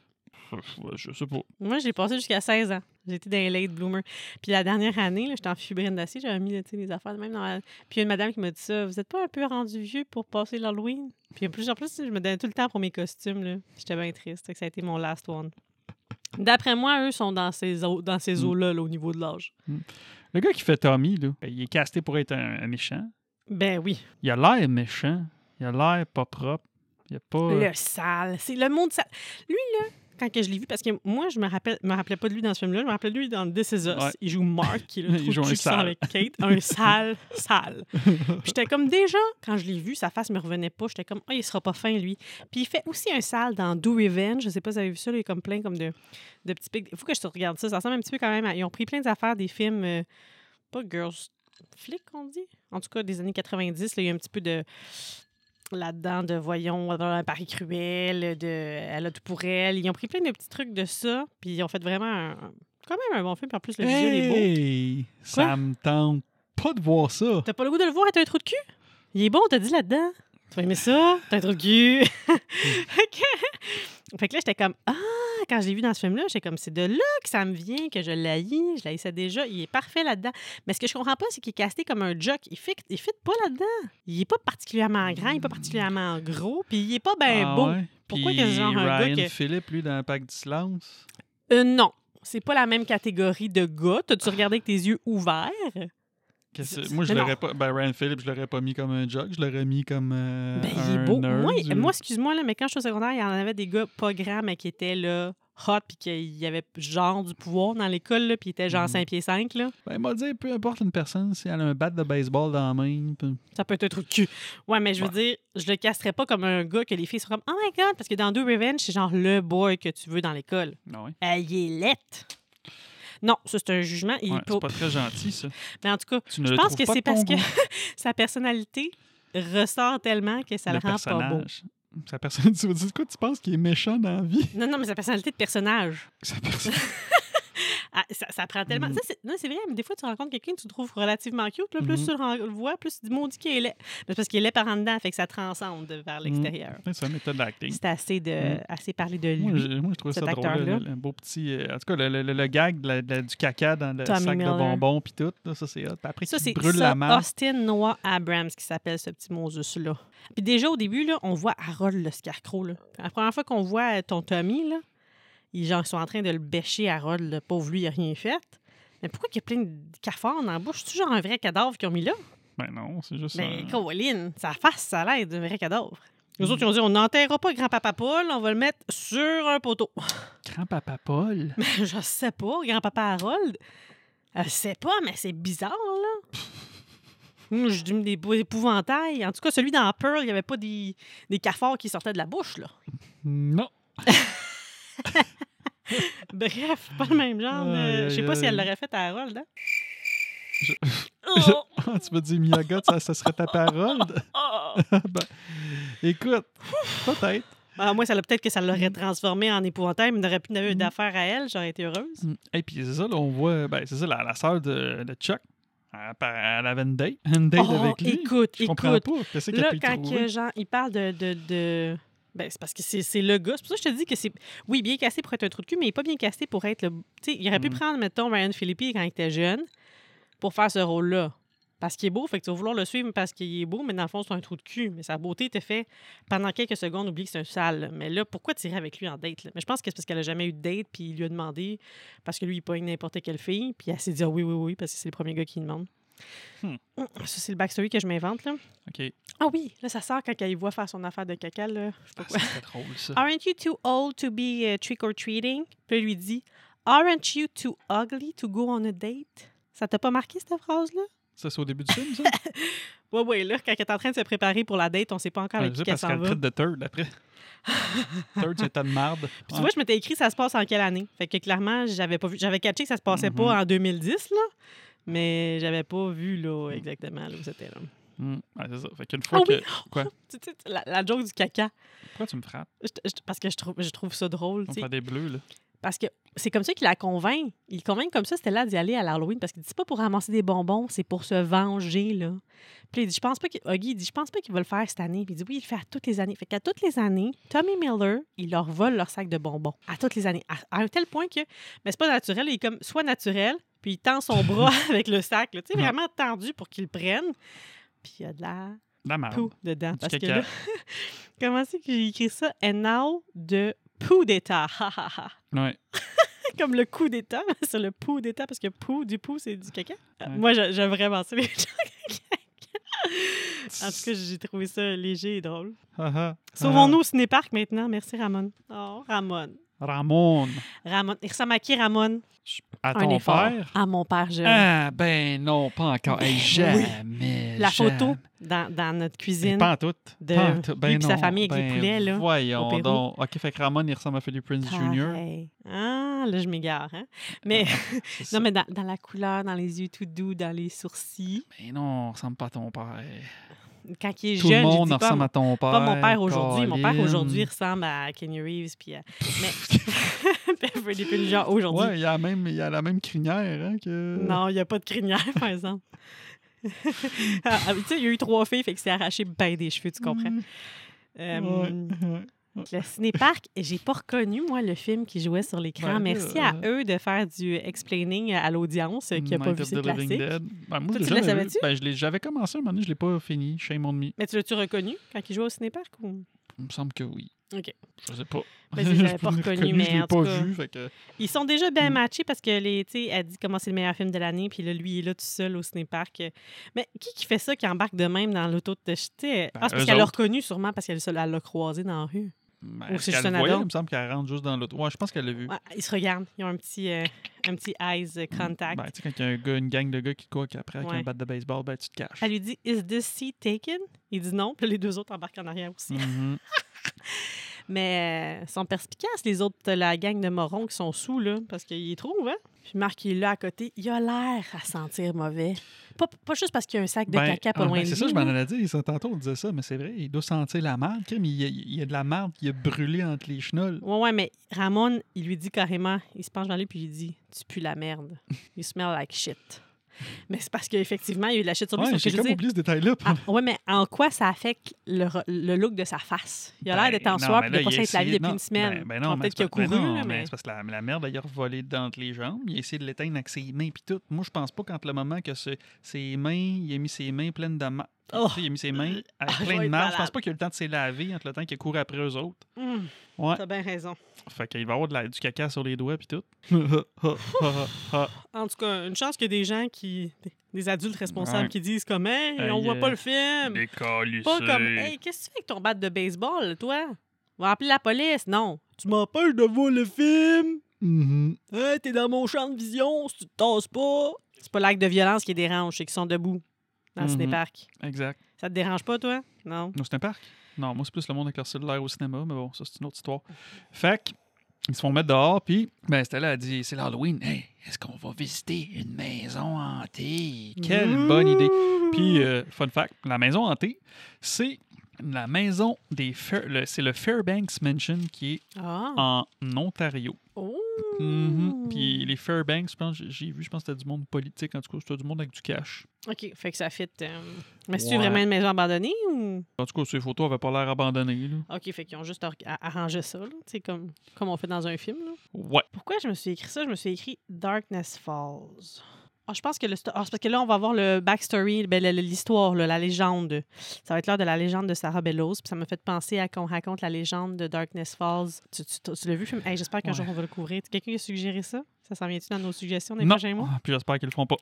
Speaker 2: Ouais, Je sais pas.
Speaker 1: Moi, j'ai passé jusqu'à 16 ans. J'étais dans les late bloomers. Puis la dernière année, là, j'étais en fibrine d'acier, j'avais mis là, tu sais, des affaires de même dans la... Puis il y a une madame qui m'a dit ça, vous n'êtes pas un peu rendu vieux pour passer l'Halloween? Puis en plus, en plus, je me donnais tout le temps pour mes costumes. là. J'étais bien triste. Fait que Ça a été mon last one. D'après moi, eux sont dans ces, eaux- dans ces
Speaker 2: Mm.
Speaker 1: eaux-là là, au niveau de l'âge.
Speaker 2: Le gars qui fait Tommy, là, ben, il est casté pour être un, un méchant.
Speaker 1: Ben oui.
Speaker 2: Il a l'air méchant. Il a l'air pas propre. Il a pas. euh.
Speaker 1: Le sale. C'est le monde sale. Lui, là, quand que je l'ai vu, parce que moi, je me rappelle, me rappelais pas de lui dans ce film-là, je me rappelais de lui dans This Is Us.
Speaker 2: Ouais.
Speaker 1: Il joue Mark, qui est le
Speaker 2: Il
Speaker 1: trou de
Speaker 2: joue un
Speaker 1: cul qui sort
Speaker 2: sale.
Speaker 1: avec Kate. Un sale, sale. Puis J'étais comme déjà, quand je l'ai vu, sa face me revenait pas. J'étais comme, oh, il sera pas fin, lui. Puis il fait aussi un sale dans Do Revenge. Je sais pas si vous avez vu ça, là, il est comme plein comme de, de petits pics. Faut que je te regarde ça. Ça ressemble un petit peu quand même à. Ils ont pris plein d'affaires des films, euh, pas girls flick, on dit. En tout cas, des années 90, là, il y a un petit peu de là-dedans de voyons dans un Paris cruel de elle a tout pour elle ils ont pris plein de petits trucs de ça puis ils ont fait vraiment un- un- quand même un bon film puis en plus le visuel est beau
Speaker 2: Hey! Ça me tente pas de voir ça.
Speaker 1: t'as pas le goût de le voir t'as un trou de cul il est bon t'as dit là-dedans tu vas aimer ça t'as un trou de cul Ok. fait que là j'étais comme ah quand j'ai vu dans ce film là j'étais comme c'est de là que ça me vient que je l'haïs je l'haïssais déjà il est parfait là-dedans mais ce que je comprends pas c'est qu'il est casté comme un jock il fit il fit pas là-dedans il est pas particulièrement grand il est pas particulièrement gros puis il est pas ben
Speaker 2: Ah
Speaker 1: beau
Speaker 2: ouais?
Speaker 1: Pourquoi
Speaker 2: Puis
Speaker 1: que genre un gars
Speaker 2: Ryan
Speaker 1: que-
Speaker 2: Philippe, lui, dans le pack du silence.
Speaker 1: Euh, non. C'est pas la même catégorie de gars. T'as-tu regardé avec tes yeux ouverts?
Speaker 2: Qu'est-ce
Speaker 1: C'est-
Speaker 2: que- Moi, je
Speaker 1: mais non.
Speaker 2: l'aurais pas. Ben, Ryan Phillips, je l'aurais pas mis comme un jock, je l'aurais mis comme. euh,
Speaker 1: ben, il
Speaker 2: un
Speaker 1: est beau.
Speaker 2: nerd euh.
Speaker 1: Moi,
Speaker 2: ou-
Speaker 1: moi, excuse-moi, là, mais quand je suis au secondaire, il y en avait des gars pas grands, mais qui étaient là, hot, puis qu'il y avait genre du pouvoir dans l'école, là, puis ils étaient genre
Speaker 2: Mhm.
Speaker 1: 5 pieds 5. Là.
Speaker 2: Ben, il m'a dit, peu importe une personne, si elle a un bat de baseball dans la main. puis-
Speaker 1: Ça peut être un trou de cul. Ouais, mais je veux dire, je le casserais pas comme un gars que les filles sont comme Oh my god, parce que dans Do Revenge, c'est genre le boy que tu veux dans l'école.
Speaker 2: Ah ouais.
Speaker 1: Euh, il est lettre. Non, ça c'est un jugement. Il est
Speaker 2: Ouais,
Speaker 1: pas-
Speaker 2: c'est pas très gentil, ça.
Speaker 1: Mais en tout cas,
Speaker 2: Tu ne
Speaker 1: je
Speaker 2: le
Speaker 1: pense
Speaker 2: trouves
Speaker 1: que
Speaker 2: pas de
Speaker 1: c'est
Speaker 2: ton
Speaker 1: parce que
Speaker 2: goût.
Speaker 1: sa personnalité ressort tellement que ça le, rend pas beau.
Speaker 2: personnage. Sa personne, tu veux dire quoi? Tu penses qu'il est méchant dans la vie?
Speaker 1: Non, non, mais sa personnalité de personnage.
Speaker 2: Sa personne-
Speaker 1: Ah, ça, ça prend tellement.
Speaker 2: Mhm.
Speaker 1: Ça, c'est... Non, c'est vrai, mais des fois, tu rencontres quelqu'un que tu trouves relativement cute. Là, plus
Speaker 2: Mhm.
Speaker 1: tu le ren- le vois, plus tu dis maudit qu'il est laid. Mais c'est parce qu'il est laid par en dedans, fait que ça transcende
Speaker 2: Mm.
Speaker 1: vers l'extérieur.
Speaker 2: Ouais, C'est une méthode d'acting.
Speaker 1: C'est assez, de...
Speaker 2: Mhm.
Speaker 1: assez parler de lui.
Speaker 2: Moi, je, moi, je trouvais
Speaker 1: cet
Speaker 2: ça drôle.
Speaker 1: acteur-là.
Speaker 2: le- le- Un beau petit. euh, en tout cas, le, le- le- le gag de la- de la- du caca dans le
Speaker 1: Tommy
Speaker 2: sac
Speaker 1: Miller.
Speaker 2: de bonbons, puis tout. là, ça, c'est hot. Puis après,
Speaker 1: Ça,
Speaker 2: qu'il
Speaker 1: c'est
Speaker 2: brûle
Speaker 1: ça, ah.
Speaker 2: la main.
Speaker 1: Austin Noah Abrams qui s'appelle ce petit monzus-là. Puis déjà, au début, là, on voit Harold le scarecrow. Là. La première fois qu'on voit euh, ton Tommy, là, ils genre, sont en train de le bêcher, Harold. Le pauvre, lui, il n'a rien fait. Mais pourquoi il y a plein de cafards dans la bouche? C'est toujours un vrai cadavre qu'ils ont mis là?
Speaker 2: Ben non, c'est juste.
Speaker 1: Mais
Speaker 2: un-
Speaker 1: Colin, sa face, ça a l'air d'un vrai cadavre. Les
Speaker 2: Mm.
Speaker 1: autres, ils ont dit, on n'enterrera pas grand-papa Paul, on va le mettre sur un poteau. Ben,
Speaker 2: Grand-papa Paul.
Speaker 1: Je sais pas, grand-papa Harold. Je sais pas, mais c'est bizarre, là. Moi, je dis des bou- épouvantails. En tout cas, celui dans Pearl, il n'y avait pas des, des cafards qui sortaient de la bouche, là.
Speaker 2: Non.
Speaker 1: Bref, pas le même genre. de-
Speaker 2: Aïe,
Speaker 1: Je sais pas
Speaker 2: aïe,
Speaker 1: si elle
Speaker 2: aïe.
Speaker 1: l'aurait fait à Harold, hein.
Speaker 2: Je-
Speaker 1: Oh,
Speaker 2: tu veux dire Miyagott, ça, ça serait ta parole?
Speaker 1: oh.
Speaker 2: ben, écoute, peut-être.
Speaker 1: Ah, moi, ça l'a- peut-être que ça l'aurait transformé en épouvantail, mais n'aurait plus d'avoir d'affaires à elle, j'aurais été heureuse.
Speaker 2: Et puis c'est ça, là, on voit. Ben, c'est ça, la, la sœur de, de Chuck. Elle, elle avait une date, une date
Speaker 1: Oh,
Speaker 2: avec lui.
Speaker 1: écoute,
Speaker 2: Je comprends
Speaker 1: écoute.
Speaker 2: pas. Qu'est-ce qu'elle
Speaker 1: Là,
Speaker 2: a pu y
Speaker 1: quand
Speaker 2: trouver?
Speaker 1: que, genre, il parle de, de, de Ben, c'est parce que c'est c'est le gars. C'est pour ça que je te dis que c'est. Oui, bien casté pour être un trou de cul, mais il est pas bien casté pour être le. Tu sais, il aurait pu
Speaker 2: Mm.
Speaker 1: prendre, mettons, Ryan Philippi quand il était jeune pour faire ce rôle-là. Parce qu'il est beau, fait que tu vas vouloir le suivre parce qu'il est beau, mais dans le fond, c'est un trou de cul. Mais sa beauté te fait, pendant quelques secondes, oublier que c'est un sale. là. Mais là, pourquoi tirer avec lui en date? là? Mais je pense que c'est parce qu'elle a jamais eu de date, puis il lui a demandé, parce que lui, il pogne n'importe quelle fille, puis elle s'est dit Ah oui, oui, oui, parce que c'est le premier gars qui demande.
Speaker 2: Hmm.
Speaker 1: Ça, c'est le backstory que je m'invente, là.
Speaker 2: OK.
Speaker 1: Ah oui, là, ça sort quand elle y voit faire son affaire de caca, là. Je sais pas
Speaker 2: Ah,
Speaker 1: quoi.
Speaker 2: c'est très drôle, ça.
Speaker 1: Aren't you too old to be euh, trick-or-treating? Puis elle lui dit Aren't you too ugly to go on a date? Ça t'a pas marqué cette phrase-là?
Speaker 2: Ça, c'est au début du film, ça?
Speaker 1: Ouais, ouais, là, quand elle est en train de se préparer pour la date, on sait pas encore
Speaker 2: Ah,
Speaker 1: avec
Speaker 2: je sais,
Speaker 1: qui qu'elle
Speaker 2: parce
Speaker 1: s'en
Speaker 2: qu'elle
Speaker 1: va.
Speaker 2: traite de turd après. turd, c'est tas de marde.
Speaker 1: Puis tu vois, je m'étais écrit ça se passe en quelle année. Fait que clairement, j'avais pas vu. J'avais catché que ça se passait
Speaker 2: Mm-hmm.
Speaker 1: pas en 2010, là. Mais j'avais pas vu,
Speaker 2: Mm.
Speaker 1: là, exactement, là, où c'était, là.
Speaker 2: Hmm. Ah, c'est ça. Fait qu'une fois
Speaker 1: Ah
Speaker 2: que.
Speaker 1: oui!
Speaker 2: Quoi?
Speaker 1: Tu- tu- tu- la, la joke du caca.
Speaker 2: Pourquoi tu me frappes?
Speaker 1: Je- je- parce que je trouve, je trouve ça drôle, tu
Speaker 2: On
Speaker 1: sais.
Speaker 2: fait des bleus, là.
Speaker 1: Parce que c'est comme ça qu'il la convainc. Il convainc comme ça, c'était là d'y aller à l'Halloween. Parce qu'il dit c'est pas pour ramasser des bonbons, c'est pour se venger, là. Puis il dit, je pense pas qu'il... Huggy, il dit, je pense pas qu'il va le faire cette année. Puis il dit, oui, il le fait à toutes les années. Fait qu'à toutes les années, Tommy Miller, il leur vole leur sac de bonbons. À toutes les années. À, à un tel point que, mais c'est pas naturel. Il est comme, soit naturel, puis il tend son bras avec le sac, là. Tu sais,
Speaker 2: Ouais.
Speaker 1: vraiment tendu pour qu'il le prenne. Puis il y a de la
Speaker 2: De La marde.
Speaker 1: poo dedans.
Speaker 2: Ah. Du
Speaker 1: Parce que
Speaker 2: caca.
Speaker 1: là, comment c'est que j'ai écrit ça? And now, de poo d'état. Ha, ha, ha
Speaker 2: Ouais.
Speaker 1: comme le coup d'état, sur le pou d'état, parce que pou, du pou, c'est du caca. Euh,
Speaker 2: Ouais.
Speaker 1: Moi, j'a- j'aime vraiment ça, les gens. En tout cas, j'ai trouvé ça léger et drôle.
Speaker 2: Ah, ah.
Speaker 1: Sauvons-nous au cinéparc maintenant. Merci, Ramon. Oh, Ramon.
Speaker 2: Ah, Ramon.
Speaker 1: Ramon. Il ressemble à qui, Ramon?
Speaker 2: À ton père?
Speaker 1: À mon père, je...
Speaker 2: Ah, ben non, pas encore. Hey,
Speaker 1: Euh, Ben
Speaker 2: jamais.
Speaker 1: La
Speaker 2: jamais.
Speaker 1: photo dans, dans notre
Speaker 2: Et
Speaker 1: cuisine.
Speaker 2: Pas en tout.
Speaker 1: de
Speaker 2: Pas en tout.
Speaker 1: lui
Speaker 2: Ben
Speaker 1: puis
Speaker 2: non.
Speaker 1: sa famille avec les
Speaker 2: Ben
Speaker 1: poulets, là, au
Speaker 2: Voyons
Speaker 1: Pérou.
Speaker 2: donc. OK, fait que Ramon, il ressemble à Philip Prince Jr.
Speaker 1: Pareil. Ah, là, je m'égare. Hein? Mais,
Speaker 2: Ah, C'est ça.
Speaker 1: non, mais dans, dans la couleur, dans les yeux tout doux, dans les sourcils.
Speaker 2: Ben non, on ressemble pas à ton père.
Speaker 1: Quand il est
Speaker 2: Tout
Speaker 1: jeune,
Speaker 2: le
Speaker 1: j'ai
Speaker 2: monde
Speaker 1: dit,
Speaker 2: ressemble
Speaker 1: Bon,
Speaker 2: à ton père.
Speaker 1: Pas mon père aujourd'hui. Mon père
Speaker 2: Colin.
Speaker 1: aujourd'hui ressemble à Kenny Reeves. Puis, à- mais Freddie Prinze Jr. aujourd'hui.
Speaker 2: Ouais, il y a, la même- il y a la même crinière hein, que.
Speaker 1: Non, il n'y a pas de crinière, par exemple. Ah, ah, tu sais, il y a eu trois filles, fait que c'est arraché bien des cheveux, tu comprends? Euh,
Speaker 2: Mm. Mmh, Ouais.
Speaker 1: Le cinéparc, j'ai pas reconnu, moi, le film qui jouait sur l'écran.
Speaker 2: Ben,
Speaker 1: Merci
Speaker 2: euh,
Speaker 1: à eux de faire du explaining à l'audience euh, qui a pas
Speaker 2: Night
Speaker 1: vu
Speaker 2: of
Speaker 1: ces
Speaker 2: the Living
Speaker 1: classiques.
Speaker 2: Dead. Ben, moi,
Speaker 1: Toi,
Speaker 2: je
Speaker 1: tu
Speaker 2: l'ai
Speaker 1: le
Speaker 2: jamais vu.
Speaker 1: savais-tu?
Speaker 2: Ben, je l'ai- j'avais commencé un moment donné, je l'ai pas fini. Shame on me.
Speaker 1: Mais tu l'as-tu reconnu quand il jouait au cinéparc? Ou...
Speaker 2: Il me semble que oui.
Speaker 1: OK.
Speaker 2: Je sais pas.
Speaker 1: Ben, si, je l'avais
Speaker 2: l'ai
Speaker 1: pas reconnu,
Speaker 2: je
Speaker 1: mais
Speaker 2: l'ai
Speaker 1: en
Speaker 2: pas
Speaker 1: tout cas-
Speaker 2: vu. Fait que...
Speaker 1: Ils sont déjà bien
Speaker 2: Mm.
Speaker 1: matchés parce que les, tu sais, elle dit comment c'est le meilleur film de l'année, puis là, lui, il est là tout seul au cinéparc. Mais qui qui fait ça, qui embarque de même dans l'auto de tu sais,
Speaker 2: Ben,
Speaker 1: ah, c'est parce
Speaker 2: eux
Speaker 1: qu'elle l'a
Speaker 2: autres.
Speaker 1: reconnu sûrement parce qu'elle se- elle l'a croisé dans la rue.
Speaker 2: Ben,
Speaker 1: Ou
Speaker 2: est-ce
Speaker 1: c'est juste
Speaker 2: qu'elle
Speaker 1: un
Speaker 2: le voyait?
Speaker 1: add-on?
Speaker 2: Il me semble qu'elle rentre juste dans l'auto. Ouais, je pense qu'elle l'a vu.
Speaker 1: Ouais, ils se regardent, ils ont un petit, euh, un petit eyes contact.
Speaker 2: Ben, tu sais, quand il y a un gars, une gang de gars qui court après avec
Speaker 1: Ouais.
Speaker 2: un bat de baseball, ben, tu te caches.
Speaker 1: Elle lui dit Is this seat taken? Il dit non, puis les deux autres embarquent en arrière aussi.
Speaker 2: Mhm.
Speaker 1: Mais euh, ils sont perspicaces, les autres, de la gang de morons qui sont sous, là, parce qu'ils les trouvent, hein? Puis Marc, il est là à côté, il a l'air à sentir mauvais. Pas, pas juste parce qu'il y a un sac de
Speaker 2: Ben,
Speaker 1: caca pas
Speaker 2: ah,
Speaker 1: loin
Speaker 2: ben,
Speaker 1: de
Speaker 2: C'est
Speaker 1: lui.
Speaker 2: ça, je m'en
Speaker 1: là.
Speaker 2: allais dire. ça, Tantôt, on disait ça, mais c'est vrai, il doit sentir la marde. crime, Il y a, il y a de la marde qui a brûlé entre les chenolles.
Speaker 1: Ouais, ouais, mais Ramon, il lui dit carrément, il se penche dans lui puis il dit Tu pues la merde. You smell like shit. Mais c'est parce qu'effectivement, il y a eu de la shit sur lui.
Speaker 2: Ouais,
Speaker 1: sauf que
Speaker 2: j'ai
Speaker 1: je
Speaker 2: comme
Speaker 1: veux dire-
Speaker 2: oublié ce détail-là.
Speaker 1: Ah, ouais, mais en quoi ça affecte le, re- le look de sa face Il a l'air d'être en soir et de pas s'être lavé depuis une semaine.
Speaker 2: Ben, ben non,
Speaker 1: Bon,
Speaker 2: mais
Speaker 1: Peut-être
Speaker 2: c'est
Speaker 1: qu'il a couru,
Speaker 2: pas- ben non,
Speaker 1: là,
Speaker 2: mais
Speaker 1: mais.
Speaker 2: c'est parce que la, la merde, elle a revolé d'entre les jambes. Il a essayé de l'éteindre avec ses mains puis tout. Moi, je pense pas qu'entre le moment que ce- ses mains, il a mis ses mains pleines de marde.
Speaker 1: Oh!
Speaker 2: Il a mis ses mains
Speaker 1: Ah,
Speaker 2: à
Speaker 1: je
Speaker 2: plein
Speaker 1: vais
Speaker 2: de
Speaker 1: être
Speaker 2: marde. Je pense
Speaker 1: malade.
Speaker 2: pas qu'il a eu le temps de se laver entre le temps qu'il court après eux autres.
Speaker 1: Hum,
Speaker 2: Ouais.
Speaker 1: T'as bien raison.
Speaker 2: Fait qu'il va avoir de la- du caca sur les doigts puis tout.
Speaker 1: En tout cas, une chance qu'il y a des gens qui. des- des adultes responsables
Speaker 2: Ouais.
Speaker 1: qui disent comme Hey, on
Speaker 2: Hey,
Speaker 1: voit pas
Speaker 2: euh,
Speaker 1: le film.
Speaker 2: Des
Speaker 1: Hum. Pas comme Hey, qu'est-ce que tu fais avec ton bat de baseball, toi On va appeler la police. Non. Tu m'empêches de voir le film.
Speaker 2: Mm-hmm.
Speaker 1: Hey, t'es dans mon champ de vision, si tu te tasses pas. C'est pas l'acte de violence qui dérange, c'est qu'ils sont debout dans le
Speaker 2: Mhm.
Speaker 1: cinéparc.
Speaker 2: Exact.
Speaker 1: Ça te dérange pas, toi? Non.
Speaker 2: Non, c'est un parc. Non, moi, c'est plus le monde avec leur cellulaire au cinéma, mais bon, ça, c'est une autre histoire. Fait que, ils se font mettre dehors, puis, ben, Stella a dit c'est l'Halloween. Hey, est-ce qu'on va visiter une maison hantée Quelle bonne idée. Puis, euh, fun fact la maison hantée, c'est la maison des. Fair- le- C'est le Fairbanks Mansion qui est
Speaker 1: Ah!
Speaker 2: en Ontario.
Speaker 1: Oh!
Speaker 2: Mhm. Puis les Fairbanks, je pense, j'ai vu, je pense que c'était du monde politique, en tout cas, c'était du monde avec du cash.
Speaker 1: OK, fait que ça fit. euh, Mais c'est-tu
Speaker 2: Ouais.
Speaker 1: vraiment une maison abandonnée ou.
Speaker 2: En tout cas, ces photos n'avaient pas l'air abandonnées. Là.
Speaker 1: OK, fait qu'ils ont juste or- a- arrangé ça, là, tu sais, comme, comme on fait dans un film. là.
Speaker 2: Ouais.
Speaker 1: Pourquoi je me suis écrit ça? Je me suis écrit Darkness Falls. Ah, je pense que le sto- ah, c'est parce que là, on va voir le backstory, ben, le- le- l'histoire, là, la légende. Ça va être l'heure de la légende de Sarah Bellows. Puis ça m'a fait penser à qu'on raconte la légende de Darkness Falls. Tu, tu- tu l'as vu, le film? Hey, J'espère qu'un
Speaker 2: Ouais.
Speaker 1: jour, on va le couvrir. Quelqu'un qui a suggéré ça? Ça s'en vient-tu dans nos suggestions des
Speaker 2: Non.
Speaker 1: prochains mois?
Speaker 2: Ah, Puis j'espère qu'ils le font pas.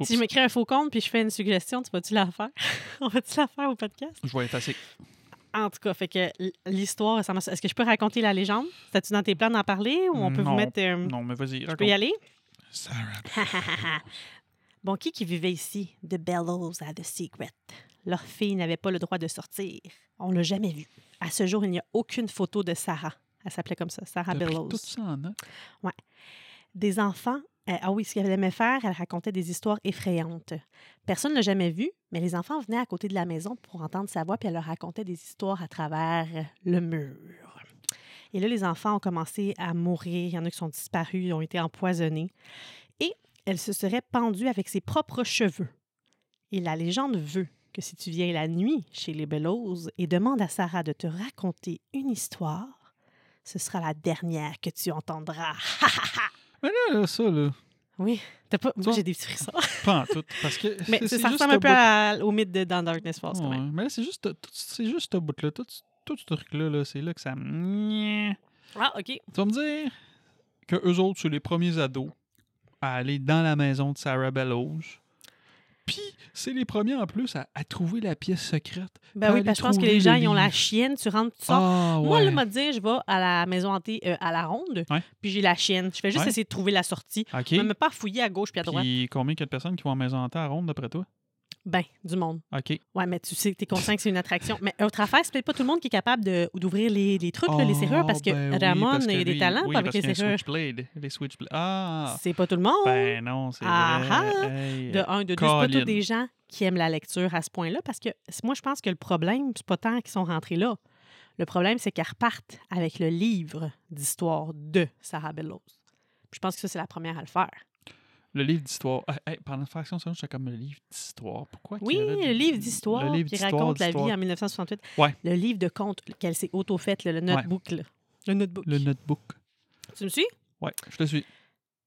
Speaker 2: Oups.
Speaker 1: Si je m'écris un faux compte puis je fais une suggestion, tu vas-tu la faire? on va-tu la faire au podcast?
Speaker 2: Je vais effacer.
Speaker 1: En tout cas, fait que l- l'histoire, ça m'a- est-ce que je peux raconter la légende? C'était-tu dans tes plans d'en parler ou on peut
Speaker 2: Non.
Speaker 1: vous mettre. euh,
Speaker 2: Non, mais vas-y,
Speaker 1: je peux y
Speaker 2: raconte.
Speaker 1: aller?
Speaker 2: Sarah.
Speaker 1: bon, qui qui vivait ici? The Bellows à The Secret. Leur fille n'avait pas le droit de sortir. On l'a jamais vue. À ce jour, il n'y a aucune photo de Sarah. Elle s'appelait comme ça, Sarah
Speaker 2: T'as pris
Speaker 1: Bellows.
Speaker 2: tout ça en note.
Speaker 1: Des enfants, euh, ah oui, ce qu'elle aimait faire, elle racontait des histoires effrayantes. Personne ne l'a jamais vue, mais les enfants venaient à côté de la maison pour entendre sa voix, puis elle leur racontait des histoires à travers le mur. Et là, les enfants ont commencé à mourir. Il y en a qui sont disparus, ils ont été empoisonnés. Et elle se serait pendue avec ses propres cheveux. Et la légende veut que si tu viens la nuit chez les Bellows et demandes à Sarah de te raconter une histoire, ce sera la dernière que tu entendras.
Speaker 2: Mais là, là, ça, là,
Speaker 1: Oui. T'as pas... Moi,
Speaker 2: vois?
Speaker 1: j'ai des petits frissons.
Speaker 2: pas en tout. Parce que
Speaker 1: Mais ça,
Speaker 2: c'est- c'est
Speaker 1: ça
Speaker 2: juste
Speaker 1: ressemble un
Speaker 2: un
Speaker 1: peu
Speaker 2: bout-
Speaker 1: à- au mythe de dans Darkness Falls, quand
Speaker 2: Ouais,
Speaker 1: même.
Speaker 2: Mais là, c'est juste, tout- c'est juste ce bout-là. Tout, tout ce truc-là, là, c'est là que ça. me-
Speaker 1: Ah, OK.
Speaker 2: Tu vas me dire que eux autres, c'est les premiers ados à aller dans la maison de Sarah Bellows. Puis, c'est les premiers en plus à, à trouver la pièce secrète.
Speaker 1: Ben oui,
Speaker 2: Allez
Speaker 1: parce que je pense que
Speaker 2: trouver
Speaker 1: les gens,
Speaker 2: le
Speaker 1: ils ont la
Speaker 2: livre.
Speaker 1: chienne, tu rentres, tu sors.
Speaker 2: Ah,
Speaker 1: Moi,
Speaker 2: ouais.
Speaker 1: là, m'a dit, je vais à la maison hantée euh, à la ronde,
Speaker 2: Ouais.
Speaker 1: puis j'ai la chienne. Je fais juste
Speaker 2: Ouais.
Speaker 1: essayer de trouver la sortie.
Speaker 2: OK.
Speaker 1: Je ne me pas fouiller à gauche puis à droite.
Speaker 2: Puis, combien il y a de personnes qui vont en maison hantée à Ronde, d'après toi?
Speaker 1: Ben, du monde.
Speaker 2: OK.
Speaker 1: Ouais, mais tu sais, t'es conscient que c'est une attraction. Mais autre affaire, c'est peut-être pas tout le monde qui est capable de- d'ouvrir les, les trucs, là, les serrures, parce que
Speaker 2: Ah, ben oui,
Speaker 1: Ramon,
Speaker 2: parce que
Speaker 1: il y a des
Speaker 2: lui,
Speaker 1: talents
Speaker 2: oui,
Speaker 1: pas avec
Speaker 2: parce
Speaker 1: les
Speaker 2: qu'il y a un
Speaker 1: serrures.
Speaker 2: switchblade. Les switchblades. Ah!
Speaker 1: C'est pas tout le monde.
Speaker 2: Ben non, c'est
Speaker 1: Ah, ah,
Speaker 2: vrai. Hey,
Speaker 1: de un, de deux, c'est pas tous
Speaker 2: Colin.
Speaker 1: des gens qui aiment la lecture à ce point-là, parce que c- moi, je pense que le problème, c'est pas tant qu'ils sont rentrés là. Le problème, c'est qu'ils repartent avec le livre d'histoire de Sarah Bellows. Puis Je pense que ça, c'est la première à le faire.
Speaker 2: Le livre d'histoire. Ah, hey, pendant une fraction de seconde, j'étais comme le livre d'histoire. Pourquoi? qu'il
Speaker 1: Oui,
Speaker 2: y aurait
Speaker 1: le
Speaker 2: du-
Speaker 1: livre d'histoire
Speaker 2: Le livre
Speaker 1: qui
Speaker 2: d'histoire,
Speaker 1: raconte la vie
Speaker 2: d'histoire.
Speaker 1: en 1968.
Speaker 2: Ouais.
Speaker 1: Le livre de contes qu'elle s'est auto-faite, le, le notebook. là. Le notebook.
Speaker 2: Le notebook.
Speaker 1: Tu me suis?
Speaker 2: Ouais, je te suis.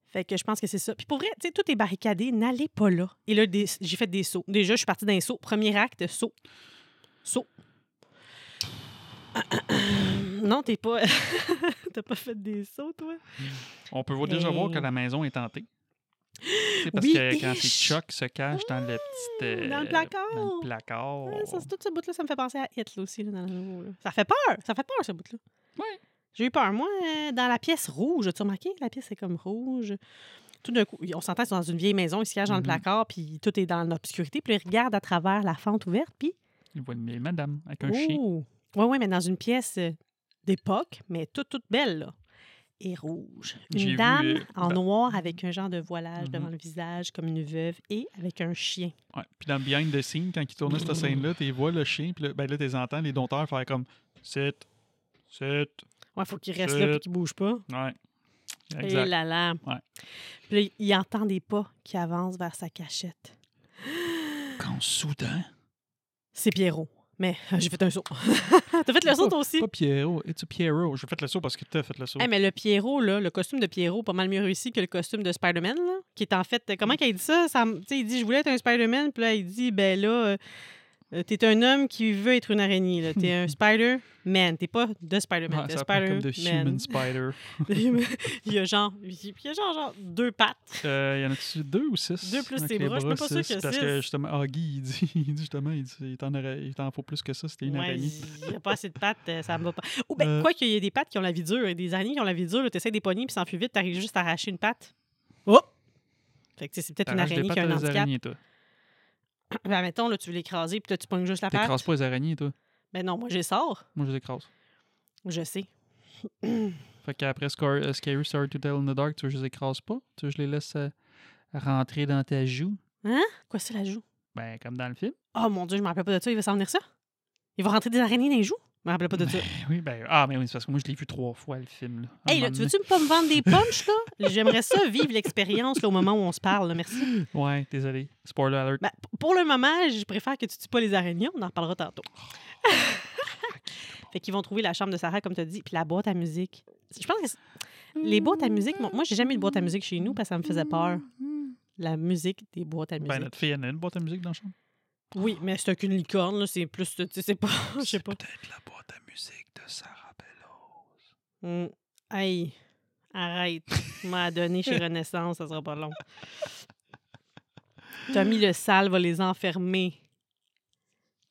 Speaker 1: Fait que je pense que c'est ça. Puis pour vrai, tu sais, tout est barricadé, n'allez pas là. Et là, des- j'ai fait des sauts. Déjà, je suis partie d'un saut. Premier acte, saut. Saut. non, t'es pas. T'as pas fait des sauts, toi?
Speaker 2: On peut déjà
Speaker 1: Hey.
Speaker 2: voir que la maison est hantée. C'est parce
Speaker 1: Oui,
Speaker 2: que quand
Speaker 1: ish.
Speaker 2: c'est Chuck se cache dans le petit. euh,
Speaker 1: dans le placard.
Speaker 2: Dans le placard.
Speaker 1: Ouais, ça, c'est- tout ce bout-là, ça me fait penser à Hit, là, aussi, là, dans le nouveau. là. Ça fait peur! Ça fait peur, ce bout-là.
Speaker 2: Ouais.
Speaker 1: J'ai eu peur. Moi, euh, dans la pièce rouge, as-tu remarqué? La pièce est comme rouge. Tout d'un coup, on s'entend, c'est dans une vieille maison, ils se cachent dans le
Speaker 2: Mhm.
Speaker 1: placard, puis tout est dans l'obscurité, puis ils regardent à travers la fente ouverte, puis
Speaker 2: Il voit une vieille madame avec
Speaker 1: Oh!
Speaker 2: un chien.
Speaker 1: Oui, oui, mais dans une pièce euh, d'époque, mais toute, toute belle, là. Et rouge. Une
Speaker 2: J'ai vu,
Speaker 1: dame
Speaker 2: euh,
Speaker 1: en
Speaker 2: dans-
Speaker 1: noir avec un genre de voilage
Speaker 2: Mhm.
Speaker 1: devant le visage, comme une veuve, et avec un chien.
Speaker 2: Ouais. Puis dans Behind the Scene, quand il tournait cette scène-là, tu vois le chien, puis là, ben là, tu entends les dompteurs faire comme Sit, sit.
Speaker 1: Ouais, faut qu'il reste là puis
Speaker 2: Shit.
Speaker 1: qu'il bouge pas.
Speaker 2: Ouais.
Speaker 1: Et
Speaker 2: Exact.
Speaker 1: Eh là là.
Speaker 2: Ouais.
Speaker 1: Puis là, il entend des pas qui avancent vers sa cachette.
Speaker 2: Quand soudain.
Speaker 1: C'est Pierrot. Mais euh, j'ai fait un saut. T'as fait le saut toi aussi?
Speaker 2: Pas Pierrot, et tu Pierrot. J'ai fait le saut parce que t'as fait le saut.
Speaker 1: Hey, mais le Pierrot, là, le costume de Pierrot, pas mal mieux réussi que le costume de Spider-Man, là, qui est en fait. euh,
Speaker 2: Mm.
Speaker 1: Comment qu'il dit ça? ça me- tu sais, il dit Je voulais être un Spider-Man, puis là, il dit Ben là, euh, euh, t'es un homme qui veut être une araignée, là. T'es un Spider-Man. T'es pas de Spider-Man.
Speaker 2: Ouais,
Speaker 1: t'es
Speaker 2: Ah, ça parle comme de Human
Speaker 1: Spider-Man.
Speaker 2: Spider.
Speaker 1: il y a genre, il y a genre, genre deux pattes.
Speaker 2: Euh, Il y en a-tu deux ou six?
Speaker 1: Deux plus
Speaker 2: Avec
Speaker 1: ses
Speaker 2: les
Speaker 1: bras, je suis même pas sûre
Speaker 2: six,
Speaker 1: qu'il y a
Speaker 2: Parce
Speaker 1: six.
Speaker 2: que justement, Augie, il dit, il dit justement, il, dit, il t'en aurait- il t'en faut plus que ça, c'était une
Speaker 1: Ouais,
Speaker 2: araignée.
Speaker 1: Il n'y a pas assez de pattes, euh, ça me va pas. Ou bien,
Speaker 2: Euh.
Speaker 1: quoi qu'il y ait des pattes qui ont la vie dure, et des araignées qui ont la vie dure, là, t'essaies des poignées, puis ça en fuit vite, t'arrives juste à arracher une patte. Oh! Fait que tu sais, c'est peut-être une
Speaker 2: T'arraches des
Speaker 1: araignée qui
Speaker 2: pattes
Speaker 1: a un
Speaker 2: à des
Speaker 1: handicap.
Speaker 2: araignées, toi.
Speaker 1: Ben, mettons, là, tu veux l'écraser, puis là, tu pognes juste la patte.
Speaker 2: T'écrases pas les araignées, toi.
Speaker 1: Ben non, moi, je les sors.
Speaker 2: Moi, je les écrase.
Speaker 1: Je sais.
Speaker 2: Fait qu'après Scar- euh, Scary Story to Tell in the Dark, tu veux que je les écrase pas? Tu veux que je les laisse euh, rentrer dans ta joue?
Speaker 1: Quoi, ça, la joue?
Speaker 2: Ben, comme dans le film.
Speaker 1: Oh mon Dieu, je me rappelle pas de ça. Il va s'en venir ça? Il va rentrer des araignées dans les joues? Je me rappelais pas de ça.
Speaker 2: Ben oui, ben, ah, mais oui, c'est parce que moi, je l'ai vu trois fois, le film. Là, À un
Speaker 1: Hey, là,
Speaker 2: moment
Speaker 1: tu veux-tu pas me vendre des punchs, là? J'aimerais ça vivre l'expérience là, au moment où on se parle, là. merci.
Speaker 2: donné. Ouais, désolé. Spoiler alert.
Speaker 1: Ben, p- pour le moment, je préfère que tu tues pas les araignées. On en reparlera tantôt. fait qu'ils vont trouver la chambre de Sarah, comme tu as dit, puis la boîte à musique. Je pense que c'est- les boîtes à musique... Moi, moi, j'ai jamais eu de boîte à musique chez nous parce que ça me faisait peur. La musique des boîtes à musique.
Speaker 2: Ben, notre fille, elle a une boîte à musique dans la chambre.
Speaker 1: Oui, mais c'est qu'une licorne, là. C'est plus... Tu sais, c'est pas... Je sais
Speaker 2: C'est
Speaker 1: pas.
Speaker 2: Peut-être la boîte à musique de Sarah Bello.
Speaker 1: Mm. Hey, arrête. M'a donné chez Renaissance, ça sera pas long. Tommy le sale va les enfermer.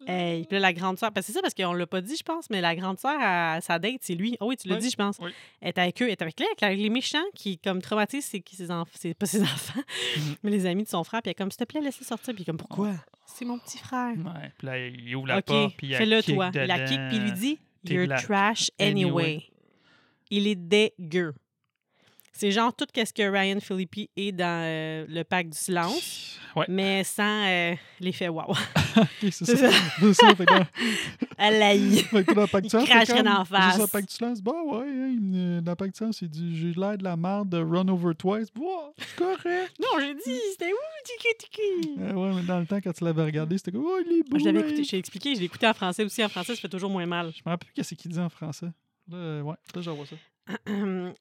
Speaker 1: Hey, puis là, la grande sœur, parce que c'est ça, parce qu'on l'a pas dit, je pense, mais la grande sœur, à sa date, c'est lui. Ah oui, tu l'as
Speaker 2: Oui,
Speaker 1: dit, je pense.
Speaker 2: oui.
Speaker 1: Elle est avec eux, elle est avec, les- avec les méchants qui, comme, traumatisent ses, qui- ses enf- ses- pas ses enfants,
Speaker 2: Mhm.
Speaker 1: mais les amis de son frère. Puis elle est comme, s'il te plaît, laisse-le sortir. Puis il est comme, pourquoi? C'est mon petit frère.
Speaker 2: Ouais, puis là, il ouvre la
Speaker 1: OK,
Speaker 2: porte, puis il a
Speaker 1: fais-le
Speaker 2: kick
Speaker 1: toi. Il la
Speaker 2: dedans.
Speaker 1: kick, puis il lui dit
Speaker 2: T'es
Speaker 1: You're
Speaker 2: black.
Speaker 1: trash anyway.
Speaker 2: Anyway.
Speaker 1: Il est dégueu. C'est genre tout ce que Ryan Philippi est dans euh, le pack du silence,
Speaker 2: Ouais,
Speaker 1: mais sans euh, l'effet wow.
Speaker 2: ok, c'est
Speaker 1: C'est
Speaker 2: ça.
Speaker 1: ça.
Speaker 2: C'est ça, fait que-
Speaker 1: Elle l'a haï.
Speaker 2: Fait que dans Pack
Speaker 1: Il
Speaker 2: Science, c'est
Speaker 1: cracherait
Speaker 2: comme-
Speaker 1: dans la face.
Speaker 2: C'est ça, Pack Science. Bah ouais, hein, il me- dans Pack Science, il dit J'ai l'air de la merde de Run Over Twice. Wow, c'est correct.
Speaker 1: Non, j'ai dit, c'était ouh, tiki tiki.
Speaker 2: Euh, ouais, mais dans le temps, quand tu l'avais regardé, c'était comme Oh, il est beau.
Speaker 1: Je l'avais écouté,
Speaker 2: hein.
Speaker 1: je l'ai expliqué, je l'ai écouté en français aussi. En français, ça fait toujours moins mal.
Speaker 2: Je me rappelle plus qu'est-ce qu'il dit en français. Là, euh, ouais, là, j'en vois ça.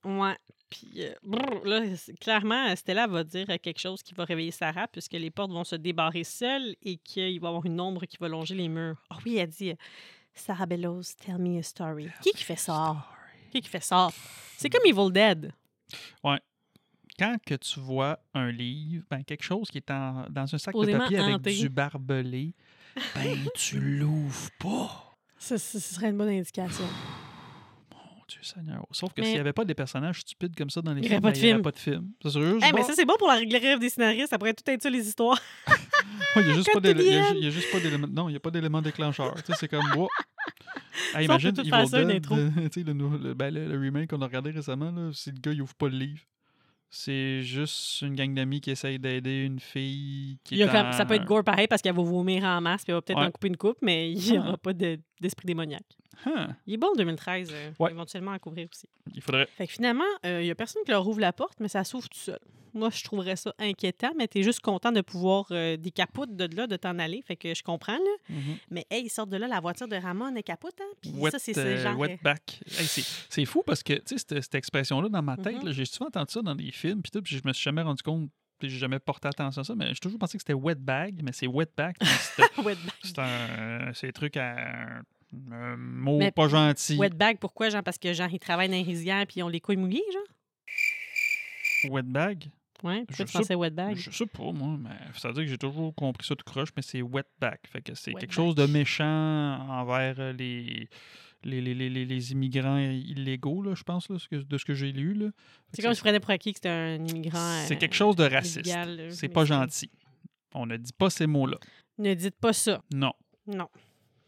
Speaker 1: ouais. Puis euh, brr, là, c'est- clairement, Stella va dire euh, quelque chose qui va réveiller Sarah, puisque les portes vont se débarrer seules et qu'il va y avoir une ombre qui va longer les murs. Ah oui, elle dit euh, Sarah Bellows, tell me a story. Qui qui fait ça Qui qui fait ça C'est comme Evil Dead.
Speaker 2: Quand que tu vois un livre, ben, quelque chose qui est en- dans un sac de
Speaker 1: Posément
Speaker 2: papier avec
Speaker 1: hanté.
Speaker 2: du barbelé, ben, tu l'ouvres pas.
Speaker 1: Ça, ça- ce serait une bonne indication.
Speaker 2: Mon Dieu Seigneur. Sauf que
Speaker 1: Mais-
Speaker 2: s'il n'y avait pas des personnages stupides comme ça dans les
Speaker 1: Il y aurait
Speaker 2: films,
Speaker 1: pas
Speaker 2: ben,
Speaker 1: de
Speaker 2: il n'y aurait
Speaker 1: film.
Speaker 2: pas de film. C'est sûr.
Speaker 1: Eh, mais ça, c'est bon pour la grève des scénaristes. Ça pourrait tout être ça, les histoires.
Speaker 2: Ouais, Il n'y a, juste pas
Speaker 1: Quotidienne.
Speaker 2: d'éle- il y a ju- il y a juste pas d'élément. Non, il n'y a pas d'élément déclencheur. Tu sais, c'est comme. wow. Hey,
Speaker 1: Ça, on
Speaker 2: imagine
Speaker 1: peut tout
Speaker 2: Evil
Speaker 1: faire ça, une
Speaker 2: Dead,
Speaker 1: intro.
Speaker 2: euh, tu sais, le, nou- le- ben, le- le remake qu'on a regardé récemment, là, si le gars il ouvre pas le livre, c'est juste une gang d'amis qui essaye d'aider une fille qui
Speaker 1: Il y a
Speaker 2: est
Speaker 1: comme-
Speaker 2: en-
Speaker 1: Ça peut être gore pareil parce qu'elle va vomir en masse puis elle va peut-être
Speaker 2: Ouais.
Speaker 1: en couper une coupe, mais il n'y
Speaker 2: Ah.
Speaker 1: aura pas de- d'esprit démoniaque.
Speaker 2: Hein,
Speaker 1: Il est bon, 2013, euh,
Speaker 2: Ouais.
Speaker 1: éventuellement à couvrir aussi.
Speaker 2: il faudrait.
Speaker 1: Fait que finalement, il n'y a personne qui leur ouvre la porte, mais ça s'ouvre tout seul. Moi, je trouverais ça inquiétant, mais t'es juste content de pouvoir euh, des capotes de là, de t'en aller. Fait que je comprends, là.
Speaker 2: Mhm.
Speaker 1: Mais hey, ils sortent de là, la voiture de Ramon est capote, hein? Puis
Speaker 2: Wet,
Speaker 1: ça, c'est
Speaker 2: euh,
Speaker 1: ce genre...
Speaker 2: wet back. Hey, c'est c'est fou parce que tu sais, cette, cette expression-là dans ma tête,
Speaker 1: Mhm.
Speaker 2: là, j'ai souvent entendu ça dans des films, puis tout, puis je me suis jamais rendu compte, puis j'ai jamais porté attention à ça, mais j'ai toujours pensé que c'était wet bag, mais c'est wet back. puis c'était-
Speaker 1: euh, wet bag.
Speaker 2: C'est un, euh, c'est un truc à un mot
Speaker 1: Mais-
Speaker 2: pas gentil.
Speaker 1: Wet bag, pourquoi, genre? Parce que, genre, ils travaillent dans les rizières puis ils ont les couilles mouillées, genre?
Speaker 2: Wetbag?
Speaker 1: Ouais, pourquoi
Speaker 2: Je
Speaker 1: tu
Speaker 2: sais-
Speaker 1: pensais wet bag?
Speaker 2: Je sais pas, moi, mais ça veut dire que j'ai toujours compris ça tout croche, mais c'est wetback. Fait que c'est
Speaker 1: Wet
Speaker 2: quelque
Speaker 1: back.
Speaker 2: chose de méchant envers euh, les, les, les, les, les- les immigrants illégaux, là, je pense, là, ce que- de ce que j'ai lu. là. Fait
Speaker 1: C'est
Speaker 2: que
Speaker 1: comme je prenais pour acquis que c'était un immigrant...
Speaker 2: c'est
Speaker 1: euh,
Speaker 2: quelque chose de raciste.
Speaker 1: illégal, euh,
Speaker 2: C'est
Speaker 1: mais
Speaker 2: pas gentil. On ne dit pas ces mots-là.
Speaker 1: Ne dites pas ça.
Speaker 2: Non.
Speaker 1: Non.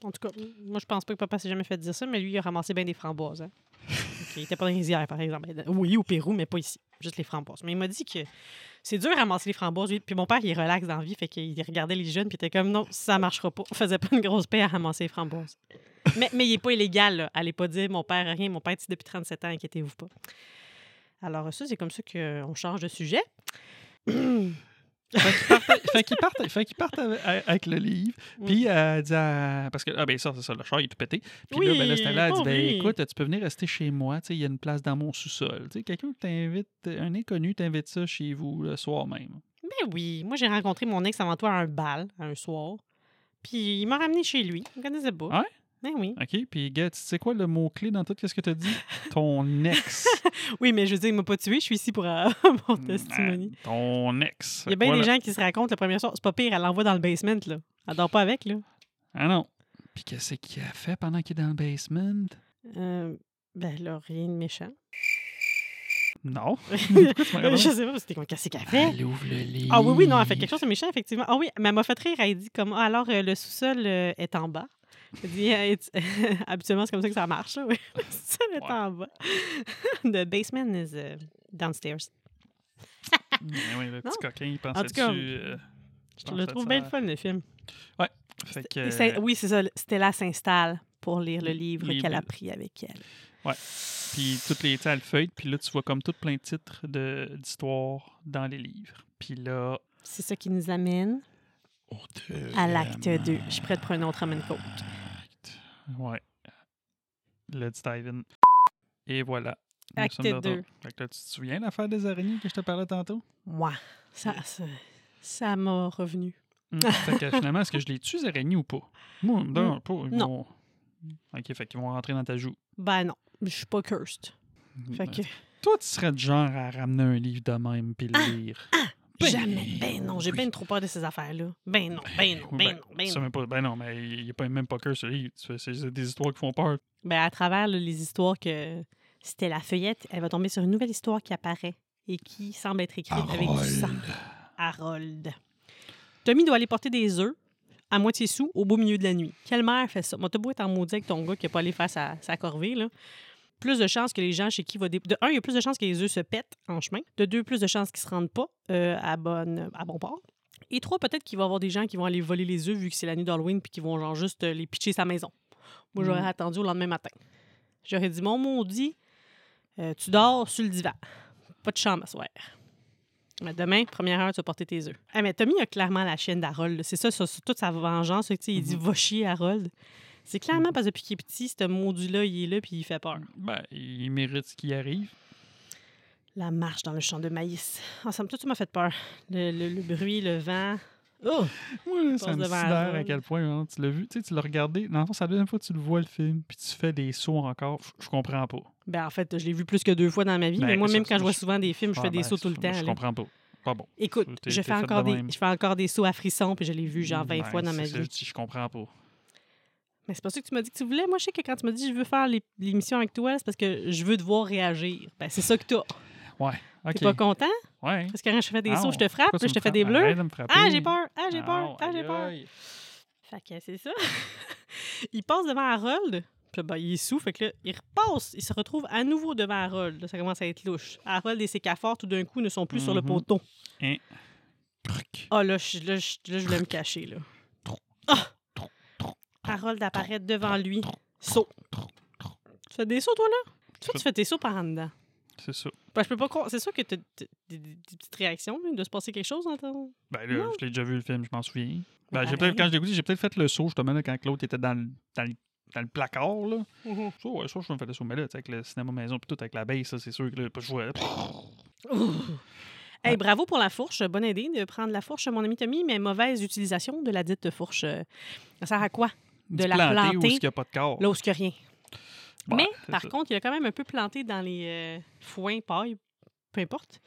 Speaker 1: En tout cas, moi, je pense pas que papa s'est jamais fait dire ça, mais lui, il a ramassé bien des framboises. hein. Ok, il était pas dans les rizières, par exemple. Ben, Oui, au Pérou, mais pas ici. Juste les framboises. Mais il m'a dit que c'est dur à ramasser les framboises. lui. Puis mon père, il relaxe dans la vie, fait qu'il regardait les jeunes, puis il était comme non, ça marchera pas. On faisait pas une grosse paix à ramasser les framboises. Mais, mais il est pas illégal, là. Allez pas dire mon père a rien. Mon père est ici depuis 37 ans, inquiétez-vous pas. Alors, ça, c'est comme ça qu'on change de sujet.
Speaker 2: Fait qu'ils partent, fait qu'ils partent- fait qu'ils partent avec, avec le livre. Puis euh, elle dit à- Parce que, ah ben ça, c'est ça, le char, il est tout pété. Puis là, ben là,
Speaker 1: Oui,
Speaker 2: Stella elle dit
Speaker 1: pauvre
Speaker 2: ben,
Speaker 1: lui.
Speaker 2: écoute, tu peux venir rester chez moi, tu sais, il y a une place dans mon sous-sol. Tu sais, quelqu'un que t'invite, un inconnu t'invite ça chez vous le soir même.
Speaker 1: Ben oui. Moi, j'ai rencontré mon ex avant toi à un bal, un soir. Puis il m'a ramené chez lui. Je ne connaissais pas.
Speaker 2: Ouais?
Speaker 1: Ben oui.
Speaker 2: OK? Puis, gars, tu sais quoi le mot-clé dans tout ce que t'as dit? Ton ex.
Speaker 1: Oui, mais je veux dire, il m'a pas tué. Je suis ici pour euh,
Speaker 2: Mm,
Speaker 1: mon testimony.
Speaker 2: Ah, Ton ex.
Speaker 1: Il y a bien
Speaker 2: Voilà.
Speaker 1: des gens qui se racontent le premier soir. C'est pas pire, elle l'envoie dans le basement, là. Elle dort pas avec, là.
Speaker 2: Ah non. Puis, qu'est-ce qu'il a fait pendant qu'il est dans le basement?
Speaker 1: Euh, ben là, rien de méchant. Euh,
Speaker 2: Ah Non.
Speaker 1: je
Speaker 2: Pourquoi tu me regardes?
Speaker 1: sais pas, c'était comme qu'est-ce qu'elle fait.
Speaker 2: Elle ouvre le livre.
Speaker 1: Ah oui, oui, non, elle fait quelque chose de méchant, effectivement. Ah oui, mais elle m'a fait rire. Elle dit comme, Ah, alors euh, le sous-sol euh, est en bas. Elle dit, Ah, it's- habituellement, c'est comme ça que ça marche, là, oui. Le sous-sol est
Speaker 2: Ouais.
Speaker 1: en bas. The basement is euh, downstairs.
Speaker 2: Ouais, ouais, Ben le petit
Speaker 1: Non.
Speaker 2: coquin, il
Speaker 1: tout
Speaker 2: pensait dessus.
Speaker 1: cas,
Speaker 2: euh,
Speaker 1: Je
Speaker 2: Bon,
Speaker 1: le
Speaker 2: ça
Speaker 1: trouve
Speaker 2: te
Speaker 1: bien le
Speaker 2: sert.
Speaker 1: fun, le film.
Speaker 2: fait
Speaker 1: Et
Speaker 2: que-
Speaker 1: c'est- Oui, c'est ça. Stella s'installe pour lire le livre
Speaker 2: Livre.
Speaker 1: qu'elle a pris avec elle.
Speaker 2: Ouais. Puis toutes les tu sais, elle feuille, puis là tu vois comme tout plein de titres de- d'histoires dans les livres. Puis là,
Speaker 1: C'est ça qui nous amène à l'acte 2. Je suis prête pour un autre amène coke.
Speaker 2: Acte. Ouais. Let's dive in. Et voilà. Nous
Speaker 1: Acte
Speaker 2: sommes de retour.
Speaker 1: deux.
Speaker 2: Fait que là, tu te souviens de l'affaire des araignées que je te parlais tantôt?
Speaker 1: Moi, ça, ça, ça m'a revenu.
Speaker 2: Hmm.
Speaker 1: Mm.
Speaker 2: fait que finalement, est-ce que je les tue, les araignées, ou pas? Moi, non, pas. Ils
Speaker 1: Non.
Speaker 2: vont- Ok, fait qu'ils vont rentrer dans ta joue. Euh,
Speaker 1: Ben non, je suis pas cursed. Fait que
Speaker 2: Toi, tu serais du genre à ramener un livre de même puis le lire. Ben
Speaker 1: Ah, jamais. Ben non, j'ai
Speaker 2: oui.
Speaker 1: bien trop peur de ces affaires-là. Ben non, ben non,
Speaker 2: Oui,
Speaker 1: ben non, ben
Speaker 2: ça,
Speaker 1: non.
Speaker 2: même pas- ben non, mais il n'y a pas même pas que celui C'est c'est des histoires qui font peur.
Speaker 1: Ben à travers là, les histoires que c'était la feuillette, elle va tomber sur une nouvelle histoire qui apparaît et qui semble être
Speaker 2: Ah,
Speaker 1: écrite avec du sang. Harold. Tommy doit aller porter des œufs à moitié sous au beau milieu de la nuit. Quelle mère fait ça? Moi, t'as beau être en maudit avec ton gars qui n'est pas allé faire sa, sa corvée, là. Plus de chances que les gens chez qui il va... dé- De un, il y a plus de chances que les œufs se pètent en chemin. De deux, plus de chances qu'ils se rendent pas euh, à, bonne, à bon port. Et trois, peut-être qu'il va y avoir des gens qui vont aller voler les œufs vu que c'est la nuit d'Halloween puis qui vont genre juste euh, les pitcher sa maison. Moi, j'aurais
Speaker 2: Mm.
Speaker 1: attendu au lendemain matin. J'aurais dit, mon maudit, euh, tu dors sur le divan. Pas de chambre à soir. Mais demain, première heure, tu vas porter tes œufs. Ah, mais Tommy a clairement la chienne d'Harold. là. C'est ça, ça, c'est toute sa vengeance. là, tu sais, Il
Speaker 2: Mhm.
Speaker 1: dit va chier, Harold. C'est clairement parce que depuis qu'il est petit, ce maudit-là, il est là puis il fait peur.
Speaker 2: Ben, il mérite ce qui arrive.
Speaker 1: La marche dans le champ de maïs. Ah, ça me, tout ça m'a fait peur. Le, le- le bruit, le vent. Oh!
Speaker 2: Moi, là, ça
Speaker 1: Passe
Speaker 2: me
Speaker 1: devant la
Speaker 2: sidère à
Speaker 1: zone.
Speaker 2: quel point hein, tu l'as vu. Tu sais, tu l'as regardé. Dans le fond, c'est la deuxième fois que tu le vois, le film, puis tu fais des sauts encore. Je- Je comprends pas.
Speaker 1: Ben, en fait, je l'ai vu plus que deux fois dans ma vie,
Speaker 2: Ben,
Speaker 1: mais moi,
Speaker 2: ça,
Speaker 1: même
Speaker 2: ça,
Speaker 1: quand je vois
Speaker 2: je-
Speaker 1: souvent des films, je
Speaker 2: Ah,
Speaker 1: fais des
Speaker 2: ben,
Speaker 1: sauts tout le
Speaker 2: je-
Speaker 1: temps.
Speaker 2: Je
Speaker 1: là.
Speaker 2: comprends pas. Pas bon.
Speaker 1: Écoute,
Speaker 2: T'es-
Speaker 1: je
Speaker 2: t'es
Speaker 1: fais,
Speaker 2: faite
Speaker 1: encore
Speaker 2: de
Speaker 1: des,
Speaker 2: même.
Speaker 1: je fais encore des sauts à frissons, puis je l'ai vu genre 20
Speaker 2: Ben,
Speaker 1: fois dans ma
Speaker 2: c'est
Speaker 1: vie.
Speaker 2: ça, Je dis, je comprends pas.
Speaker 1: Mais c'est pas ça que tu m'as dit que tu voulais. Moi, je sais que quand tu m'as dit je veux faire l'ép- l'émission avec toi, c'est parce que je veux te voir réagir. Ben, c'est ça que t'as.
Speaker 2: Ouais.
Speaker 1: T'es
Speaker 2: Ok.
Speaker 1: pas content?
Speaker 2: Ouais.
Speaker 1: Parce que quand je fais des
Speaker 2: Ah,
Speaker 1: sauts, je te frappe,
Speaker 2: pourquoi
Speaker 1: puis
Speaker 2: tu
Speaker 1: je te
Speaker 2: me
Speaker 1: fais des
Speaker 2: frappes?
Speaker 1: bleus.
Speaker 2: Arrête de me frapper.
Speaker 1: Ah, j'ai peur! Ah, j'ai
Speaker 2: Ah,
Speaker 1: peur! Ah, j'ai
Speaker 2: aïe,
Speaker 1: peur!
Speaker 2: aïe.
Speaker 1: Fait que c'est ça. il passe devant Harold. Puis ben, il est sous. Fait que là, il repasse. Il se retrouve à nouveau devant Harold. Là, ça commence à être louche. Harold et ses cafards, tout d'un coup, ne sont plus sur le
Speaker 2: Mhm.
Speaker 1: ponton.
Speaker 2: Truc.
Speaker 1: Ah, là, je, là, je- là, je voulais me cacher, là. Ah! Harold apparaît devant lui. Saut. Tu fais des sauts, toi, là? Tu fais, tu fais tes sauts par en dedans.
Speaker 2: C'est ça.
Speaker 1: Ben, je peux pas croire. C'est sûr que t'as t'as des, des- des petites réactions, là, de se passer quelque chose dans ton.
Speaker 2: Ben là,
Speaker 1: Non.
Speaker 2: je l'ai déjà vu le film, je m'en souviens. Ben,
Speaker 1: Mais
Speaker 2: j'ai
Speaker 1: pareil.
Speaker 2: peut-être, quand je l'ai écouté, j'ai peut-être fait le saut justement là, quand Claude était dans le, dans le, dans le placard. Là. Ça, ouais, ça, je me fais le saut. Mais là, tu sais, avec le cinéma maison puis tout, avec la base, ça, c'est sûr que là, je vois.
Speaker 1: Ouh. Hey,
Speaker 2: Ouais.
Speaker 1: bravo pour la fourche. Bonne idée de prendre la fourche, mon ami Tommy, mais mauvaise utilisation de la dite fourche. Euh, Ça sert à quoi? De la
Speaker 2: planter où
Speaker 1: planter.
Speaker 2: il n'y a pas de corps.
Speaker 1: Là où ce que rien.
Speaker 2: Ouais,
Speaker 1: mais,
Speaker 2: c'est
Speaker 1: par
Speaker 2: ça.
Speaker 1: contre, il a quand même un peu planté dans les euh, foins, paille, peu importe.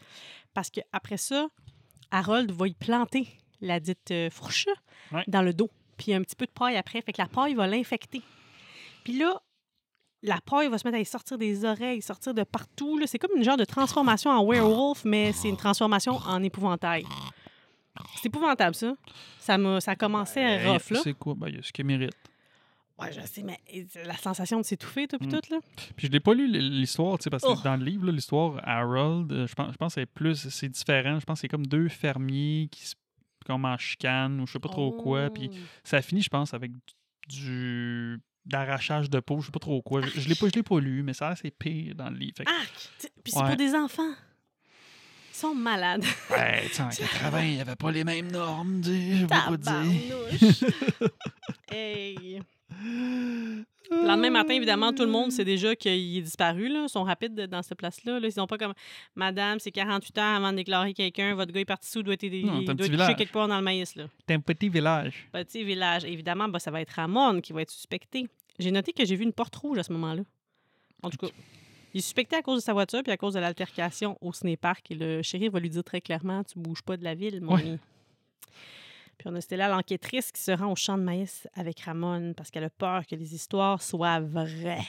Speaker 1: Parce que après ça, Harold va y planter la dite euh, fourche
Speaker 2: Ouais.
Speaker 1: dans le dos. Puis un petit peu de paille après. Fait que la paille va l'infecter. Puis là, la paille va se mettre à y sortir des oreilles, sortir de partout. là. C'est comme une genre de transformation en werewolf, mais c'est une transformation en épouvantail. C'est épouvantable, ça. Ça, m'a- ça commençait
Speaker 2: Ben,
Speaker 1: à rough, là.
Speaker 2: C'est quoi? Ben, il y a ce qu'il mérite.
Speaker 1: Ouais, je sais, mais la sensation de s'étouffer, tout, puis
Speaker 2: Mm.
Speaker 1: tout, là.
Speaker 2: Puis je l'ai pas lu l- l'histoire, tu sais, parce que
Speaker 1: Oh.
Speaker 2: dans le livre, là, l'histoire Harold, euh, je pense, je pense que c'est plus, c'est différent. Je pense que c'est comme deux fermiers qui se comme en chicane ou je sais pas trop
Speaker 1: Oh!
Speaker 2: quoi. Puis ça finit, je pense, avec du d'arrachage de peau, je sais pas trop quoi. Je, je l'ai pas, je l'ai pas lu, mais ça a l'air c'est pire dans le livre. Fait que,
Speaker 1: Arc! Tu- Puis c'est
Speaker 2: Ouais.
Speaker 1: pour des enfants. Ils sont malades.
Speaker 2: ben, tu sais, en 80, il y avait pas les mêmes normes, tu sais, je veux pas dire.
Speaker 1: Tabarnouche! hey! Le lendemain matin, évidemment, tout le monde sait déjà qu'il est disparu. Là. Ils sont rapides dans cette place-là. Là. Ils sont pas comme « Madame, c'est 48 heures avant de déclarer quelqu'un. Votre gars est parti sous, doit être, il
Speaker 2: Non, c'est
Speaker 1: doit
Speaker 2: un petit
Speaker 1: être couché
Speaker 2: village.
Speaker 1: quelque part dans le maïs. » là.
Speaker 2: C'est un petit village.
Speaker 1: Petit Bah, village. Évidemment, bah, ça va être Ramon qui va être suspecté. J'ai noté que j'ai vu une porte rouge à ce moment-là. En tout cas, il est suspecté à cause de sa voiture puis à cause de l'altercation au ciné-parc. Et le shérif va lui dire très clairement Tu bouges pas de la ville, mon
Speaker 2: Ouais.
Speaker 1: ami. Puis on a Stella, l'enquêtrice, qui se rend au champ de maïs avec Ramon parce qu'elle a peur que les histoires soient vraies.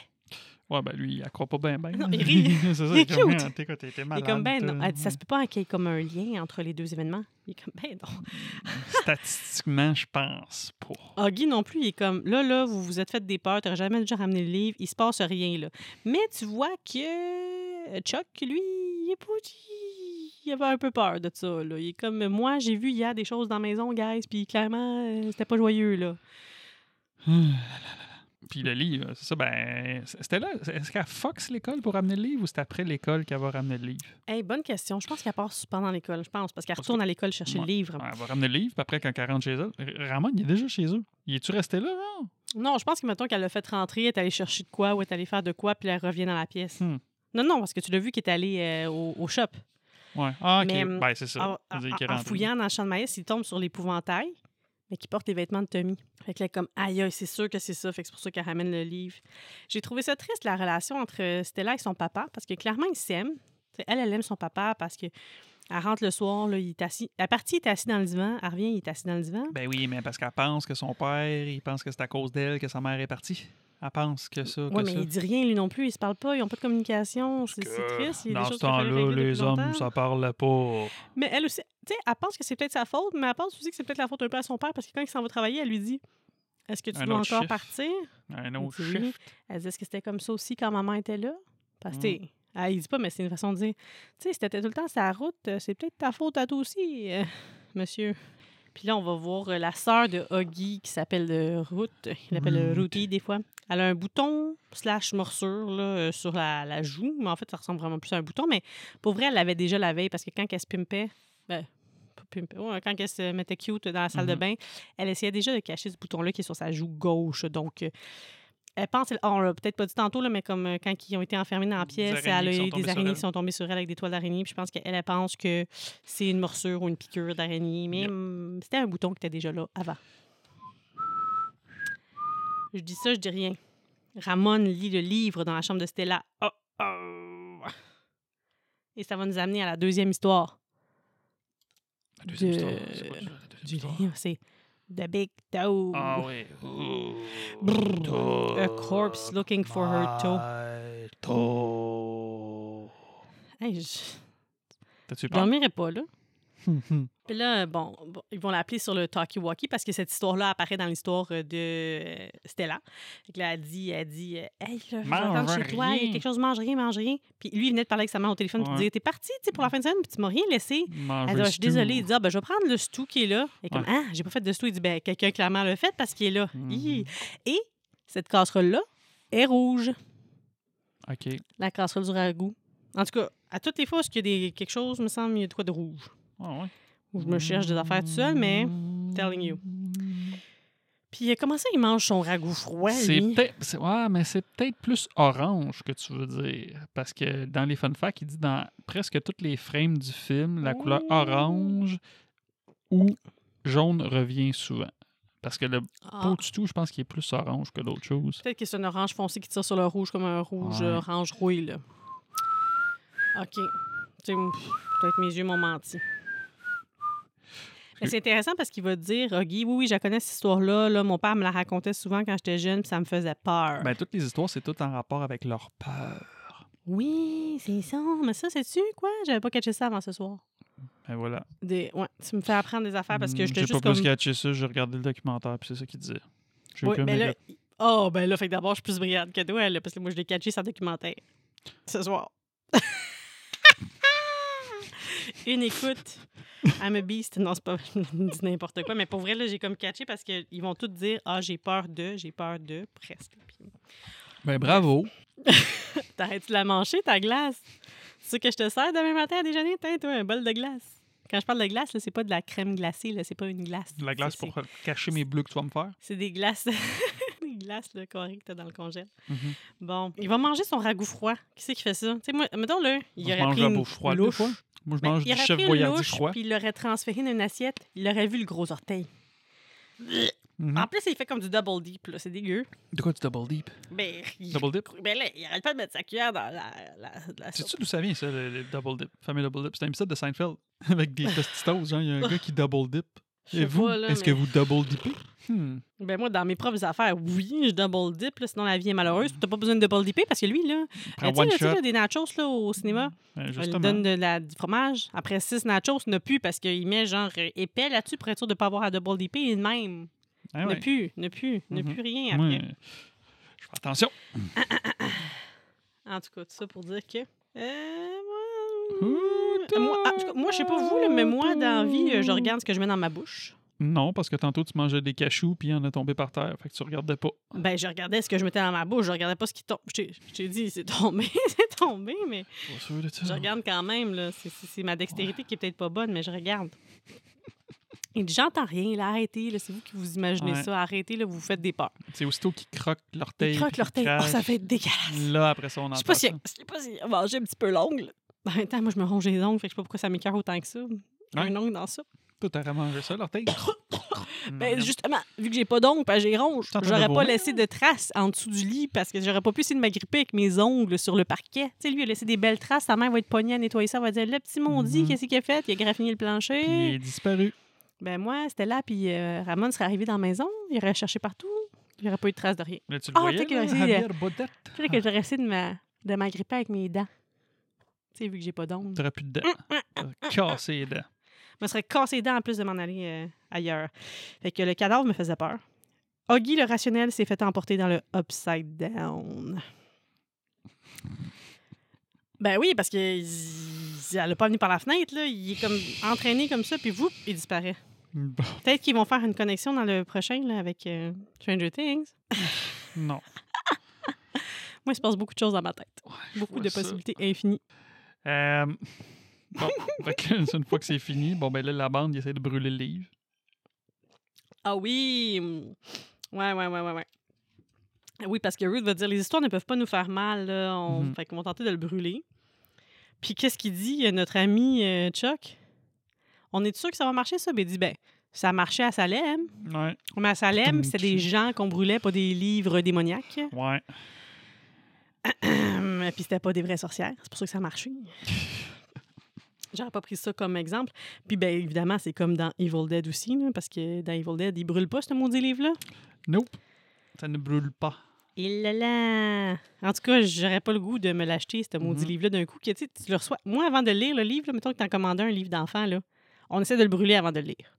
Speaker 2: Ouais, ben lui, il accroît pas bien, bien.
Speaker 1: Non, il rit.
Speaker 2: c'est ça,
Speaker 1: Il est
Speaker 2: il est comme,
Speaker 1: cute.
Speaker 2: Ah, t'es quoi, t'es- t'es
Speaker 1: Et
Speaker 2: malade,
Speaker 1: comme ben,
Speaker 2: toi.
Speaker 1: non. Elle dit Ça se peut pas qu'il y ait comme un lien entre les deux événements. Il est comme ben, non.
Speaker 2: Statistiquement, je pense pas.
Speaker 1: Huggy non plus, il est comme là, là, vous vous êtes fait des peurs, t'aurais jamais déjà ramené le livre, il se passe rien, là. Mais tu vois que euh, Chuck, lui, il est petit. Il avait un peu peur de ça, là. Il est comme moi, j'ai vu hier
Speaker 2: Ah,
Speaker 1: des choses dans la maison, guys, puis clairement, euh, c'était pas joyeux, là.
Speaker 2: Puis le livre, c'est ça, ben, c'était là. Est-ce qu'elle Fox l'école pour ramener le livre ou c'est après l'école qu'elle va ramener le livre?
Speaker 1: Hey, bonne question. Je pense qu'elle part pendant l'école, je pense, parce qu'elle retourne à l'école chercher
Speaker 2: Ouais.
Speaker 1: le livre.
Speaker 2: Ouais, elle va ramener le livre, puis après, quand elle rentre chez elle, R- Ramon, il est déjà chez eux. Il est-tu resté là, genre?
Speaker 1: Non, je pense que, mettons, qu'elle l'a fait rentrer, elle est allée chercher de quoi ou elle est allée faire de quoi, puis elle revient dans la pièce.
Speaker 2: Hmm.
Speaker 1: Non, non, parce que tu l'as vu qu'elle est allée euh, au, au shop.
Speaker 2: Ouais. Ah, ok.
Speaker 1: Mais, mm,
Speaker 2: ben, c'est ça.
Speaker 1: En,
Speaker 2: Je veux dire
Speaker 1: en-
Speaker 2: qu'il est
Speaker 1: en
Speaker 2: rentré.
Speaker 1: fouillant dans le champ de maïs, il tombe sur l'épouvantail, mais qui porte les vêtements de Tommy. Fait que là, comme, aïe, aïe, c'est sûr que c'est ça. Fait que c'est pour ça qu'elle ramène le livre. J'ai trouvé ça triste, la relation entre euh, Stella et son papa, parce que clairement, ils s'aiment. T'sais, Elle, elle aime son papa parce que elle rentre le soir, là, il est assis. La partie, il est assis dans le divan. Elle revient, il est assis dans le divan.
Speaker 2: Ben oui, mais parce qu'elle pense que son père, il pense que c'est à cause d'elle que sa mère est partie. Elle pense que ça, que
Speaker 1: Oui, mais
Speaker 2: ça.
Speaker 1: il dit rien, lui non plus. Ils se parlent pas, ils ont pas de communication. C'est c'est triste. Il y a des
Speaker 2: Dans ce
Speaker 1: choses qu'il fallait
Speaker 2: temps-là,
Speaker 1: régler
Speaker 2: les
Speaker 1: depuis
Speaker 2: hommes,
Speaker 1: longtemps.
Speaker 2: ça parle pas.
Speaker 1: Mais elle aussi, tu sais, elle pense que c'est peut-être sa faute, mais elle pense aussi que c'est peut-être la faute un peu à son père parce que quand il s'en va travailler, elle lui dit Est-ce que tu
Speaker 2: Un
Speaker 1: dois encore
Speaker 2: autre chiffre.
Speaker 1: partir
Speaker 2: Un autre
Speaker 1: Il dit oui.
Speaker 2: chiffre.
Speaker 1: Elle dit Est-ce que c'était comme ça aussi quand maman était là Parce que, tu
Speaker 2: Mm.
Speaker 1: sais, elle, il dit pas, mais c'est une façon de dire Tu sais, c'était tout le temps sa route, euh, c'est peut-être ta faute à toi aussi, euh, monsieur. Puis là, on va voir euh, la sœur de Huggy qui s'appelle euh, Ruth. Il l'appelle euh,
Speaker 2: Ruth.
Speaker 1: Ruthie des fois. Elle a un bouton slash morsure là, euh, sur la, la joue, mais en fait, ça ressemble vraiment plus à un bouton. Mais pour vrai, elle l'avait déjà la veille parce que quand elle se pimpait, ben, pas pimpait, ouais, quand elle se mettait cute dans la salle de
Speaker 2: Mhm.
Speaker 1: bain, elle essayait déjà de cacher ce bouton-là qui est sur sa joue gauche. Donc, euh, elle pense, ah, on l'a peut-être pas dit tantôt, là, mais comme euh, quand ils ont été enfermés dans la
Speaker 2: Des
Speaker 1: pièce,
Speaker 2: araignées
Speaker 1: elle a eu
Speaker 2: qui sont
Speaker 1: des
Speaker 2: tombées sur
Speaker 1: araignées
Speaker 2: elle.
Speaker 1: qui sont tombées sur elle avec des toiles d'araignée. Puis je pense qu'elle elle pense que c'est une morsure ou une piqûre d'araignée. Mais
Speaker 2: Yep.
Speaker 1: hum, c'était un bouton qui était déjà là avant. Je dis ça, je dis rien. Ramon lit le livre dans la chambre de Stella. Oh,
Speaker 2: Ah,
Speaker 1: oh. Et ça va nous amener à la deuxième histoire.
Speaker 2: La deuxième
Speaker 1: de-
Speaker 2: histoire, c'est quoi déjà, la deuxième
Speaker 1: du
Speaker 2: histoire?
Speaker 1: livre, c'est The Big Toe.
Speaker 2: Ah oui. Ouh.
Speaker 1: Brrr.
Speaker 2: Toe.
Speaker 1: A corpse looking for her toe.
Speaker 2: Oh, My toe.
Speaker 1: Hey, je
Speaker 2: T'as-tu
Speaker 1: je
Speaker 2: peur?
Speaker 1: dormirais pas, là.
Speaker 2: Hum, hum.
Speaker 1: Puis là, bon, bon, ils vont l'appeler sur le talkie-walkie parce que cette histoire-là apparaît dans l'histoire euh, de euh, Stella. Fait que là, elle dit, elle dit, euh, hey, là, je vais
Speaker 2: Mange
Speaker 1: rentrer chez toi, il y
Speaker 2: rien.
Speaker 1: a quelque chose, mange rien, mange rien. Puis lui, il venait de parler avec sa mère au téléphone, puis
Speaker 2: Ouais.
Speaker 1: il dit, t'es parti, tu sais, pour la fin de semaine, puis tu m'as rien laissé.
Speaker 2: Manger
Speaker 1: Elle dit, Ah,
Speaker 2: le
Speaker 1: je suis désolée. Il
Speaker 2: stew.
Speaker 1: dit, ah, ben, je vais prendre le stew qui est là. Et comme,
Speaker 2: Ouais.
Speaker 1: ah, j'ai pas fait de stew. Il dit, ben, quelqu'un clairement l'a fait parce qu'il est là.
Speaker 2: Mhm.
Speaker 1: Hi. Et cette casserole-là est rouge,
Speaker 2: OK.
Speaker 1: la casserole du ragoût. En tout cas, à toutes les fois, est-ce qu'il y a des, quelque chose, me semble, il y a de quoi de rouge.
Speaker 2: Ah ouais.
Speaker 1: Ou je me cherche des affaires tout seul, mais. telling you. Puis euh, comment ça, il mange son ragoût froid,
Speaker 2: c'est
Speaker 1: lui?
Speaker 2: peut-être, c'est- ouais, mais c'est peut-être plus orange que tu veux dire. Parce que dans les fun facts, il dit dans presque toutes les frames du film, la couleur
Speaker 1: Ouh.
Speaker 2: orange ou jaune revient souvent. Parce que le
Speaker 1: Ah,
Speaker 2: pot du tout, je pense qu'il est plus orange que d'autres choses.
Speaker 1: Peut-être que c'est un orange foncé qui tire sur le rouge comme un rouge
Speaker 2: Ouais.
Speaker 1: euh, orange rouille, là. OK. Tu sais, pff, Peut-être mes yeux m'ont menti. Mais c'est intéressant parce qu'il va te dire, euh, Guy, oui, oui, je la connais cette histoire-là. Là, mon père me la racontait souvent quand j'étais jeune, puis ça me faisait peur.
Speaker 2: Ben, toutes les histoires, c'est tout en rapport avec leur peur.
Speaker 1: Oui, c'est ça. Mais ça, c'est-tu, quoi? J'avais pas catché ça avant ce soir.
Speaker 2: Ben voilà.
Speaker 1: Des... Ouais, tu me fais apprendre des affaires parce que
Speaker 2: Hmm,
Speaker 1: j'étais
Speaker 2: J'ai
Speaker 1: juste
Speaker 2: pas
Speaker 1: comme...
Speaker 2: plus catché ça, j'ai regardé le documentaire, puis c'est ça qu'il disait. J'ai
Speaker 1: Oui,
Speaker 2: aucune
Speaker 1: mais là,
Speaker 2: idée.
Speaker 1: il- oh, ben là, fait que d'abord, je suis plus brillante que toi, là, parce que moi, je l'ai catché sans documentaire. Ce soir. Une écoute. I'm a beast. Non, c'est pas. Je dis n'importe quoi. Mais pour vrai, là, j'ai comme catché parce qu'ils vont tous dire Ah, j'ai peur de, j'ai peur de, presque. Puis,
Speaker 2: Ben bravo.
Speaker 1: T'arrêtes-tu de la manger, ta glace? C'est ça que je te sers demain matin à déjeuner? Tiens, toi, un bol de glace. Quand je parle de glace, là, c'est pas de la crème glacée, là, c'est pas une glace.
Speaker 2: La glace
Speaker 1: C'est-
Speaker 2: pour cacher mes bleus que tu vas me faire.
Speaker 1: C'est des glaces. des glaces, là, correctes que t'as dans le congèle.
Speaker 2: Mhm.
Speaker 1: Bon, il va manger son ragoût froid. Qui c'est qui fait ça? Tu sais, moi, mettons, là, il
Speaker 2: Moi, je
Speaker 1: aurait
Speaker 2: mange
Speaker 1: pris
Speaker 2: la
Speaker 1: une
Speaker 2: bouffe froide, des
Speaker 1: louche.
Speaker 2: fois. Moi, je
Speaker 1: Ben,
Speaker 2: mange
Speaker 1: il
Speaker 2: du
Speaker 1: aurait
Speaker 2: chef
Speaker 1: pris une
Speaker 2: boyardier
Speaker 1: louche,
Speaker 2: froid.
Speaker 1: Puis il l'aurait transféré dans une assiette. Il aurait vu le gros orteil.
Speaker 2: Mhm.
Speaker 1: En plus, il fait comme du double deep, là. C'est dégueu.
Speaker 2: De quoi du double deep?
Speaker 1: Ben, il...
Speaker 2: Double dip?
Speaker 1: ben là, il arrête pas de mettre sa cuillère dans la, la, la soupe.
Speaker 2: Sais-tu d'où ça vient, ça, le, le double dip? Fameux double dip. C'est un épisode de Seinfeld avec des testitos. Genre, il y a un gars qui double dip.
Speaker 1: Je
Speaker 2: Et
Speaker 1: sais
Speaker 2: vous,
Speaker 1: pas, là,
Speaker 2: est-ce
Speaker 1: mais-
Speaker 2: que vous double dippez? Hmm.
Speaker 1: Ben moi, dans mes propres affaires, oui, je double dip, là, sinon la vie est malheureuse. T'as pas besoin de double dipper parce que lui, là,
Speaker 2: Prends
Speaker 1: euh, tu sais,
Speaker 2: one
Speaker 1: là, tu sais,
Speaker 2: shot.
Speaker 1: là, des nachos là, au cinéma,
Speaker 2: Ben,
Speaker 1: on lui
Speaker 2: justement.
Speaker 1: donne de la, du fromage. Après six nachos, n'a plus parce qu'il met genre euh, épais là-dessus pour être sûr de pas avoir à double dipper il même.
Speaker 2: Ah ouais.
Speaker 1: Ne plus, ne plus, ne
Speaker 2: Mhm.
Speaker 1: plus rien après.
Speaker 2: Ouais. Je fais attention.
Speaker 1: En tout cas, tout ça pour dire que. euh, ah,
Speaker 2: Ouh,
Speaker 1: euh, moi, moi, en tout cas, moi, je sais pas vous, là, mais moi, dans la vie, euh, je regarde ce que je mets dans ma bouche.
Speaker 2: Non, parce que tantôt, tu mangeais des cachous, puis il y en a tombé par terre. Fait que tu regardais pas.
Speaker 1: Ben, je regardais ce que je mettais dans ma bouche, je regardais pas ce qui tombe. Je t'ai- je t'ai dit, c'est tombé, c'est tombé, mais
Speaker 2: Pas sûr de ça.
Speaker 1: je regarde quand même, là. C'est- C'est c'est ma dextérité qui est peut-être pas bonne, mais je regarde. Il dit, j'entends rien, là, arrêtez, là. C'est vous qui vous imaginez
Speaker 2: Ouais.
Speaker 1: ça, arrêtez, là, vous vous faites des peurs.
Speaker 2: C'est aussitôt qu'ils croquent l'orteil.
Speaker 1: Ils croquent
Speaker 2: puis
Speaker 1: leur
Speaker 2: qu'ils
Speaker 1: tête. Oh, ça
Speaker 2: crachent.
Speaker 1: fait dégueulasse.
Speaker 2: Là, après ça, on entend
Speaker 1: Je sais pas si
Speaker 2: ça.
Speaker 1: je sais pas si manger un petit peu l'ongle. Ben, En même temps, moi, je me ronge les ongles, fait que je sais pas pourquoi ça m'écœure autant que ça. Un ongle dans ça.
Speaker 2: Toi, t'aurais mangé ça, l'orteil?
Speaker 1: Ben,
Speaker 2: Miam.
Speaker 1: justement, vu que j'ai pas d'ongles, puis que j'ai ronge,
Speaker 2: T'es en train de
Speaker 1: j'aurais pas
Speaker 2: vomir.
Speaker 1: laissé de traces en dessous du lit parce que j'aurais pas pu essayer de m'agripper avec mes ongles sur le parquet. Tu sais, lui, il a laissé des belles traces. Sa mère va être pognée à nettoyer ça. Elle va dire Le petit maudit,
Speaker 2: Mhm.
Speaker 1: qu'est-ce qu'il a fait Il a graffiné le plancher.
Speaker 2: Puis il est disparu.
Speaker 1: Ben, moi, c'était là, puis euh, Ramon serait arrivé dans la maison. Il aurait cherché partout. Il aurait pas eu de traces de rien.
Speaker 2: Là, tu le
Speaker 1: Ah,
Speaker 2: voyais,
Speaker 1: peut-être qu'il
Speaker 2: là,
Speaker 1: a essayé,
Speaker 2: Javier Baudet.
Speaker 1: Peut-être que j'aurais essayé de m'a- de m'agripper avec mes dents. Tu sais, vu que j'ai pas d'ongles.
Speaker 2: T'aurais plus de dents. T'aurais cassé les dents.
Speaker 1: Je me serais cassé les dents en plus de m'en aller euh, ailleurs. Fait que le cadavre me faisait peur. Oggy, le rationnel, s'est fait emporter dans le upside down. Ben oui, parce que il- elle n'a pas venu par la fenêtre, là. Il est comme entraîné comme ça, puis vous, il disparaît.
Speaker 2: Bon,
Speaker 1: Peut-être qu'ils vont faire une connexion dans le prochain, là, avec euh, Stranger Things.
Speaker 2: non.
Speaker 1: Moi, il se passe beaucoup de choses dans ma tête.
Speaker 2: je
Speaker 1: Beaucoup
Speaker 2: vois
Speaker 1: de
Speaker 2: ça.
Speaker 1: possibilités infinies.
Speaker 2: Euh, Bon, fait que, une fois que c'est fini, bon, ben là, la bande, il essaie de brûler le livre.
Speaker 1: Ah oui! Ouais, ouais, ouais, ouais, ouais. Oui, parce que Ruth va dire les histoires ne peuvent pas nous faire mal. Là. On...
Speaker 2: Mhm.
Speaker 1: Fait qu'on va tenter de le brûler. Puis qu'est-ce qu'il dit, euh, notre ami euh, Chuck? On est sûr que ça va marcher, ça? Ben, il dit, ben, ça marchait à Salem.
Speaker 2: Ouais,
Speaker 1: Mais à Salem,
Speaker 2: Putain,
Speaker 1: c'était des
Speaker 2: tu-
Speaker 1: gens qu'on brûlait, pas des livres démoniaques.
Speaker 2: ouais.
Speaker 1: Euh, Puis c'était pas des vraies sorcières. C'est pour ça que ça a marché. J'aurais pas pris ça comme exemple. Puis, ben évidemment, c'est comme dans Evil Dead aussi, là, parce que dans Evil Dead, ils brûlent pas ce maudit livre-là.
Speaker 2: Nope. Ça ne brûle pas.
Speaker 1: Et là là! En tout cas, j'aurais pas le goût de me l'acheter, ce maudit
Speaker 2: Mhm.
Speaker 1: livre-là, d'un coup. Que, tu sais, tu le reçois. Moi, avant de lire le livre, là, mettons que t'en commandais un livre d'enfant, là, on essaie de le brûler avant de le lire.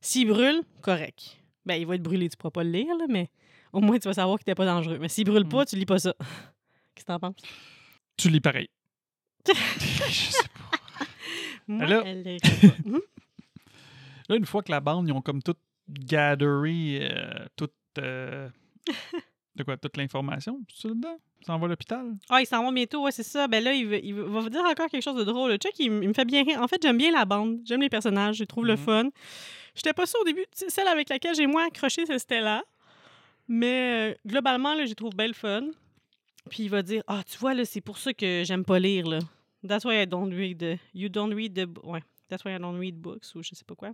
Speaker 1: S'il brûle, correct. Ben, il va être brûlé, tu pourras pas le lire, là, mais au moins, tu vas savoir qu'il n'était pas dangereux. Mais s'il brûle pas, tu lis pas ça. Qu'est-ce que t'en penses?
Speaker 2: Tu lis pareil. Je sais pas.
Speaker 1: Moi,
Speaker 2: Allô?
Speaker 1: elle lirait pas. Mhm.
Speaker 2: Là, une fois que la bande, ils ont comme tout gatheré, euh, toute. euh, de quoi Toute l'information. C'est dedans. Ils s'en vont à l'hôpital.
Speaker 1: Ah, ils s'en vont bientôt, ouais, c'est ça. Ben là, il, veut- il veut- va vous dire encore quelque chose de drôle. Chuck, il, m- il me fait bien rire. En fait, j'aime bien la bande. J'aime les personnages. Je les trouve le
Speaker 2: Mhm.
Speaker 1: fun. J'étais pas sûre au début. Tu sais, Celle avec laquelle j'ai moins accroché, c'est Stella. Mais euh, globalement, là, je les trouve belle fun. Puis il va dire Ah, tu vois, là, c'est pour ça que j'aime pas lire, là. That's why I don't read. You don't read the. b- Ouais. That's why I don't read books ou je sais pas quoi.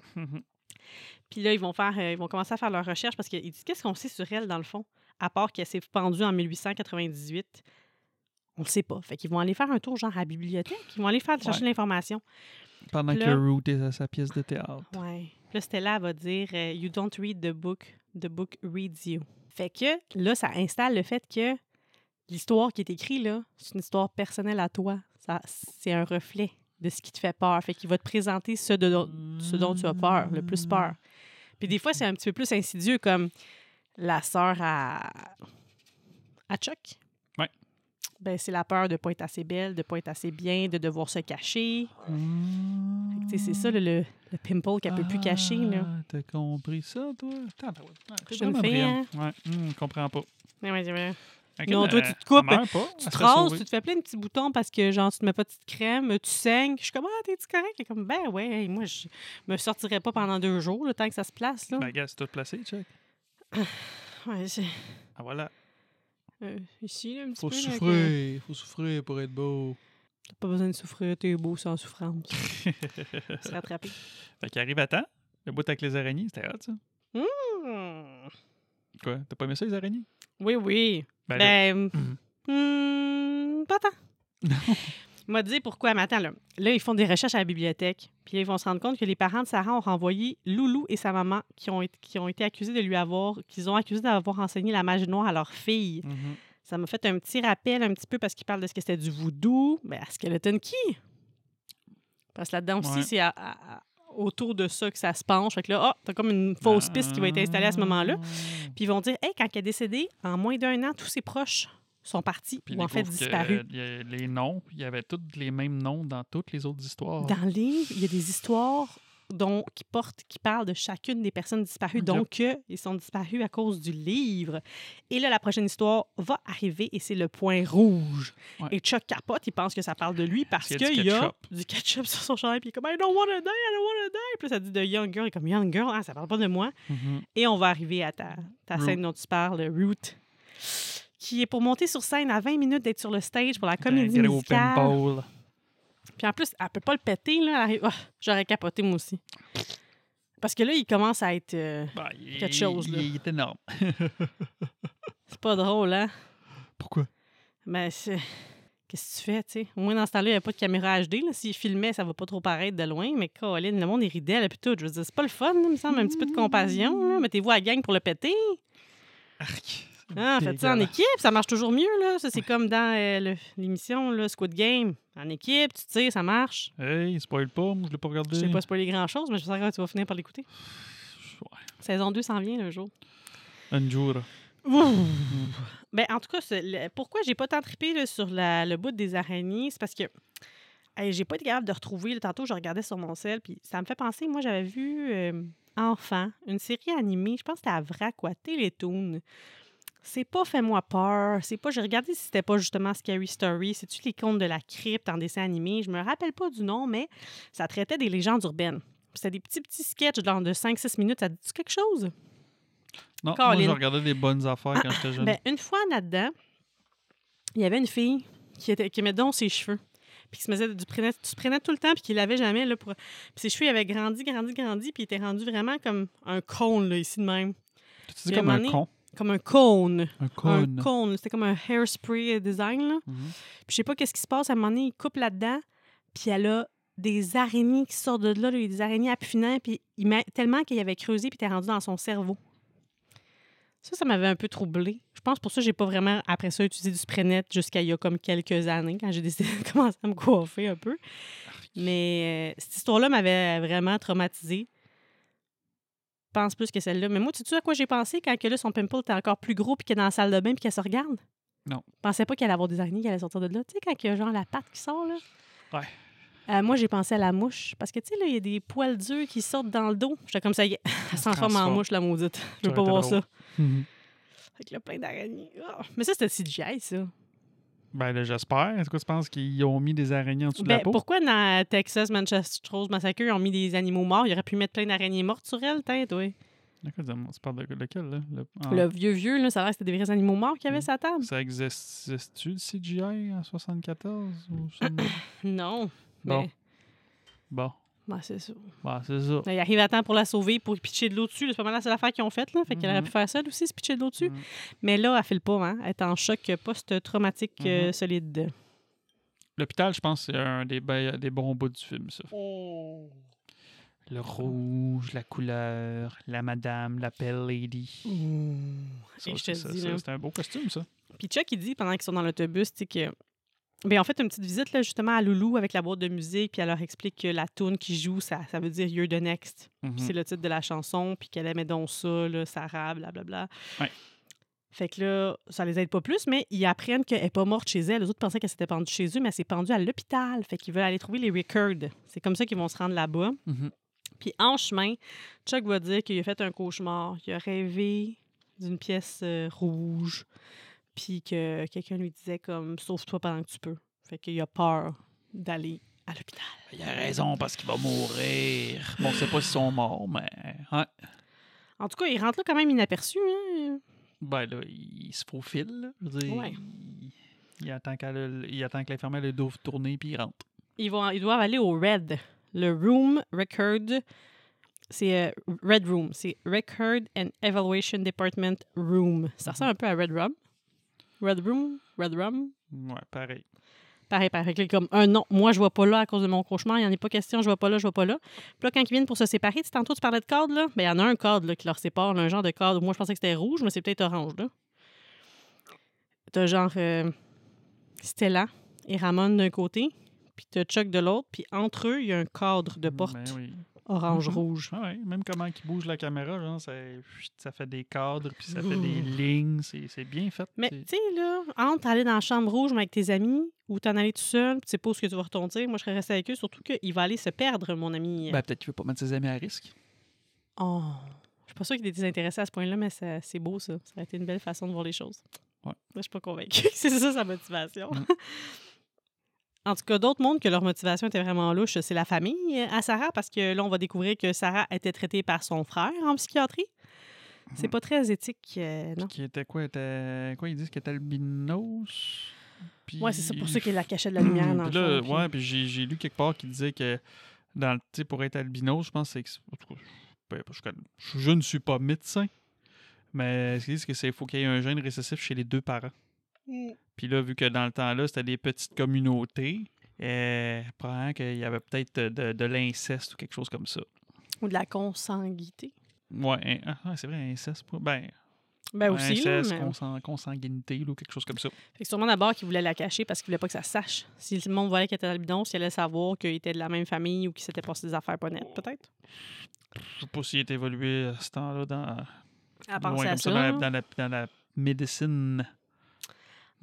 Speaker 1: Puis là, ils vont, faire, euh, ils vont commencer à faire leurs recherches parce qu'ils disent qu'est-ce qu'on sait sur elle, dans le fond, à part qu'elle s'est pendue en 1898. On le sait pas. Fait qu'ils vont aller faire un tour, genre, à la bibliothèque. Ils vont aller faire chercher l'information.
Speaker 2: Pendant
Speaker 1: Là-
Speaker 2: que Root est à sa pièce de théâtre.
Speaker 1: Ouais. Puis là, Stella elle va dire euh, You don't read the book, the book reads you. Fait que là, ça installe le fait que l'histoire qui est écrite, là, c'est une histoire personnelle à toi. Ça, c'est un reflet de ce qui te fait peur. Fait qu'il va te présenter ce, de, ce dont tu as peur, le plus peur. Puis des fois, c'est un petit peu plus insidieux, comme la sœur à, à Chuck.
Speaker 2: Ouais.
Speaker 1: Ben, c'est la peur de ne pas être assez belle, de ne pas être assez bien, de devoir se cacher. Fait que, tu sais, C'est ça, le, le, le pimple qu'elle ne peut plus cacher. Là.
Speaker 2: Ah, T'as compris ça, toi? Attends, ben ouais. Ah, je suis
Speaker 1: Jeune
Speaker 2: vraiment
Speaker 1: fille,
Speaker 2: brillante. Ouais, hum, je comprends pas.
Speaker 1: Ouais, ouais, ouais.
Speaker 2: Fait
Speaker 1: hein. Non, toi,
Speaker 2: qu'elle,
Speaker 1: tu
Speaker 2: euh,
Speaker 1: te coupes,
Speaker 2: elle meurt pas,
Speaker 1: Tu
Speaker 2: elle
Speaker 1: te
Speaker 2: se fait
Speaker 1: rases,
Speaker 2: sauver.
Speaker 1: tu te fais plein de petits boutons parce que, genre, tu te mets pas de petite crème, tu saignes. Je suis comme, ah, t'es-tu correct? Elle est comme, ben ouais, hey, moi, je me sortirais pas pendant deux jours, le temps que ça se place. Là.
Speaker 2: Ben, gars, c'est tout placé, check.
Speaker 1: Ouais, c'est-
Speaker 2: Ah, voilà.
Speaker 1: euh, ici, là, un petit
Speaker 2: Faut
Speaker 1: peu, là, que-
Speaker 2: souffrir, faut souffrir pour être beau.
Speaker 1: T'as pas besoin de souffrir, t'es beau sans souffrance. Se rattraper.
Speaker 2: Fait qu'il arrive à temps. Le bout avec les araignées, c'était hot, ça.
Speaker 1: Hmm.
Speaker 2: Quoi? T'as pas aimé ça, les araignées?
Speaker 1: Oui, oui.
Speaker 2: Ben, là,
Speaker 1: Ben, hmm, pas tant. Il m'a dit pourquoi. Mais attends, là. Là, ils font des recherches à la bibliothèque. Puis là, ils vont se rendre compte que les parents de Sarah ont renvoyé Loulou et sa maman qui ont, été- qui ont été accusés de lui avoir, qu'ils ont accusé d'avoir enseigné la magie noire à leur fille.
Speaker 2: mhm.
Speaker 1: Ça m'a fait un petit rappel un petit peu parce qu'il parle de ce que c'était du voodoo. Ben, à Skeleton Key. Parce que là-dedans aussi,
Speaker 2: Ouais.
Speaker 1: c'est à- à- à- autour de ça que ça se penche. Fait que là, ah, t'as comme une fausse piste qui va être installée à ce moment-là.
Speaker 2: Ah.
Speaker 1: Puis ils vont dire, hey, quand elle est décédée, en moins d'un an, tous ses proches sont partis
Speaker 2: Puis
Speaker 1: ou en fait
Speaker 2: découvre que,
Speaker 1: disparus.
Speaker 2: euh, il y a les noms, il y avait tous les mêmes noms dans toutes les autres histoires.
Speaker 1: Dans le livre, il y a des histoires dont, qui porte, qui parle de chacune des personnes disparues.
Speaker 2: Ok.
Speaker 1: Donc, euh, ils sont disparus à cause du livre. Et là, la prochaine histoire va arriver et c'est le point rouge.
Speaker 2: Ouais.
Speaker 1: Et Chuck capote, il pense que ça parle de lui parce
Speaker 2: qu'il y a du
Speaker 1: qu'il y a
Speaker 2: ketchup.
Speaker 1: du ketchup sur son chandail. Puis il est comme, I don't wanna die, I don't wanna die. Puis là, ça dit de Young Girl. Il est comme, Young Girl, ah, ça parle pas de moi.
Speaker 2: Mhm.
Speaker 1: Et on va arriver à ta, ta
Speaker 2: Root.
Speaker 1: scène dont tu parles, Root, qui est pour monter sur scène à 20 minutes d'être sur le stage pour la comédie
Speaker 2: Ben, Gros
Speaker 1: musicale. Bah,
Speaker 2: pimple.
Speaker 1: Puis en plus, elle peut pas le péter, là. Elle arrive- Ah, J'aurais capoté, moi aussi. Parce que là, il commence à être... euh,
Speaker 2: Bah, il-
Speaker 1: Quelque chose, là.
Speaker 2: Il est énorme.
Speaker 1: C'est pas drôle, hein?
Speaker 2: Pourquoi?
Speaker 1: Mais c'est... Qu'est-ce que tu fais, tu sais? Au moins, dans ce temps-là, il n'y a pas de caméra HD. Là. S'il filmait, ça va pas trop paraître de loin. Mais Colin, le monde est ridé, là, puis tout. Je veux dire, c'est pas le fun, là, il me semble. Un petit peu de compassion, là. Mettez-vous à la gang pour le péter.
Speaker 2: Arc.
Speaker 1: Ah, faites ça en équipe, ça marche toujours mieux, là. Ça, c'est comme dans euh, le- l'émission, là, Squid Game. En équipe, tu sais, ça marche.
Speaker 2: Hey, spoil pas, moi je l'ai pas regardé.
Speaker 1: Je sais pas spoiler grand-chose, mais je sais que tu vas finir par l'écouter.
Speaker 2: Ouais.
Speaker 1: Saison 2 s'en vient, le jour.
Speaker 2: Un jour.
Speaker 1: Ben, en tout cas, c'est le- pourquoi j'ai pas tant trippé là, sur la- le bout des araignées, c'est parce que hey, j'ai pas été capable de retrouver. là, tantôt, je regardais sur mon sel, puis ça me fait penser, moi, j'avais vu euh, enfant une série animée, je pense que c'était à Vrac ou à Télétoon. C'est pas Fais-moi peur, c'est pas. J'ai regardé si c'était pas justement Scary Story, c'est-tu les contes de la crypte en dessin animé. Je me rappelle pas du nom, mais ça traitait des légendes urbaines. Puis C'était des petits, petits sketchs genre, de 5-6 minutes. Ça te dit quelque chose?
Speaker 2: Non, moi
Speaker 1: Colin.
Speaker 2: je regardais des bonnes affaires quand j'étais jeune.
Speaker 1: Ben, une fois là-dedans, il y avait une fille qui, était, qui aimait donc ses cheveux. Puis qui se faisait du prenait, tu prenais tout le temps, puis qu'il l'avait jamais. Là, pour... Puis ses cheveux ils avaient grandi, grandi, grandi, puis il était rendu vraiment comme un cône, là, ici de même.
Speaker 2: tu dis
Speaker 1: puis à
Speaker 2: comme
Speaker 1: un
Speaker 2: un
Speaker 1: moment
Speaker 2: con.
Speaker 1: Comme un cône.
Speaker 2: Un con.
Speaker 1: Un cône. C'était comme un hairspray euh, design, là.
Speaker 2: Mhm.
Speaker 1: Puis je sais pas qu'est-ce qui se passe. À un moment donné, il coupe là-dedans, puis elle a des araignées qui sortent de là, là, des araignées à pufinant, puis il m'a- tellement qu'il avait creusé, puis t'es rendu dans son cerveau. Ça, ça m'avait un peu troublé. Je pense pour ça j'ai pas vraiment, après ça, utilisé du Sprenet jusqu'à il y a comme quelques années, quand j'ai décidé de commencer à me coiffer un peu. Mais euh, cette histoire-là m'avait vraiment traumatisée. Je pense plus que celle-là. Mais moi, tu sais à quoi j'ai pensé quand que là, son pimple était encore plus gros, puis qu'elle est dans la salle de bain, puis qu'elle se regarde?
Speaker 2: Non.
Speaker 1: Je pensais pas qu'elle allait avoir des araignées qui allaient sortir de là. Tu sais, quand il y a genre la patte qui sort, là.
Speaker 2: Ouais.
Speaker 1: Euh, moi, j'ai pensé à la mouche. Parce que, tu sais, là, il y a des poils durs qui sortent dans le dos. J'étais comme ça, y est, elle se transforme en
Speaker 2: transforme.
Speaker 1: mouche, la maudite. Je veux pas
Speaker 2: Ça aurait été
Speaker 1: voir
Speaker 2: drôle.
Speaker 1: ça.
Speaker 2: Mhm.
Speaker 1: Avec le plein d'araignées. Ah! Mais ça, c'était CGI, ça.
Speaker 2: Ben là, j'espère. Est-ce que tu penses qu'ils ont mis des araignées en dessous de
Speaker 1: Ben,
Speaker 2: la peau?
Speaker 1: pourquoi dans Texas Manchester Rose Massacre, ils ont mis des animaux morts? Ils auraient pu mettre plein d'araignées mortes sur elle, tête, oui.
Speaker 2: D'accord, dis-moi, tu parles de lequel, là? Le- en-
Speaker 1: Le vieux vieux, là, ça a l'air que c'était des vrais animaux morts qu'il y avait
Speaker 2: Mm.
Speaker 1: sur la table.
Speaker 2: Ça existe- existe-tu le CGI en 74? Ou ça?
Speaker 1: Non.
Speaker 2: Bon.
Speaker 1: Mais,
Speaker 2: bon,
Speaker 1: ben, c'est ça.
Speaker 2: ben, c'est ça.
Speaker 1: Là, Il arrive à temps pour la sauver, pour pitcher de l'eau dessus. là. C'est pas mal la seule affaire qu'ils ont faite. là. Fait qu'elle aurait
Speaker 2: Mhm.
Speaker 1: pu faire ça, elle aussi, se pitcher de l'eau dessus.
Speaker 2: Mhm.
Speaker 1: Mais là, elle fait le pas. Hein? Elle est en choc post-traumatique euh,
Speaker 2: Mhm.
Speaker 1: solide.
Speaker 2: L'hôpital, je pense, c'est un des, be- des bons bouts du film, ça. Le rouge, la couleur, la madame, la belle lady. Ça,
Speaker 1: Et je
Speaker 2: c'est-
Speaker 1: te
Speaker 2: ça-
Speaker 1: dis,
Speaker 2: ça,
Speaker 1: là.
Speaker 2: c'est un beau costume, ça.
Speaker 1: Puis Chuck, il dit pendant qu'ils sont dans l'autobus, tu sais, que. Ben, en fait, une petite visite, là, justement, à Loulou avec la boîte de musique, puis elle leur explique que la tune qui joue, ça, ça veut dire You're the Next.
Speaker 2: Mhm,
Speaker 1: Puis c'est le titre de la chanson, puis qu'elle aimait donc ça, là, Sarah, blablabla.
Speaker 2: Ouais.
Speaker 1: Fait que là, ça les aide pas plus, mais ils apprennent qu'elle n'est pas morte chez elle. Les autres pensaient qu'elle s'était pendue chez eux, mais elle s'est pendue à l'hôpital. Fait qu'ils veulent aller trouver les records. C'est comme ça qu'ils vont se rendre là-bas.
Speaker 2: Mhm.
Speaker 1: Puis en chemin, Chuck va dire qu'il a fait un cauchemar. Il a rêvé d'une pièce euh, rouge, puis que quelqu'un lui disait comme « sauve-toi pendant que tu peux ». Fait qu'il a peur d'aller à l'hôpital.
Speaker 2: Il a raison parce qu'il va mourir. Bon, on sait pas s'ils sont morts, mais. hein. ouais.
Speaker 1: En tout cas, il rentre là quand même inaperçu. Hein?
Speaker 2: Ben là, il se faufile. là. Je veux dire,
Speaker 1: Ouais.
Speaker 2: il, il attend qu'elle- il attend que l'infirmière le dos tourner puis il rentre.
Speaker 1: Ils, vont, ils doivent aller au Red, le Room Record. C'est euh, Red Room, c'est Record and Evaluation Department Room. Ça ressemble un peu à Red Room. Red Room, Red Room,
Speaker 2: Ouais, pareil.
Speaker 1: Pareil, pareil. Fait que là, comme un non, moi je vois pas là à cause de mon cauchemar, il n'y en a pas question, je vois pas là, je vois pas là. Puis là, quand ils viennent pour se séparer, tu sais, tantôt tu parlais de cadre, là, ben il y en a un cadre là, qui leur sépare, là, un genre de cadre. Moi je pensais que c'était rouge, mais c'est peut-être orange, là. T'as genre euh, Stella et Ramon d'un côté, puis t'as Chuck de l'autre, puis entre eux, il y a un cadre de porte.
Speaker 2: Ben oui.
Speaker 1: orange-rouge.
Speaker 2: Ah ouais, même comment il bouge la caméra, genre, ça, chut, ça fait des cadres, puis ça fait des lignes, c'est c'est bien fait.
Speaker 1: Mais
Speaker 2: c'est-
Speaker 1: tu sais, là, entre aller dans la chambre rouge mais avec tes amis ou t'en aller tout seul, puis tu sais pas où ce que tu vas retomber, moi je serais restée avec eux, surtout qu'il va aller se perdre, mon ami. euh,
Speaker 2: Ben, peut-être qu'il veut pas mettre ses amis à risque.
Speaker 1: Oh, je suis pas sûre qu'il est désintéressé à ce point-là, mais ça- c'est beau ça. Ça a été une belle façon de voir les choses.
Speaker 2: Ouais.
Speaker 1: Moi, je suis pas convaincue. que c'est ça sa motivation.
Speaker 2: Mm.
Speaker 1: En tout cas, d'autres montrent que leur motivation était vraiment louche, c'est la famille à Sarah, parce que là, on va découvrir que Sarah était traitée par son frère en psychiatrie. C'est pas très éthique, euh, non?
Speaker 2: Qui était quoi? Était... Quoi, ils disent qu'il était albinos? Puis...
Speaker 1: Ouais, c'est ça pour ça qu'il la cachait de la lumière dans le
Speaker 2: Puis là,
Speaker 1: fond, puis-
Speaker 2: ouais, puis j'ai, j'ai lu quelque part qui disait que dans le, tu sais, pour être albino, je pense que c'est. que- En tout cas, je, je- je connais- je- je ne suis pas médecin, mais ce qu'ils disent, c'est que c'est faut qu'il y ait un gène récessif chez les deux parents. Puis là, vu que dans le temps-là, c'était des petites communautés, euh, probablement qu'il y avait peut-être de, de l'inceste ou quelque chose comme ça.
Speaker 1: Ou de la consanguité.
Speaker 2: Ouais, hein, ah, c'est vrai, inceste. pas- Ben,
Speaker 1: Ben aussi, là,
Speaker 2: inceste,
Speaker 1: mais-
Speaker 2: consang- consanguinité là, ou quelque chose comme ça.
Speaker 1: Fait que sûrement d'abord qu'il voulait la cacher parce qu'il voulait pas que ça se sache. Si le monde voyait qu'elle était albidon, s'il allait savoir qu'il était de la même famille ou qu'il s'était passé des affaires pas nettes, peut-être.
Speaker 2: Je sais pas s'il est évolué à ce temps-là dans, euh,
Speaker 1: À
Speaker 2: loin
Speaker 1: penser à ça.
Speaker 2: comme ça, dans la-
Speaker 1: là.
Speaker 2: dans la- dans la médecine.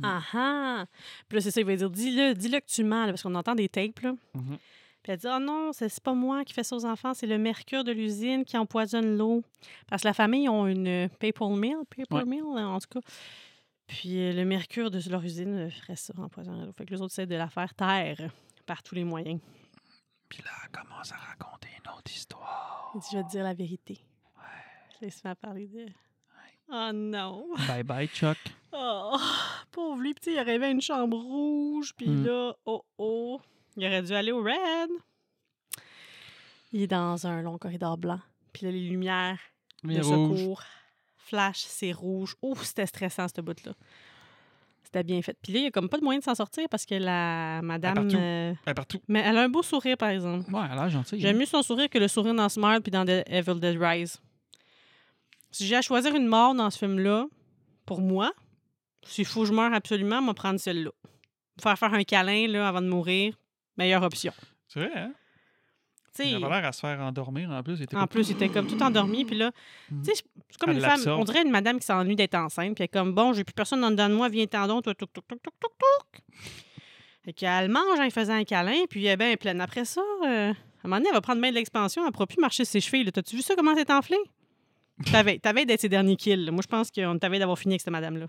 Speaker 1: Ah ah! Puis là, c'est ça, il va dire dis-le, dis-le que tu mens, là, parce qu'on entend des tapes, là.
Speaker 2: Mhm.
Speaker 1: Puis elle dit Oh non, c'est c'est pas moi qui fais ça aux enfants, c'est le mercure de l'usine qui empoisonne l'eau. Parce que la famille ont une euh, paper mill, paper
Speaker 2: Ouais.
Speaker 1: mill, hein, en tout cas. Puis euh, le mercure de leur usine euh, ferait ça, empoisonnerait l'eau. Fait que les autres essaient de la faire taire par tous les moyens.
Speaker 2: Puis là, elle commence à raconter une autre histoire.
Speaker 1: Il dit Je vais te dire la vérité. Ouais. Laisse-moi parler de. Oh non!
Speaker 2: Bye bye, Chuck.
Speaker 1: Oh, pauvre lui, petit, il aurait aimé une chambre rouge, puis
Speaker 2: Mm.
Speaker 1: là, oh oh, il aurait dû aller au Red. Il est dans un long corridor blanc, puis là, les lumières
Speaker 2: Mais
Speaker 1: de
Speaker 2: rouge.
Speaker 1: secours flash, c'est rouge. Oh, c'était stressant, ce bout-là. C'était bien fait. Puis là, il n'y a comme pas de moyen de s'en sortir parce que la madame.
Speaker 2: partout.
Speaker 1: euh,
Speaker 2: Ah, partout.
Speaker 1: mais elle a un beau sourire, par exemple.
Speaker 2: Ouais, elle a l'air gentille. hein.
Speaker 1: J'aime mieux son sourire que le sourire dans Smart puis dans The Evil Dead Rise. Si j'ai à choisir une mort dans ce film-là, pour moi, s'il faut que je meure absolument, je vais prendre celle-là. Me Faire faire un câlin là, avant de mourir, meilleure option.
Speaker 2: C'est vrai, hein?
Speaker 1: Tu sais,
Speaker 2: Elle a l'air à se faire endormir en plus. Elle était
Speaker 1: en plus, il était comme tout endormi, puis là, tu sais, je- c'est comme
Speaker 2: Hmm. Elle
Speaker 1: une femme,
Speaker 2: l'absorbe.
Speaker 1: on dirait une madame qui s'ennuie d'être enceinte, puis elle est comme, bon, j'ai plus personne en dedans de moi, viens t'en donc, toi, touc, touc, touc, touc, touc, touc. Fait qu'elle mange en lui faisant un câlin, puis elle est bien pleine. Après ça, euh, à un moment donné, elle va prendre bien de l'expansion, elle ne pourra plus marcher ses chevilles. là. T'as-tu vu ça, comment c'est enflé? T'avais t'avais d'être ses derniers kills. là. Moi, je pense qu'on t'avait d'avoir fini avec cette madame-là.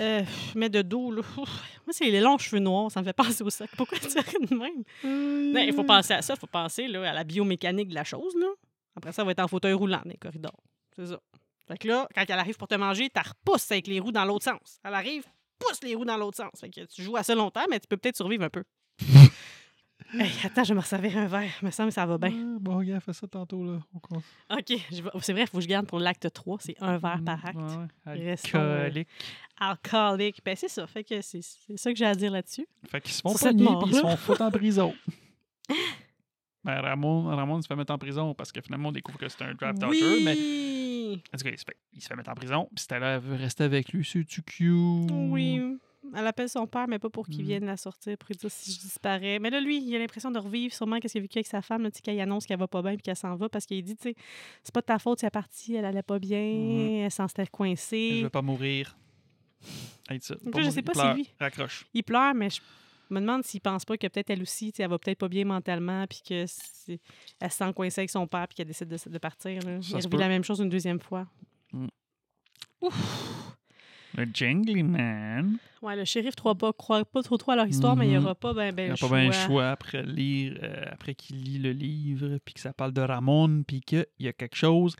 Speaker 1: Euh, mais de dos, là. ouf. Moi, c'est les longs cheveux noirs, ça me fait penser au sac. Pourquoi tu ris de même? Non, il faut penser à ça, il faut penser là, à la biomécanique de la chose. Là. Après ça, elle va être en fauteuil roulant dans les corridors. C'est ça. Fait que là, quand elle arrive pour te manger, tu repousses avec les roues dans l'autre sens. Elle arrive, pousse les roues dans l'autre sens. Fait que tu joues à ça longtemps, mais tu peux peut-être survivre un peu. Hey, attends, je vais me resservir un verre. Il me semble que ça va bien.
Speaker 2: Ah, Bon, regarde, fais ça tantôt, là. On compte.
Speaker 1: OK, je vais- c'est vrai, il faut que je garde pour l'acte 3. C'est un verre par
Speaker 2: Mm, Ouais,
Speaker 1: acte.
Speaker 2: ouais.
Speaker 1: Restons, euh,
Speaker 2: Alcoolique.
Speaker 1: Alcoolique. Ben, c'est ça. Fait que c'est c'est ça que j'ai à dire là-dessus.
Speaker 2: Fait qu'ils se font
Speaker 1: euh, Sur cette
Speaker 2: pogner, puis ils se
Speaker 1: mort-là.
Speaker 2: font foutre en prison. Ben, Ramon, Ramon se fait mettre en prison parce que finalement, on découvre que c'est un draft dodger, mais
Speaker 1: Oui!
Speaker 2: en tout cas, il se fait, il se fait mettre en prison. Puis Stella elle veut rester avec lui, c'est-tu cute?
Speaker 1: Oui. Elle appelle son père, mais pas pour qu'il
Speaker 2: Mm.
Speaker 1: vienne la sortir, pour lui dire si je disparais. Mais là, lui, il a l'impression de revivre sûrement qu'est-ce qu'il a vécu avec sa femme, là, tu sais, quand il annonce qu'elle va pas bien puis qu'elle s'en va, parce qu'il dit, tu sais, c'est pas de ta faute si elle est partie, elle allait pas bien,
Speaker 2: Mhm.
Speaker 1: elle s'en s'était
Speaker 2: Je
Speaker 1: coincée.
Speaker 2: veux pas mourir. Hey, ça,
Speaker 1: plus, je sais pas
Speaker 2: mourir. Il
Speaker 1: si
Speaker 2: pleure,
Speaker 1: lui-
Speaker 2: Raccroche.
Speaker 1: Il pleure, mais je me demande s'il pense pas que peut-être elle aussi, tu sais, elle va peut-être pas bien mentalement, puis que c'est- elle se sent coincée avec son père, puis qu'elle décide de, de partir. là.
Speaker 2: Ça
Speaker 1: Il
Speaker 2: se
Speaker 1: revit
Speaker 2: peut. Hmm.
Speaker 1: la même chose une deuxième fois.
Speaker 2: Le Jingly Man.
Speaker 1: Ouais, le shérif croit pas, croit pas trop trop à leur histoire, mais il y
Speaker 2: Mhm.
Speaker 1: aura pas ben, ben
Speaker 2: Il
Speaker 1: le
Speaker 2: n'a pas
Speaker 1: choix.
Speaker 2: bien le choix après lire, euh, après qu'il lit le livre, puis que ça parle de Ramon, puis qu'il y a quelque chose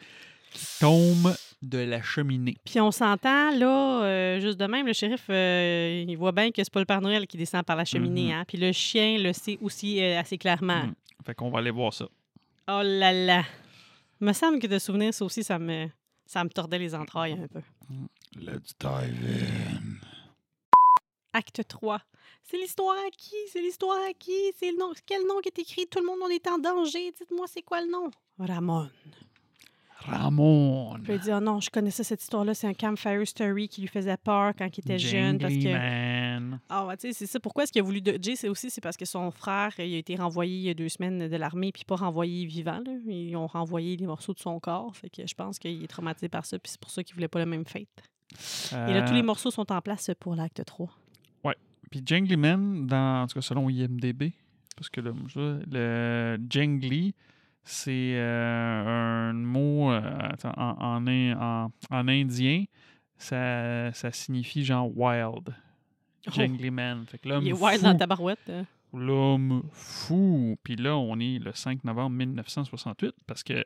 Speaker 2: qui tombe de la cheminée.
Speaker 1: Puis on s'entend, là, euh, juste de même, le shérif, euh, il voit bien que c'est pas le Père Noël qui descend par la cheminée.
Speaker 2: Mhm.
Speaker 1: hein. Puis le chien le sait aussi euh, assez clairement.
Speaker 2: Mhm. Fait qu'on va aller voir ça.
Speaker 1: Oh là là! me semble que de souvenir, ça aussi, ça me, ça me tordait les entrailles un peu.
Speaker 2: Let's dive in.
Speaker 1: Acte 3. C'est l'histoire à qui? C'est l'histoire à qui? C'est le nom. Quel nom qui est écrit? Tout le monde, on est en danger. Dites-moi, c'est quoi le nom? Ramon.
Speaker 2: Ramon.
Speaker 1: Je peux dire, oh non, je connaissais cette histoire-là. C'est un campfire story qui lui faisait peur quand il était jeune. Parce
Speaker 2: Jingly
Speaker 1: que...
Speaker 2: Man.
Speaker 1: Ah, ouais, tu sais, c'est ça. Pourquoi est-ce qu'il a voulu dodger? C'est aussi c'est parce que son frère, il a été renvoyé il y a deux semaines de l'armée, puis pas renvoyé vivant. là. Ils ont renvoyé des morceaux de son corps. Fait que je pense qu'il est traumatisé par ça, puis c'est pour ça qu'il voulait pas la même fête. Et là, tous les
Speaker 2: Euh,
Speaker 1: morceaux sont en place pour l'acte 3.
Speaker 2: Puis Jingly Man, dans, en tout cas selon IMDB, parce que là, moi, je- le Jingly, c'est euh, un mot euh, attends, en, en in- en- en indien, ça, ça signifie genre wild. Jingly Man. Fait que l'homme
Speaker 1: Oh. Il est wild dans
Speaker 2: fou.
Speaker 1: ta barouette. euh.
Speaker 2: L'homme fou. Puis là, on est le 5 novembre 1968 parce que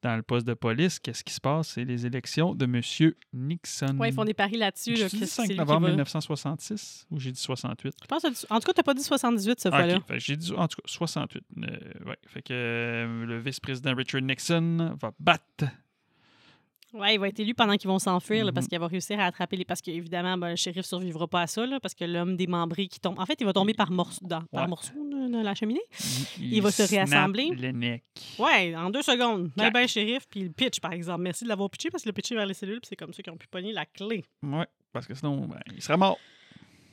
Speaker 2: dans le poste de police, qu'est-ce qui se passe? C'est les élections de M. Nixon.
Speaker 1: Ouais, ils font des paris là-dessus. là,
Speaker 2: J'ai
Speaker 1: que
Speaker 2: dit
Speaker 1: c'est
Speaker 2: 5
Speaker 1: lui qui
Speaker 2: novembre
Speaker 1: va-
Speaker 2: 1966 ou j'ai dit 68?
Speaker 1: Je pense que tu- En tout cas, t'as pas dit 78 cette
Speaker 2: Ah,
Speaker 1: fois-là.
Speaker 2: ok. Fait que J'ai dit, en tout cas, 68. Euh, ouais. Fait que euh, le vice-président Richard Nixon va battre.
Speaker 1: Ouais, il va être élu pendant qu'ils vont s'enfuir là, parce
Speaker 2: Mhm.
Speaker 1: qu'il va réussir à attraper les. Parce qu'évidemment, ben, le shérif survivra pas à ça, là, parce que l'homme démembré qui tombe. En fait, il va tomber par morceaux dans, par
Speaker 2: Ouais.
Speaker 1: morceaux là, dans la cheminée.
Speaker 2: Il,
Speaker 1: Il va se
Speaker 2: snappe
Speaker 1: réassembler.
Speaker 2: le neck.
Speaker 1: Ouais, en deux secondes. Ben,
Speaker 2: Clac.
Speaker 1: ben, shérif, puis il pitch, par exemple. Merci de l'avoir pitché parce qu'il l'a pitché vers les cellules, puis c'est comme ça qu'ils ont pu pogner la clé.
Speaker 2: Ouais, parce que sinon, ben, il serait mort.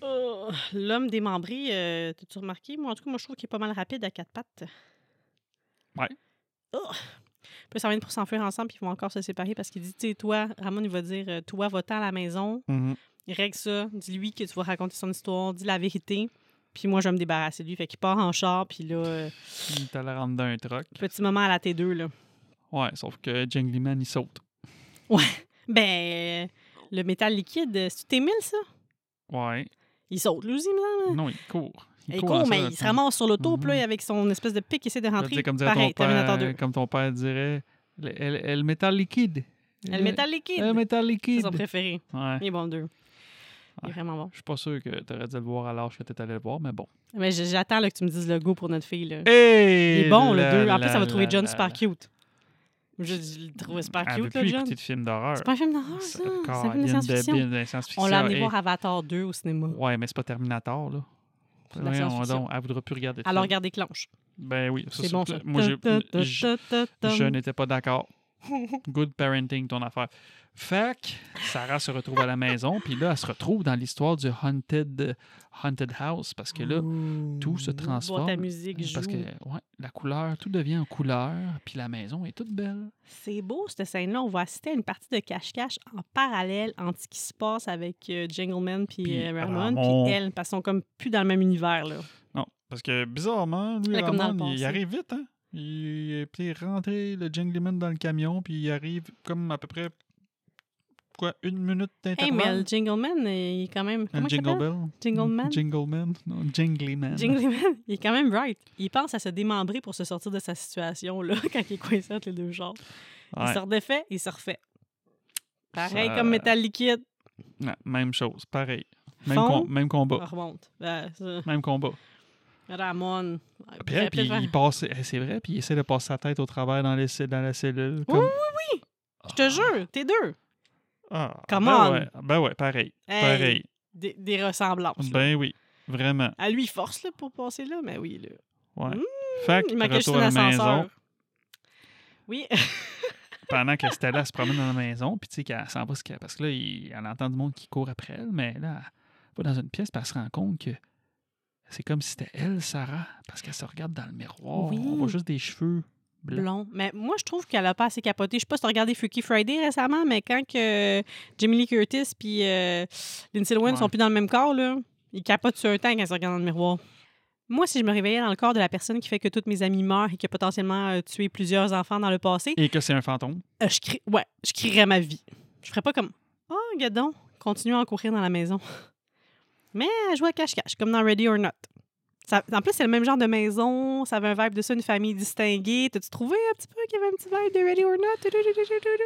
Speaker 1: Oh, l'homme démembré, euh, t'as-tu remarqué? Moi, en tout cas, moi, je trouve qu'il est pas mal rapide à quatre pattes.
Speaker 2: Ouais.
Speaker 1: Oh. Puis ça vient pour s'enfuir ensemble, puis ils vont encore se séparer parce qu'il dit, tu sais, toi, Ramon, il va dire, euh, toi, va-t'en à la maison, règle ça, dis-lui que tu vas raconter son histoire, dis la vérité, puis moi, je vais me débarrasser de lui. Fait qu'il part en char, puis là, euh,
Speaker 2: Il est allé rentrer dans un truck.
Speaker 1: petit moment à la T2, là.
Speaker 2: Ouais, sauf que Jingly Man, il saute.
Speaker 1: Ben, euh, le métal liquide, euh, c'est-tu T1000, ça?
Speaker 2: Ouais.
Speaker 1: Il saute, lui aussi, il me semble.
Speaker 2: Non, il court.
Speaker 1: Il court, mais il se ramasse sur l'auto, puis là,
Speaker 2: Mhm.
Speaker 1: avec son espèce de pic, il essaie de
Speaker 2: Je veux
Speaker 1: rentrer.
Speaker 2: dire, Comme dirait
Speaker 1: Pareil,
Speaker 2: ton
Speaker 1: Terminator 2.
Speaker 2: père, comme ton père dirait, le, le- le métal liquide.
Speaker 1: Le métal liquide.
Speaker 2: Le métal
Speaker 1: C'est
Speaker 2: liquide. Ah.
Speaker 1: son préféré.
Speaker 2: Ouais.
Speaker 1: Il est bon, le deux. Il est
Speaker 2: Ouais.
Speaker 1: vraiment bon.
Speaker 2: Je suis pas sûr que t'aurais dû le voir à l'âge que t'étais allé le voir, mais bon.
Speaker 1: Mais j- j'attends là, que tu me dises le go pour notre fille. Là. Il
Speaker 2: Hey!
Speaker 1: est bon, le
Speaker 2: Eh là
Speaker 1: 2. En plus,
Speaker 2: là
Speaker 1: ça va trouver
Speaker 2: là
Speaker 1: John
Speaker 2: là
Speaker 1: super
Speaker 2: là.
Speaker 1: cute. Je, je le trouve super
Speaker 2: Elle veut
Speaker 1: cute, là,
Speaker 2: plus
Speaker 1: John.
Speaker 2: écouter de films d'horreur.
Speaker 1: C'est pas un film d'horreur, ça. hein, C'est un film de
Speaker 2: Caroline
Speaker 1: science-fiction.
Speaker 2: Debine de science-fiction,
Speaker 1: On l'a amené
Speaker 2: hey.
Speaker 1: voir Avatar 2 au cinéma.
Speaker 2: Ouais, mais c'est pas Terminator, là.
Speaker 1: de la
Speaker 2: Voyons
Speaker 1: science-fiction.
Speaker 2: donc, elle voudra plus regarder de
Speaker 1: Alors,
Speaker 2: films.
Speaker 1: regardez Clenche.
Speaker 2: Ben oui, ça,
Speaker 1: C'est bon, ça.
Speaker 2: Moi, j'ai-
Speaker 1: Ta, ta,
Speaker 2: je,
Speaker 1: ta, ta, ta.
Speaker 2: je n'étais pas d'accord. Good parenting, ton affaire. Fait que Sarah se retrouve à la maison, puis là, elle se retrouve dans l'histoire du haunted, haunted house, parce que là, tout se
Speaker 1: Ouh, boîte à
Speaker 2: transforme.
Speaker 1: musique joue.
Speaker 2: Parce que, ouais, la couleur, tout devient en couleur, puis la maison est toute belle.
Speaker 1: C'est beau, cette scène-là. On va assister à une partie de cache-cache en parallèle entre ce qui se passe avec euh, Jingleman puis
Speaker 2: Puis
Speaker 1: euh, Ramon,
Speaker 2: Ramon.
Speaker 1: puis elle, parce qu'ils sont comme plus dans le même univers. Là.
Speaker 2: Non, parce que bizarrement, lui,
Speaker 1: Là, comme dans le
Speaker 2: Ramon, il, il
Speaker 1: passé.
Speaker 2: arrive vite, hein? Il, puis il est rentré le Jingleman dans le camion, puis il arrive comme à peu près, quoi, une minute
Speaker 1: Hey, mais
Speaker 2: d'intervalle.
Speaker 1: le Jingleman, euh, il est quand même. Comment
Speaker 2: le
Speaker 1: il s'appelle?
Speaker 2: Jingle Bell.
Speaker 1: Jingleman?
Speaker 2: Jingleman. Non, Jingleman.
Speaker 1: Jingleman, il est quand même right. Il pense à se démembrer pour se sortir de sa situation là, quand il est coincé entre les deux genres. Il
Speaker 2: Ouais.
Speaker 1: se redéfait, il se refait. Pareil
Speaker 2: Ça- euh,
Speaker 1: comme métal liquide,
Speaker 2: Ouais, même chose, pareil. Même,
Speaker 1: Fond.
Speaker 2: com- même combat.
Speaker 1: on remonte. Ben, ça,
Speaker 2: Même combat.
Speaker 1: Ramon. Ouais,
Speaker 2: Puis, elle,
Speaker 1: peut-être
Speaker 2: puis
Speaker 1: faire-
Speaker 2: il passe, eh, c'est vrai, puis il essaie de passer sa tête au travers dans, les, ce- dans la cellule.
Speaker 1: Oui,
Speaker 2: comme-
Speaker 1: Je te jure, t'es deux.
Speaker 2: Ah,
Speaker 1: Come
Speaker 2: ben
Speaker 1: on.
Speaker 2: ouais, ben ouais, pareil.
Speaker 1: Hey,
Speaker 2: Pareil.
Speaker 1: Des, des ressemblances. là.
Speaker 2: Ben oui, vraiment.
Speaker 1: À lui, il force là, pour passer là, mais oui. Là.
Speaker 2: Ouais.
Speaker 1: Mm,
Speaker 2: Fait que,
Speaker 1: Il manquait juste
Speaker 2: retour
Speaker 1: un
Speaker 2: à la maison.
Speaker 1: ascenseur. Oui,
Speaker 2: pendant que Stella se promène dans la maison, puis tu sais qu'elle s'en va, ce qu'elle- parce que là, il- elle entend du monde qui court après elle, mais là, elle va dans une pièce, puis elle se rend compte que c'est comme si c'était elle, Sarah, parce qu'elle se regarde dans le miroir.
Speaker 1: Oui.
Speaker 2: On voit juste des cheveux blancs.
Speaker 1: blond. Mais moi, je trouve qu'elle a pas assez capoté. Je sais pas si t'as regardé Freaky Friday récemment, mais quand que euh, Jamie Lee Curtis puis euh, Lindsay Lohan
Speaker 2: Ouais.
Speaker 1: sont plus dans le même corps, là, ils capotent sur un temps quand ils se regardent dans le miroir. Moi, si je me réveillais dans le corps de la personne qui fait que toutes mes amies meurent et qui a potentiellement euh, tué plusieurs enfants dans le passé,
Speaker 2: Et que c'est un fantôme.
Speaker 1: euh, je, crie... ouais, je crierais ma vie. Je ferais pas comme « Oh, gadon, continue à en courir dans la maison. » Mais elle joue à cache-cache, comme dans Ready or Not. Ça- en plus, c'est le même genre de maison, ça avait un vibe de ça, une famille distinguée. T'as-tu trouvé un petit peu qu'il y avait un petit vibe de Ready or Not? Tudududududu.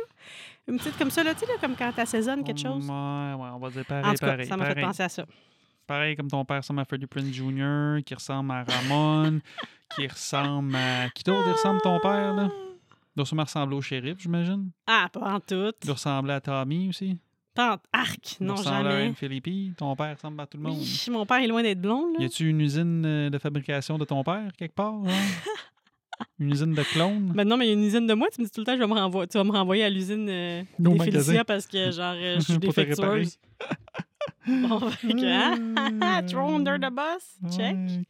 Speaker 1: Une petite comme ça, là, tu sais, là, comme quand t'assaisonnes quelque chose.
Speaker 2: Ouais, ouais, on va dire pareil,
Speaker 1: En tout cas,
Speaker 2: Mm, pareil.
Speaker 1: ça m'a fait
Speaker 2: pareil.
Speaker 1: penser à ça.
Speaker 2: Pareil comme ton père ressemble à Freddie Prinze Jr., qui ressemble à Ramon, qui ressemble à... Qui d'autre il ressemble ton père, là? Il doit sûrement ressembler au shérif, j'imagine.
Speaker 1: Ah, pas en tout.
Speaker 2: Il doit ressembler à Tommy aussi.
Speaker 1: Pas en... Arc,
Speaker 2: Il doit
Speaker 1: non,
Speaker 2: ressembler à
Speaker 1: jamais.
Speaker 2: Anne Philippi. Ton père ressemble à tout le monde.
Speaker 1: Oui, mon père est loin d'être blond, là.
Speaker 2: Y a-tu une usine euh, de fabrication de ton père quelque part? genre? Une usine de clones?
Speaker 1: Maintenant, Ben mais il y a une usine de moi. Tu me dis tout le temps, je vais me renvoyer, tu vas me renvoyer à l'usine euh,
Speaker 2: Nos
Speaker 1: des
Speaker 2: magasins.
Speaker 1: Félicia parce que, genre, euh, je suis
Speaker 2: Pour te réparer.
Speaker 1: défectueuse. Bon, fait que, hein? Ah, throw under the bus, Bah, check.
Speaker 2: Ouais.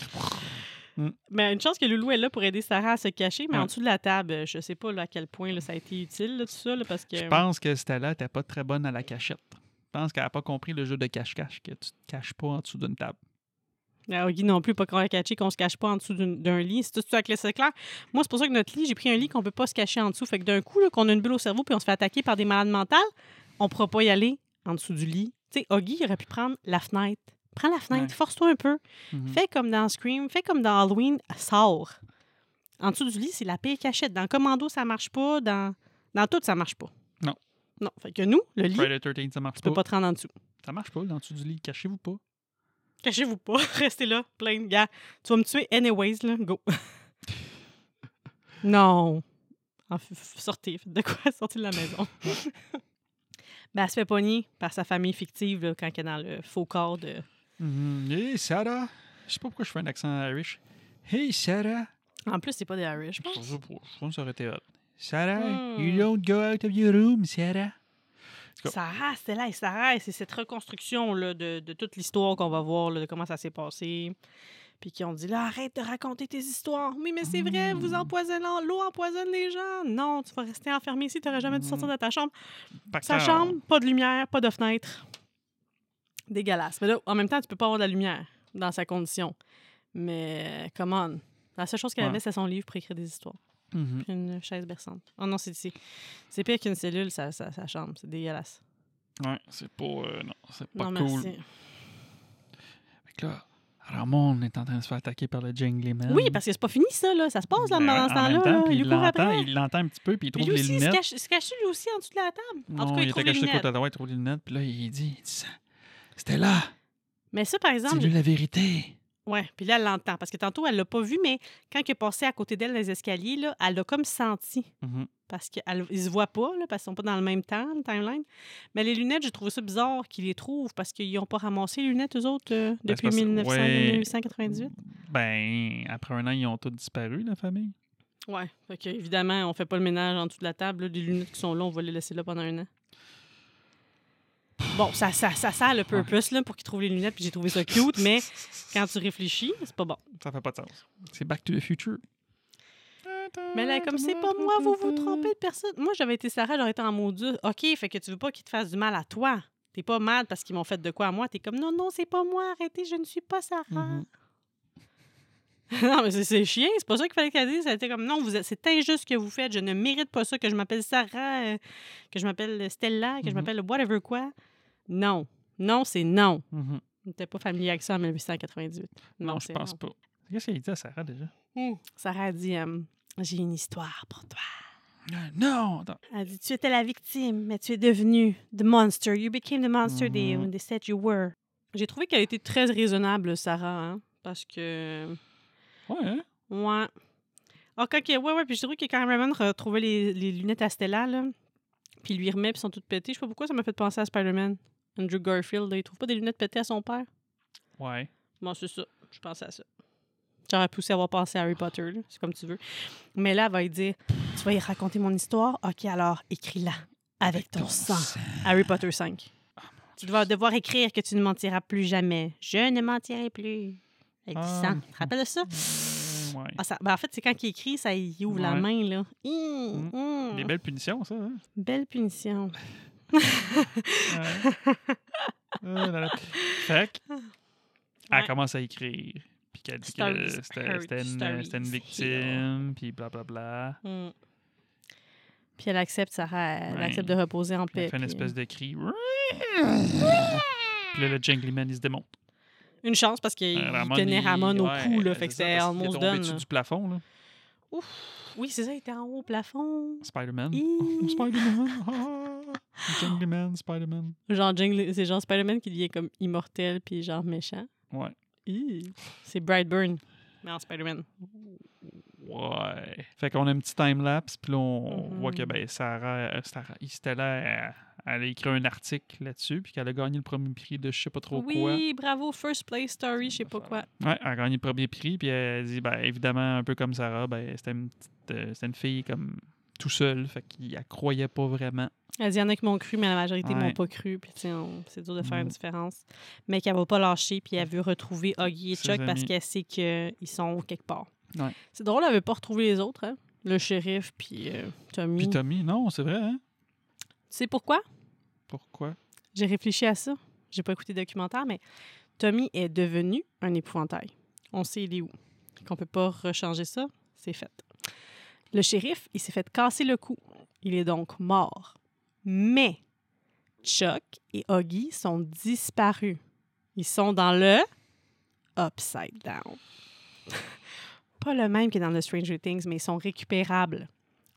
Speaker 1: Mais une chance que Loulou est là pour aider Sarah à se cacher, mais en
Speaker 2: Ouais.
Speaker 1: dessous de la table, je sais pas là, à quel point là, ça a été utile, là, tout ça, là, parce que...
Speaker 2: Je pense que Stella n'était pas très bonne à la cachette. Je pense qu'elle n'a pas compris le jeu de cache-cache, que tu te caches pas en dessous d'une table.
Speaker 1: Ah, Guy non plus, pas qu'on a catché, qu'on se cache pas en dessous d'une- d'un lit. C'est tout ça avec le clair. Moi, c'est pour ça que notre lit, j'ai pris un lit qu'on peut pas se cacher en dessous. Fait que d'un coup, là, qu'on a une bulle au cerveau puis on se fait attaquer par des malades mentales, on pourra pas y aller en dessous du lit. Tu sais, Oggy, il aurait pu prendre la fenêtre. Prends la fenêtre,
Speaker 2: Ouais.
Speaker 1: force-toi un peu.
Speaker 2: Mhm.
Speaker 1: Fais comme dans Scream, fais comme dans Halloween, sors. En dessous du lit, c'est la paix cachette. Dans Commando, ça marche pas. Dans, dans tout, ça marche pas.
Speaker 2: Non.
Speaker 1: Non. Fait que nous, le lit, tu
Speaker 2: Friday 13, ça marche
Speaker 1: peux pas
Speaker 2: pas.
Speaker 1: te rendre en dessous.
Speaker 2: Ça marche pas, dans le dessous du lit. Cachez-vous pas.
Speaker 1: Cachez-vous pas, restez là, plein de gars. Tu vas me tuer anyways, là, go. non. En f- f- sortez, faites de quoi, sortez de la maison. ben, elle se fait pogner par sa famille fictive là, quand elle est dans le faux corps de... Mm-hmm.
Speaker 2: Hey, Sarah. Je sais pas pourquoi je fais un accent irish. Hey, Sarah.
Speaker 1: En plus, c'est pas des Irish, je pense.
Speaker 2: Je pense que ça aurait été hot. Sarah,
Speaker 1: Hmm.
Speaker 2: you don't go out of your room, Sarah. cas-
Speaker 1: Sarah, c'est là et Sarah, et c'est cette reconstruction là, de, de toute l'histoire qu'on va voir, là, de comment ça s'est passé. Puis qui ont dit là, arrête de raconter tes histoires. Oui, mais c'est vrai, vous empoisonnez l'eau, empoisonne les gens. Non, tu vas rester enfermé ici, t'aurais jamais dû sortir de ta chambre.
Speaker 2: Par
Speaker 1: Sa
Speaker 2: contre,
Speaker 1: chambre, pas de lumière, pas de fenêtre. Dégueulasse. Mais là, en même temps, tu peux pas avoir de la lumière dans sa condition. Mais, euh, come on. La seule chose qu'elle
Speaker 2: Ouais.
Speaker 1: avait, c'est son livre pour écrire des histoires.
Speaker 2: Mhm.
Speaker 1: Puis une chaise berçante. Oh non, c'est ici. C'est pire qu'une cellule, sa, sa- sa chambre. C'est dégueulasse.
Speaker 2: Ouais, c'est pas, euh, non, c'est pas
Speaker 1: Non,
Speaker 2: cool.
Speaker 1: merci.
Speaker 2: Fait que là, Ramon est en train de se faire attaquer par le Jingly Man.
Speaker 1: Oui, parce que c'est pas fini, ça, là. Ça se passe, là,
Speaker 2: Ben,
Speaker 1: dans ce
Speaker 2: en même
Speaker 1: temps-là.
Speaker 2: temps,
Speaker 1: là.
Speaker 2: puis
Speaker 1: Il
Speaker 2: il
Speaker 1: lui court
Speaker 2: l'entend,
Speaker 1: après.
Speaker 2: il l'entend un petit peu, puis il
Speaker 1: Puis
Speaker 2: trouve
Speaker 1: lui
Speaker 2: les
Speaker 1: aussi, il se
Speaker 2: lunettes.
Speaker 1: cache, il se cache lui aussi en dessous de la table. En tout
Speaker 2: Non,
Speaker 1: cas, il,
Speaker 2: il était
Speaker 1: trouve les
Speaker 2: caché de
Speaker 1: lunettes.
Speaker 2: côté à droite, il trouve les lunettes, puis là, il dit, il dit ça. C'était là,
Speaker 1: Mais ça, par exemple,
Speaker 2: dis-lui la vérité.
Speaker 1: je- ouais. Puis là, elle l'entend. Parce que tantôt, elle l'a pas vu, mais quand il est passé à côté d'elle dans les escaliers, là, elle l'a comme senti.
Speaker 2: Mhm.
Speaker 1: Parce qu'ils se voient pas, là, parce qu'ils sont pas dans le même temps, le timeline. Mais les lunettes, j'ai trouvé ça bizarre qu'ils les trouvent parce qu'ils ont pas ramassé les lunettes, eux autres, euh,
Speaker 2: Ben, c'est
Speaker 1: depuis
Speaker 2: parce-
Speaker 1: 1900,
Speaker 2: ouais.
Speaker 1: 1898.
Speaker 2: Ben, après un an, ils ont tous disparu, la famille.
Speaker 1: Ouais. Fait que, évidemment, on fait pas le ménage en dessous de la table. là. Les lunettes qui sont là, on va les laisser là pendant un an. Bon, ça, ça, ça sert le purpose là, pour qu'ils trouvent les lunettes, puis j'ai trouvé ça cute, mais quand tu réfléchis, c'est pas bon.
Speaker 2: Ça fait pas de sens. C'est Back to the Future.
Speaker 1: Mais là, comme c'est pas moi, vous vous trompez de personne. Moi, j'avais été Sarah, j'aurais été en mode dur. OK, fait que tu veux pas qu'ils te fassent du mal à toi. T'es pas mal parce qu'ils m'ont fait de quoi à moi. T'es comme, non, non, c'est pas moi, arrêtez, je ne suis pas Sarah.
Speaker 2: Mhm.
Speaker 1: non, mais c'est- c'est chiant, c'est pas ça qu'il fallait qu'elle dise. Elle était comme, non, vous êtes- c'est injuste ce que vous faites, je ne mérite pas ça, que je m'appelle Sarah, euh, que je m'appelle Stella, que je
Speaker 2: Mhm.
Speaker 1: m'appelle whatever quoi. Non. Non, c'est non.
Speaker 2: Mhm.
Speaker 1: On n'était pas familier avec ça en 1898.
Speaker 2: Non, je
Speaker 1: c'est
Speaker 2: pense pas. Qu'est-ce qu'elle dit à Sarah déjà?
Speaker 1: Hmm. Sarah a dit euh, J'ai une histoire pour toi.
Speaker 2: Ah, Non! attends.
Speaker 1: Elle dit Tu étais la victime, mais tu es devenue the monster. You became the monster they,
Speaker 2: Mhm.
Speaker 1: they said you were. Mm-hmm. J'ai trouvé qu'elle était très raisonnable, Sarah, hein, parce que.
Speaker 2: Ouais, hein?
Speaker 1: Ouais. Ah, quand que- ouais, ouais, puis je trouve que quand Raymond retrouvait les, les lunettes à Stella, là, puis il lui remet, puis ils sont toutes pétées, je sais pas pourquoi ça m'a fait penser à Spider-Man. Andrew Garfield, là, il trouve pas des lunettes pétées à son père.
Speaker 2: Ouais.
Speaker 1: Bon, c'est ça. Je pensais à ça. J'aurais pu aussi avoir pensé à Harry Potter, là. c'est comme tu veux. Mais là, elle va lui dire Tu vas y raconter mon histoire Ok, alors écris-la avec ton, sang. Harry Potter 5.
Speaker 2: Ah,
Speaker 1: tu vas devoir écrire que tu ne mentiras plus jamais. Je ne mentirai plus. Avec du
Speaker 2: Ah.
Speaker 1: sang. Tu te rappelles de ça?
Speaker 2: Mm, Ouais.
Speaker 1: Ah, ça- ben, en fait, c'est quand il écrit, ça il ouvre la
Speaker 2: Ouais. Mm.
Speaker 1: main. là. Hum, hum.
Speaker 2: Des belles punitions, ça. Hein?
Speaker 1: Belle punition.
Speaker 2: Ouais. Ah, là, là. Fait que, elle
Speaker 1: Ouais.
Speaker 2: commence à écrire. Puis qu'elle dit que
Speaker 1: Stories,
Speaker 2: c'était
Speaker 1: hurt,
Speaker 2: c'était une,
Speaker 1: stories,
Speaker 2: c'était une
Speaker 1: heal.
Speaker 2: victime, puis blablabla.
Speaker 1: Hum. Puis elle accepte, Sarah, elle
Speaker 2: Mm. Ouais.
Speaker 1: accepte de reposer en paix.
Speaker 2: Elle fait une
Speaker 1: puis-
Speaker 2: espèce de cri. Puis là, le jungleman, il se démonte.
Speaker 1: Une chance parce qu'il
Speaker 2: Euh,
Speaker 1: il tenait
Speaker 2: il-
Speaker 1: Ramon au
Speaker 2: ouais,
Speaker 1: cou, là. Fait que
Speaker 2: ça,
Speaker 1: c'était
Speaker 2: parce qu'il
Speaker 1: on
Speaker 2: est
Speaker 1: se
Speaker 2: tombé
Speaker 1: donne.
Speaker 2: dessus
Speaker 1: là.
Speaker 2: du plafond, là.
Speaker 1: Oui, c'est ça, il était en haut au plafond.
Speaker 2: Spider-Man.
Speaker 1: Hi.
Speaker 2: Oh, Spider-Man. Ah, ah. Jungleman, Spider-Man.
Speaker 1: Genre, Jingle- c'est genre Spider-Man qui devient comme immortel puis genre méchant.
Speaker 2: Ouais.
Speaker 1: Hi. C'est Brightburn. Mais en Spider-Man.
Speaker 2: Ouais. Fait qu'on a un petit time-lapse, puis là, on
Speaker 1: Mhm.
Speaker 2: voit que ben, Sarah, euh, Sarah Stella, elle, elle a écrit un article là-dessus, puis qu'elle a gagné le premier prix de je sais pas trop quoi.
Speaker 1: Oui, bravo, First Place Story, je sais pas quoi.
Speaker 2: Ouais, elle a gagné le premier prix, puis elle dit, ben, évidemment, un peu comme Sarah, ben, c'était une, petite, euh, c'était une fille comme tout seule, fait qu'elle croyait pas vraiment.
Speaker 1: Elle dit, il y en a qui m'ont cru, mais la majorité
Speaker 2: Ouais.
Speaker 1: m'ont pas cru. Puis, tu sais, on- c'est dur de faire une
Speaker 2: Mm.
Speaker 1: différence. Mais qu'elle va pas lâcher, puis elle veut retrouver Huggy et
Speaker 2: Ses
Speaker 1: Chuck parce
Speaker 2: amis.
Speaker 1: qu'elle sait qu'ils sont quelque part.
Speaker 2: Ouais.
Speaker 1: C'est drôle, elle veut pas retrouver les autres, hein? Le shérif, puis euh, Tommy.
Speaker 2: Puis
Speaker 1: Tu
Speaker 2: Tommy, non, c'est vrai, hein?
Speaker 1: sais pourquoi?
Speaker 2: Pourquoi?
Speaker 1: J'ai réfléchi à ça. J'ai pas écouté le documentaire, mais Tommy est devenu un épouvantail. On sait il est où. Qu'on peut pas rechanger ça, c'est fait. Le shérif, il s'est fait casser le cou. Il est donc mort. Mais Chuck et Huggy sont disparus. Ils sont dans le Upside Down. pas le même que dans le Stranger Things, mais ils sont récupérables.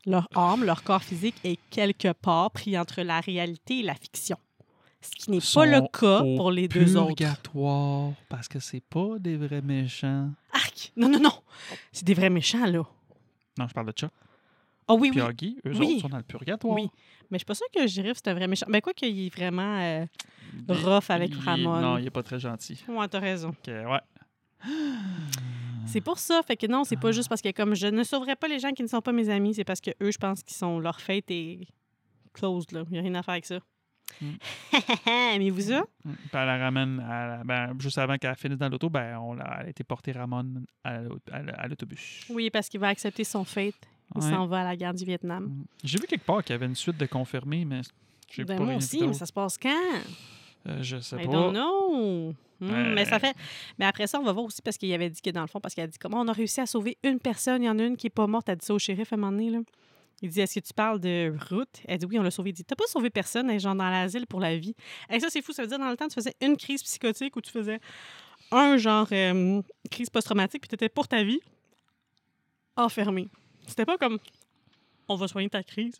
Speaker 1: Leur âme, leur corps physique est quelque part pris entre la réalité et la fiction. Ce qui n'est
Speaker 2: Sont
Speaker 1: pas le cas
Speaker 2: au
Speaker 1: pour les deux autres.
Speaker 2: Purgatoire, parce que c'est pas des vrais méchants.
Speaker 1: Arc! Non, non, non! C'est des vrais méchants, là.
Speaker 2: Non, je parle de Chuck.
Speaker 1: Ah oui,
Speaker 2: Puis
Speaker 1: oui.
Speaker 2: Huggy, eux
Speaker 1: Oui.
Speaker 2: autres sont dans le purgatoire.
Speaker 1: Oui. Mais je suis pas sûre que le shérif, c'est un vrai méchant. Mais quoi qu'il est vraiment euh,
Speaker 2: Il-
Speaker 1: rough avec
Speaker 2: Ben, il-
Speaker 1: Ramon.
Speaker 2: Non, il est Ah. pas très gentil.
Speaker 1: Ouais, t'as raison.
Speaker 2: Ok, ouais.
Speaker 1: C'est pour ça. Fait que non, c'est
Speaker 2: Ah.
Speaker 1: pas juste parce que comme je ne sauverai pas les gens qui ne sont pas mes amis, c'est parce que eux, je pense qu'ils sont leur fête et closed, là. Il n'y a rien à faire avec ça.
Speaker 2: Mm.
Speaker 1: Aimez-vous ça?
Speaker 2: Mm. Puis elle la ramène, à la- ben, juste avant qu'elle finisse dans l'auto, ben, on l'a, elle a été portée Ramon à, l'au- à l'- à l'autobus.
Speaker 1: Oui, parce qu'il va accepter son fête. Il
Speaker 2: Ouais.
Speaker 1: s'en va à la guerre du Vietnam.
Speaker 2: Mm. J'ai vu quelque part qu'il y avait une suite de confirmés, mais j'ai
Speaker 1: Ben,
Speaker 2: pas
Speaker 1: moi
Speaker 2: rien
Speaker 1: aussi, mais
Speaker 2: vu
Speaker 1: Ben,
Speaker 2: d'autre.
Speaker 1: ça se passe quand?
Speaker 2: Euh, je sais
Speaker 1: I
Speaker 2: pas.
Speaker 1: don't know. Hmm,
Speaker 2: Ouais.
Speaker 1: Mais ça fait. Mais après ça, on va voir aussi parce qu'il avait dit que dans le fond, parce qu'elle a dit comment on a réussi à sauver une personne, il y en a une qui est pas morte. Elle dit ça au shérif à un moment donné. Là. Il dit Est-ce que tu parles de route Elle dit Oui, on l'a sauvé. Il dit T'as pas sauvé personne, elle est genre dans l'asile pour la vie. Et ça, c'est fou. Ça veut dire dans le temps, tu faisais une crise psychotique ou tu faisais un genre euh, crise post-traumatique, puis t'étais pour ta vie enfermé. C'était pas comme on va soigner ta crise,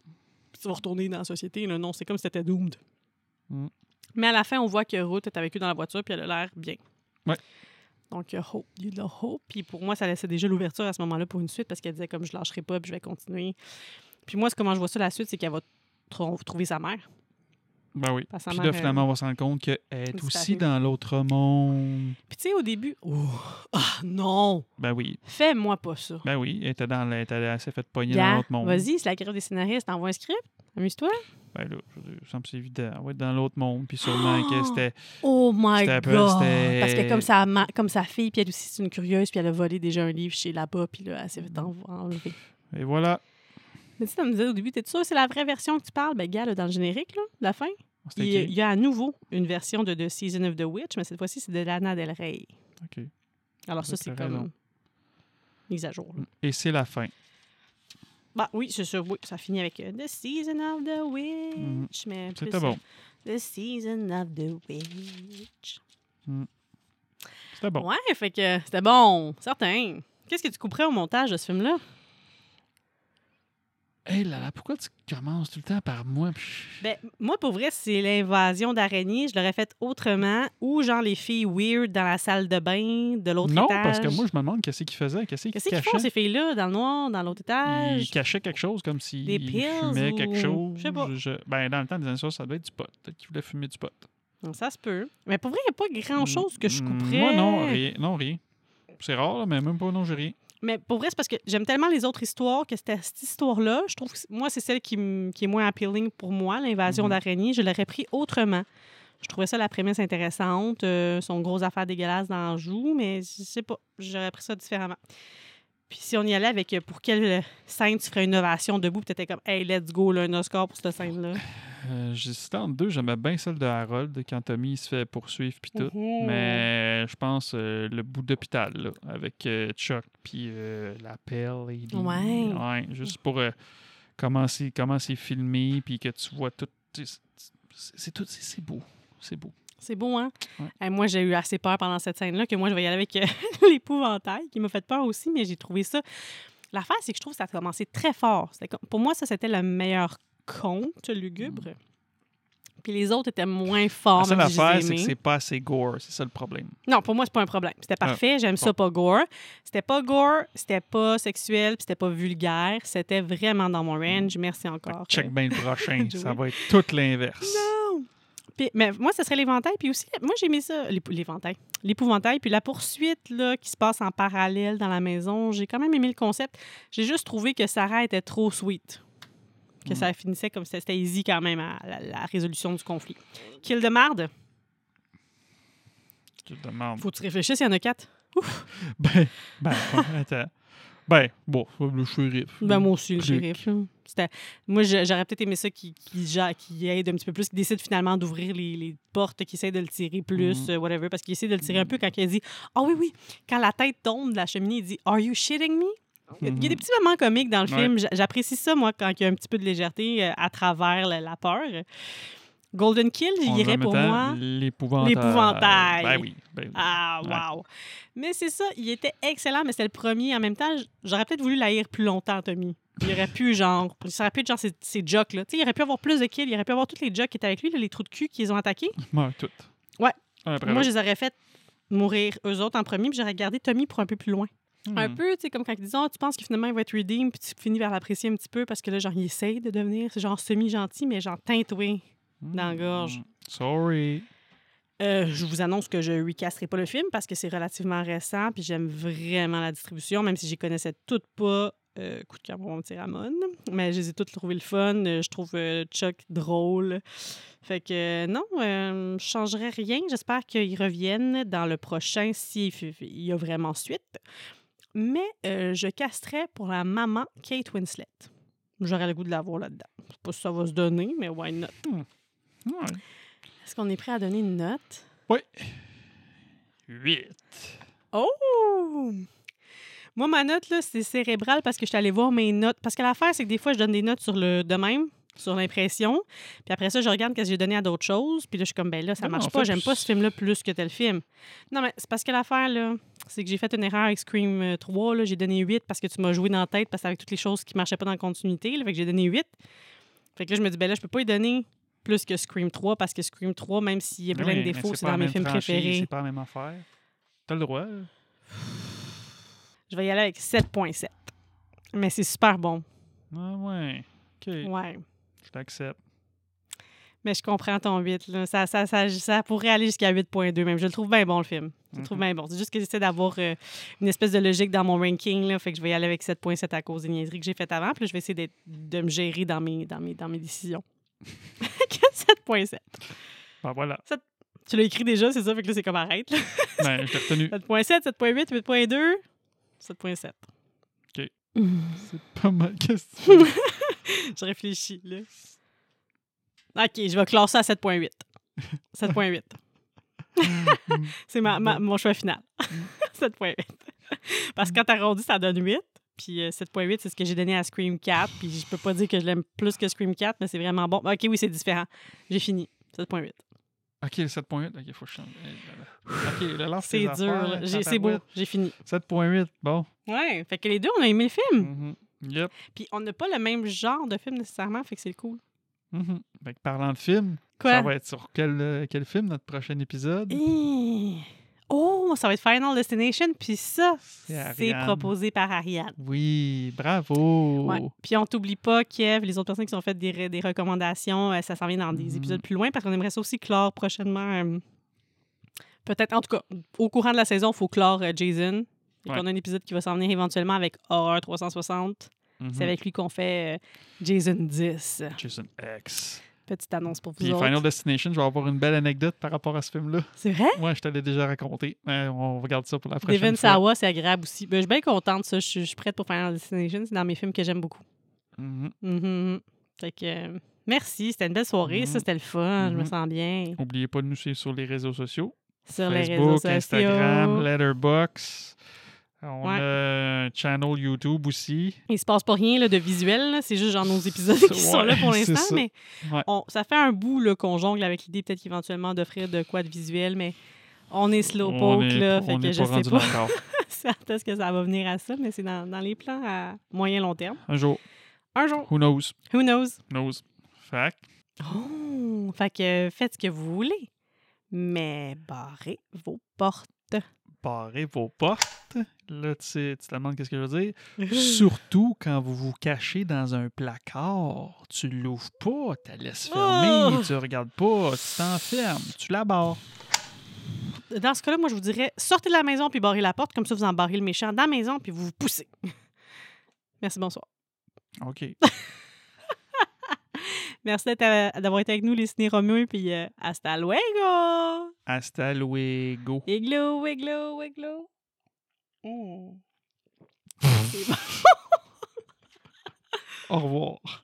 Speaker 1: puis tu vas retourner dans la société. Là. Non, c'est comme si t'étais doomed.
Speaker 2: Mm.
Speaker 1: Mais à la fin, on voit que Ruth est avec eux dans la voiture, puis elle a l'air bien.
Speaker 2: Ouais.
Speaker 1: Donc, il y a hope, il y a de la hope. Puis pour moi, ça laissait déjà l'ouverture à ce moment-là pour une suite, parce qu'elle disait comme je lâcherai pas, puis je vais continuer. Puis moi, c'est comment je vois ça la suite, c'est qu'elle va tr- trouver sa mère.
Speaker 2: Ben oui.
Speaker 1: Parce que sa
Speaker 2: Puis là,
Speaker 1: mère,
Speaker 2: finalement, on va se rendre compte qu'elle est aussi
Speaker 1: disparue.
Speaker 2: dans l'autre monde.
Speaker 1: Puis tu sais, au début, oh, ah non,
Speaker 2: Ben oui.
Speaker 1: fais-moi pas ça.
Speaker 2: Ben oui, elle était dans la- elle était- elle s'est fait pogner dans
Speaker 1: Gars,
Speaker 2: l'autre monde.
Speaker 1: vas-y, c'est la grève des scénaristes, envoie un script, amuse-toi.
Speaker 2: Ben là, je, je semble que c'est évident. Elle va être dans l'autre monde. Puis sûrement que
Speaker 1: Oh!
Speaker 2: c'était.
Speaker 1: Oh my
Speaker 2: C'était un
Speaker 1: god!
Speaker 2: peu- c'était-
Speaker 1: Parce que comme sa, ma- comme sa fille, puis elle aussi, c'est une curieuse, puis elle a volé déjà un livre chez là-bas, puis là, elle s'est fait envo- enlever.
Speaker 2: Et voilà.
Speaker 1: Mais tu sais, me disais au début, t'es sûr que c'est la vraie version que tu parles? Ben, gars, là, dans le générique, là, de la fin, il,
Speaker 2: C'était
Speaker 1: il y a à nouveau une version de The Season of the Witch, mais cette fois-ci, c'est de Lana Del Rey.
Speaker 2: OK.
Speaker 1: Alors, ça,
Speaker 2: Ouais,
Speaker 1: c'est
Speaker 2: t'as
Speaker 1: comme
Speaker 2: raison.
Speaker 1: mise à jour. là.
Speaker 2: Et c'est la fin.
Speaker 1: Bah oui, c'est sûr, oui, ça finit avec euh, The Season of the Witch. mais plus,
Speaker 2: Mhm. C'était bon.
Speaker 1: euh, The Season of the Witch.
Speaker 2: C'était bon.
Speaker 1: Ouais, fait que c'était bon, certain. Qu'est-ce que tu couperais au montage de ce film-là?
Speaker 2: Hey là là, pourquoi tu commences tout le temps par moi? Puis-
Speaker 1: Ben, moi, pour vrai, c'est l'invasion d'araignées. Je l'aurais faite autrement. Ou genre les filles weird dans la salle de bain de l'autre
Speaker 2: non,
Speaker 1: étage.
Speaker 2: parce que moi, je me demande qu'est-ce qu'il faisait, qu'est-ce qu'il
Speaker 1: Qu'est-ce qu'ils font,
Speaker 2: cachait.
Speaker 1: ces filles-là, dans le noir, dans l'autre étage?
Speaker 2: il cachait quelque chose comme s'il
Speaker 1: Des pills
Speaker 2: fumait
Speaker 1: ou-
Speaker 2: quelque chose.
Speaker 1: je sais pas.
Speaker 2: Je- Ben, dans le temps des années 60, ça devait être du pot. Peut-être qu'il voulait fumer du pot.
Speaker 1: Ça se peut. Mais pour vrai, il n'y a pas grand-chose que je
Speaker 2: Mm,
Speaker 1: couperais.
Speaker 2: Moi, non, rien. Non, rien. C'est rare, là, mais même pas, non, j'ai rien.
Speaker 1: Mais pour vrai, c'est parce que j'aime tellement les autres histoires que c'était cette histoire-là. Je trouve que c'est- moi, c'est celle qui, m- qui est moins appealing pour moi, l'invasion
Speaker 2: Mhm.
Speaker 1: d'araignées. Je l'aurais pris autrement. Je trouvais ça la prémisse intéressante, euh, son gros affaire dégueulasse dans le joue, mais je sais pas, j'aurais pris ça différemment. Puis si on y allait avec euh, pour quelle scène tu ferais une ovation debout, puis t'étais comme Hey, let's go, là, un Oscar pour cette scène-là.
Speaker 2: Euh, J'hésitais entre deux. J'aimais bien celle de Harold quand Tommy il se fait poursuivre puis tout. Mais je pense euh, le bout d'hôpital là, avec euh, Chuck puis euh, la pelle. Et les-
Speaker 1: Ouais.
Speaker 2: Ouais, juste pour euh, comment c'est comment c'est filmé puis que tu vois tout. tu sais, C'est c'est tout, c'est- c'est beau, c'est beau.
Speaker 1: C'est beau, hein?
Speaker 2: Ouais.
Speaker 1: Hey, moi, j'ai eu assez peur pendant cette scène-là que moi, je vais y aller avec euh, l'épouvantail qui m'a fait peur aussi, mais j'ai trouvé ça. L'affaire, c'est que je trouve que ça a commencé très fort. C'était comme- Pour moi, ça, c'était le meilleur conte lugubre Puis les autres étaient moins forts.
Speaker 2: Mm.
Speaker 1: même
Speaker 2: La seule
Speaker 1: si je les ai
Speaker 2: affaire, c'est que
Speaker 1: aimés.
Speaker 2: c'est pas assez gore. C'est Ah. ça le problème.
Speaker 1: Non, pour moi, c'est pas un problème. C'était parfait, j'aime ça pas gore. C'était pas gore, c'était pas sexuel, puis c'était pas vulgaire. C'était vraiment dans mon range. Merci
Speaker 2: Fait que
Speaker 1: encore.
Speaker 2: Mm. check bien le prochain.
Speaker 1: Joey.
Speaker 2: ça va être tout l'inverse.
Speaker 1: Puis- mais moi, ce serait l'éventail. Puis aussi, moi, j'ai mis ça, l'ép- l'éventail. L'épouvantail. Puis la poursuite là, qui se passe en parallèle dans la maison, j'ai quand même aimé le concept. J'ai juste trouvé que Sarah était trop sweet. Que
Speaker 2: Mm.
Speaker 1: ça finissait comme ça. C'était easy quand même à la, la résolution du conflit. Kill de marde.
Speaker 2: Tu te demandes.
Speaker 1: Faut que tu réfléchisses, il y en a quatre.
Speaker 2: Ben, ben, attends. Ben, bon, le shérif.
Speaker 1: Ben, moi aussi, le
Speaker 2: Clic.
Speaker 1: shérif. là. C'était- Moi, je- j'aurais peut-être aimé ça qui, qui, ja- qui aide un petit peu plus, qui décide finalement d'ouvrir les, les portes, qui essaie de le tirer plus,
Speaker 2: Mhm.
Speaker 1: euh, whatever, parce qu'il essaie de le
Speaker 2: Mm.
Speaker 1: tirer un peu quand il dit Ah oui, oui, quand la tête tombe de la cheminée, il dit Are you shitting me? Il y a des petits moments comiques dans le
Speaker 2: Mm-hmm. Ouais.
Speaker 1: film. J'a- J'apprécie ça, moi, quand il y a un petit peu de légèreté euh, à travers la, la peur. Golden Kill,
Speaker 2: On
Speaker 1: j'y
Speaker 2: dirait
Speaker 1: irais pour
Speaker 2: maintenant
Speaker 1: moi.
Speaker 2: L'épouvantail.
Speaker 1: L'épouvantail.
Speaker 2: Ben oui. Ben, oui.
Speaker 1: Ah,
Speaker 2: Ouais.
Speaker 1: wow! Mais c'est ça, il était excellent, mais c'était le premier. En même temps, j- j'aurais peut-être voulu l'haïr plus longtemps, Tommy. Il aurait pu, genre, ça aurait pu être genre ses, ses jocks, là. Tu sais, il aurait pu avoir plus de kills, il aurait pu avoir tous les jocks qui étaient avec lui, là, les trous de cul qu'ils ont attaqués.
Speaker 2: Meurt tout.
Speaker 1: Ouais.
Speaker 2: Un après
Speaker 1: Moi, je
Speaker 2: l'autre.
Speaker 1: les aurais fait mourir eux autres en premier, puis j'aurais gardé Tommy pour un peu plus loin. Un
Speaker 2: Hmm.
Speaker 1: peu, tu sais, comme quand ils disent, Ah, tu penses que finalement il va être redeem, puis tu finis par l'apprécier un petit peu parce que là, genre, il essaye de devenir, c'est genre semi-gentil, mais genre teintoué. dans la gorge.
Speaker 2: Hmm. Sorry.
Speaker 1: Euh, je vous annonce que je recasterai pas le film parce que c'est relativement récent, puis j'aime vraiment la distribution, même si j'y connaissais toutes pas. euh, coup de cœur pour mon petit Ramon. Mais je les ai toutes trouvées le fun. Euh, Je trouve euh, Chuck drôle. Fait que euh, non, euh, je changerai rien. J'espère qu'ils reviennent dans le prochain s'il f- il y a vraiment suite. Mais euh, je casterai pour la maman Kate Winslet. J'aurais le goût de la voir là-dedans. Je sais pas si ça va se donner, mais why not?
Speaker 2: Ouais.
Speaker 1: Est-ce qu'on est prêt à donner une note?
Speaker 2: Huit.
Speaker 1: Oh! Moi, ma note, là, c'est cérébral parce que je suis allée voir mes notes. Parce que l'affaire, c'est que des fois, je donne des notes sur le de même, sur l'impression. Puis après ça, je regarde qu'est-ce que j'ai donné à d'autres choses. Puis là, je suis comme, ben là, ça
Speaker 2: Non,
Speaker 1: marche
Speaker 2: en
Speaker 1: pas.
Speaker 2: fait,
Speaker 1: J'aime pas ce film-là plus que tel film. Non, mais c'est parce que l'affaire, là, c'est que j'ai fait une erreur avec Scream euh, 3. là. J'ai donné 8 parce que tu m'as joué dans la tête parce que avec toutes les choses qui marchaient pas dans la continuité. Là, fait que j'ai donné 8. Fait que là, je me dis, ben là, je peux pas y donner plus que Scream 3 parce que Scream 3, même s'il y a plein
Speaker 2: Ben
Speaker 1: de
Speaker 2: Oui, mais
Speaker 1: défauts, c'est
Speaker 2: pas
Speaker 1: dans
Speaker 2: la
Speaker 1: mes
Speaker 2: même
Speaker 1: films
Speaker 2: franchise,
Speaker 1: préférés.
Speaker 2: C'est pas la même affaire. T'as le droit. là.
Speaker 1: Je vais y aller avec 7.7. Mais c'est super bon.
Speaker 2: Ah ouais. OK.
Speaker 1: Ouais.
Speaker 2: Je t'accepte.
Speaker 1: Mais je comprends ton 8. là. Ça, ça, ça, ça pourrait aller jusqu'à 8.2 même. Je le trouve bien bon, le film. Je
Speaker 2: Mhm.
Speaker 1: le trouve bien bon. C'est juste que j'essaie d'avoir euh, une espèce de logique dans mon ranking. Là, fait que je vais y aller avec 7.7 à cause des niaiseries que j'ai faites avant. Puis là, je vais essayer d'être- de me gérer dans mes, dans mes, dans mes décisions. Fait que 7.7.
Speaker 2: Ben voilà.
Speaker 1: Tu l'as écrit déjà, c'est ça? Fait que là, c'est comme arrête. là.
Speaker 2: Ben, je t'ai retenu.
Speaker 1: 7.7, 7.8, 8.2, 7.7.
Speaker 2: OK.
Speaker 1: Hmm.
Speaker 2: C'est pas ma question.
Speaker 1: Je réfléchis, là. OK, je vais classer à 7.8. 7.8. C'est ma, ma- mon choix final.
Speaker 2: Mm.
Speaker 1: 7.8. Parce que quand t'arrondis, ça donne 8. Puis euh, 7.8, c'est ce que j'ai donné à Scream 4. Puis je peux pas dire que je l'aime plus que Scream 4, mais c'est vraiment bon. OK, oui, c'est différent. J'ai fini. 7.8.
Speaker 2: OK, le 7.8. OK, faut que je change. Eh, là, là. OK, le lance
Speaker 1: C'est
Speaker 2: tes
Speaker 1: dur.
Speaker 2: affaires,
Speaker 1: là.
Speaker 2: là,
Speaker 1: J'ai- C'est beau.
Speaker 2: tabarouette.
Speaker 1: J'ai fini.
Speaker 2: 7.8, bon.
Speaker 1: Ouais. Fait que les deux, on a aimé le film.
Speaker 2: Mhm. Yep.
Speaker 1: Puis on n'a pas le même genre de film nécessairement. Fait que c'est cool.
Speaker 2: Mhm. Fait que parlant de film,
Speaker 1: Quoi?
Speaker 2: ça va être sur quel, euh, quel film notre prochain épisode?
Speaker 1: Hi. Oh, ça va être Final Destination. Puis ça,
Speaker 2: C'est
Speaker 1: c'est
Speaker 2: Ariane.
Speaker 1: proposé par Ariane.
Speaker 2: Oui, bravo!
Speaker 1: Ouais. Puis on t'oublie pas, Kev, les autres personnes qui ont fait des, re- des recommandations, euh, ça s'en vient dans des
Speaker 2: Mhm.
Speaker 1: épisodes plus loin parce qu'on aimerait ça aussi clore prochainement. euh, Peut-être, en tout cas, au courant de la saison, il faut clore euh, Jason. Et
Speaker 2: Ouais.
Speaker 1: On a un épisode qui va s'en venir éventuellement avec Horror 360.
Speaker 2: Mhm.
Speaker 1: C'est avec lui qu'on fait euh, Jason 10.
Speaker 2: Jason X.
Speaker 1: Petite annonce pour vous
Speaker 2: Puis
Speaker 1: autres.
Speaker 2: Final Destination, je vais avoir une belle anecdote par rapport à ce film-là.
Speaker 1: C'est vrai?
Speaker 2: Ouais, je te l'ai déjà raconté. mais on regarde ça pour la prochaine
Speaker 1: Devin
Speaker 2: fois.
Speaker 1: Sawa, c'est agréable aussi. Ben, je suis bien contente, ça. Je suis- je suis prête pour Final Destination. C'est dans mes films que j'aime beaucoup.
Speaker 2: Mhm.
Speaker 1: Mhm. Fait que, euh, merci. C'était une belle soirée.
Speaker 2: Mhm.
Speaker 1: Ça, c'était le fun. Je me
Speaker 2: Mhm.
Speaker 1: sens bien.
Speaker 2: Oubliez pas de nous suivre sur les réseaux sociaux.
Speaker 1: Sur les réseaux
Speaker 2: Facebook,
Speaker 1: sociaux.
Speaker 2: Instagram, Letterboxd. On
Speaker 1: Ouais.
Speaker 2: a un channel YouTube aussi.
Speaker 1: Il se passe pas rien là, de visuel. là. C'est juste genre nos épisodes
Speaker 2: C'est-
Speaker 1: qui sont là pour
Speaker 2: ouais, c'est
Speaker 1: l'instant.
Speaker 2: ça.
Speaker 1: Mais
Speaker 2: Ouais.
Speaker 1: on- ça fait un bout là, qu'on jongle avec l'idée peut-être éventuellement d'offrir de quoi de visuel. Mais on est slowpoke. là, fait
Speaker 2: on
Speaker 1: que
Speaker 2: est
Speaker 1: je
Speaker 2: rendu
Speaker 1: sais
Speaker 2: là
Speaker 1: pas
Speaker 2: encore.
Speaker 1: quand est-ce que ça va venir à ça. Mais c'est dans, dans les plans à moyen-long terme.
Speaker 2: Un jour,
Speaker 1: Un jour.
Speaker 2: who knows?
Speaker 1: Who knows?
Speaker 2: Knows. Fact.
Speaker 1: Oh! monde. Fait que faites ce que vous voulez, mais barrez vos portes.
Speaker 2: Barrez vos portes. Là, tu, sais, tu te demandes qu'est-ce que je veux dire. Surtout quand vous vous cachez dans un placard. Tu l'ouvres pas, tu la laisses fermer,
Speaker 1: Oh!
Speaker 2: tu regardes pas, tu t'enfermes, tu la barres.
Speaker 1: Dans ce cas-là, moi, je vous dirais, sortez de la maison puis barrez la porte. Comme ça, vous en barrez le méchant dans la maison puis vous vous poussez. Merci, bonsoir.
Speaker 2: OK.
Speaker 1: Merci d'être, euh, d'avoir été avec nous, les ciné Romeo, puis euh, hasta luego!
Speaker 2: Hasta luego.
Speaker 1: Igloo, igloo, igloo. Mm.
Speaker 2: Au revoir.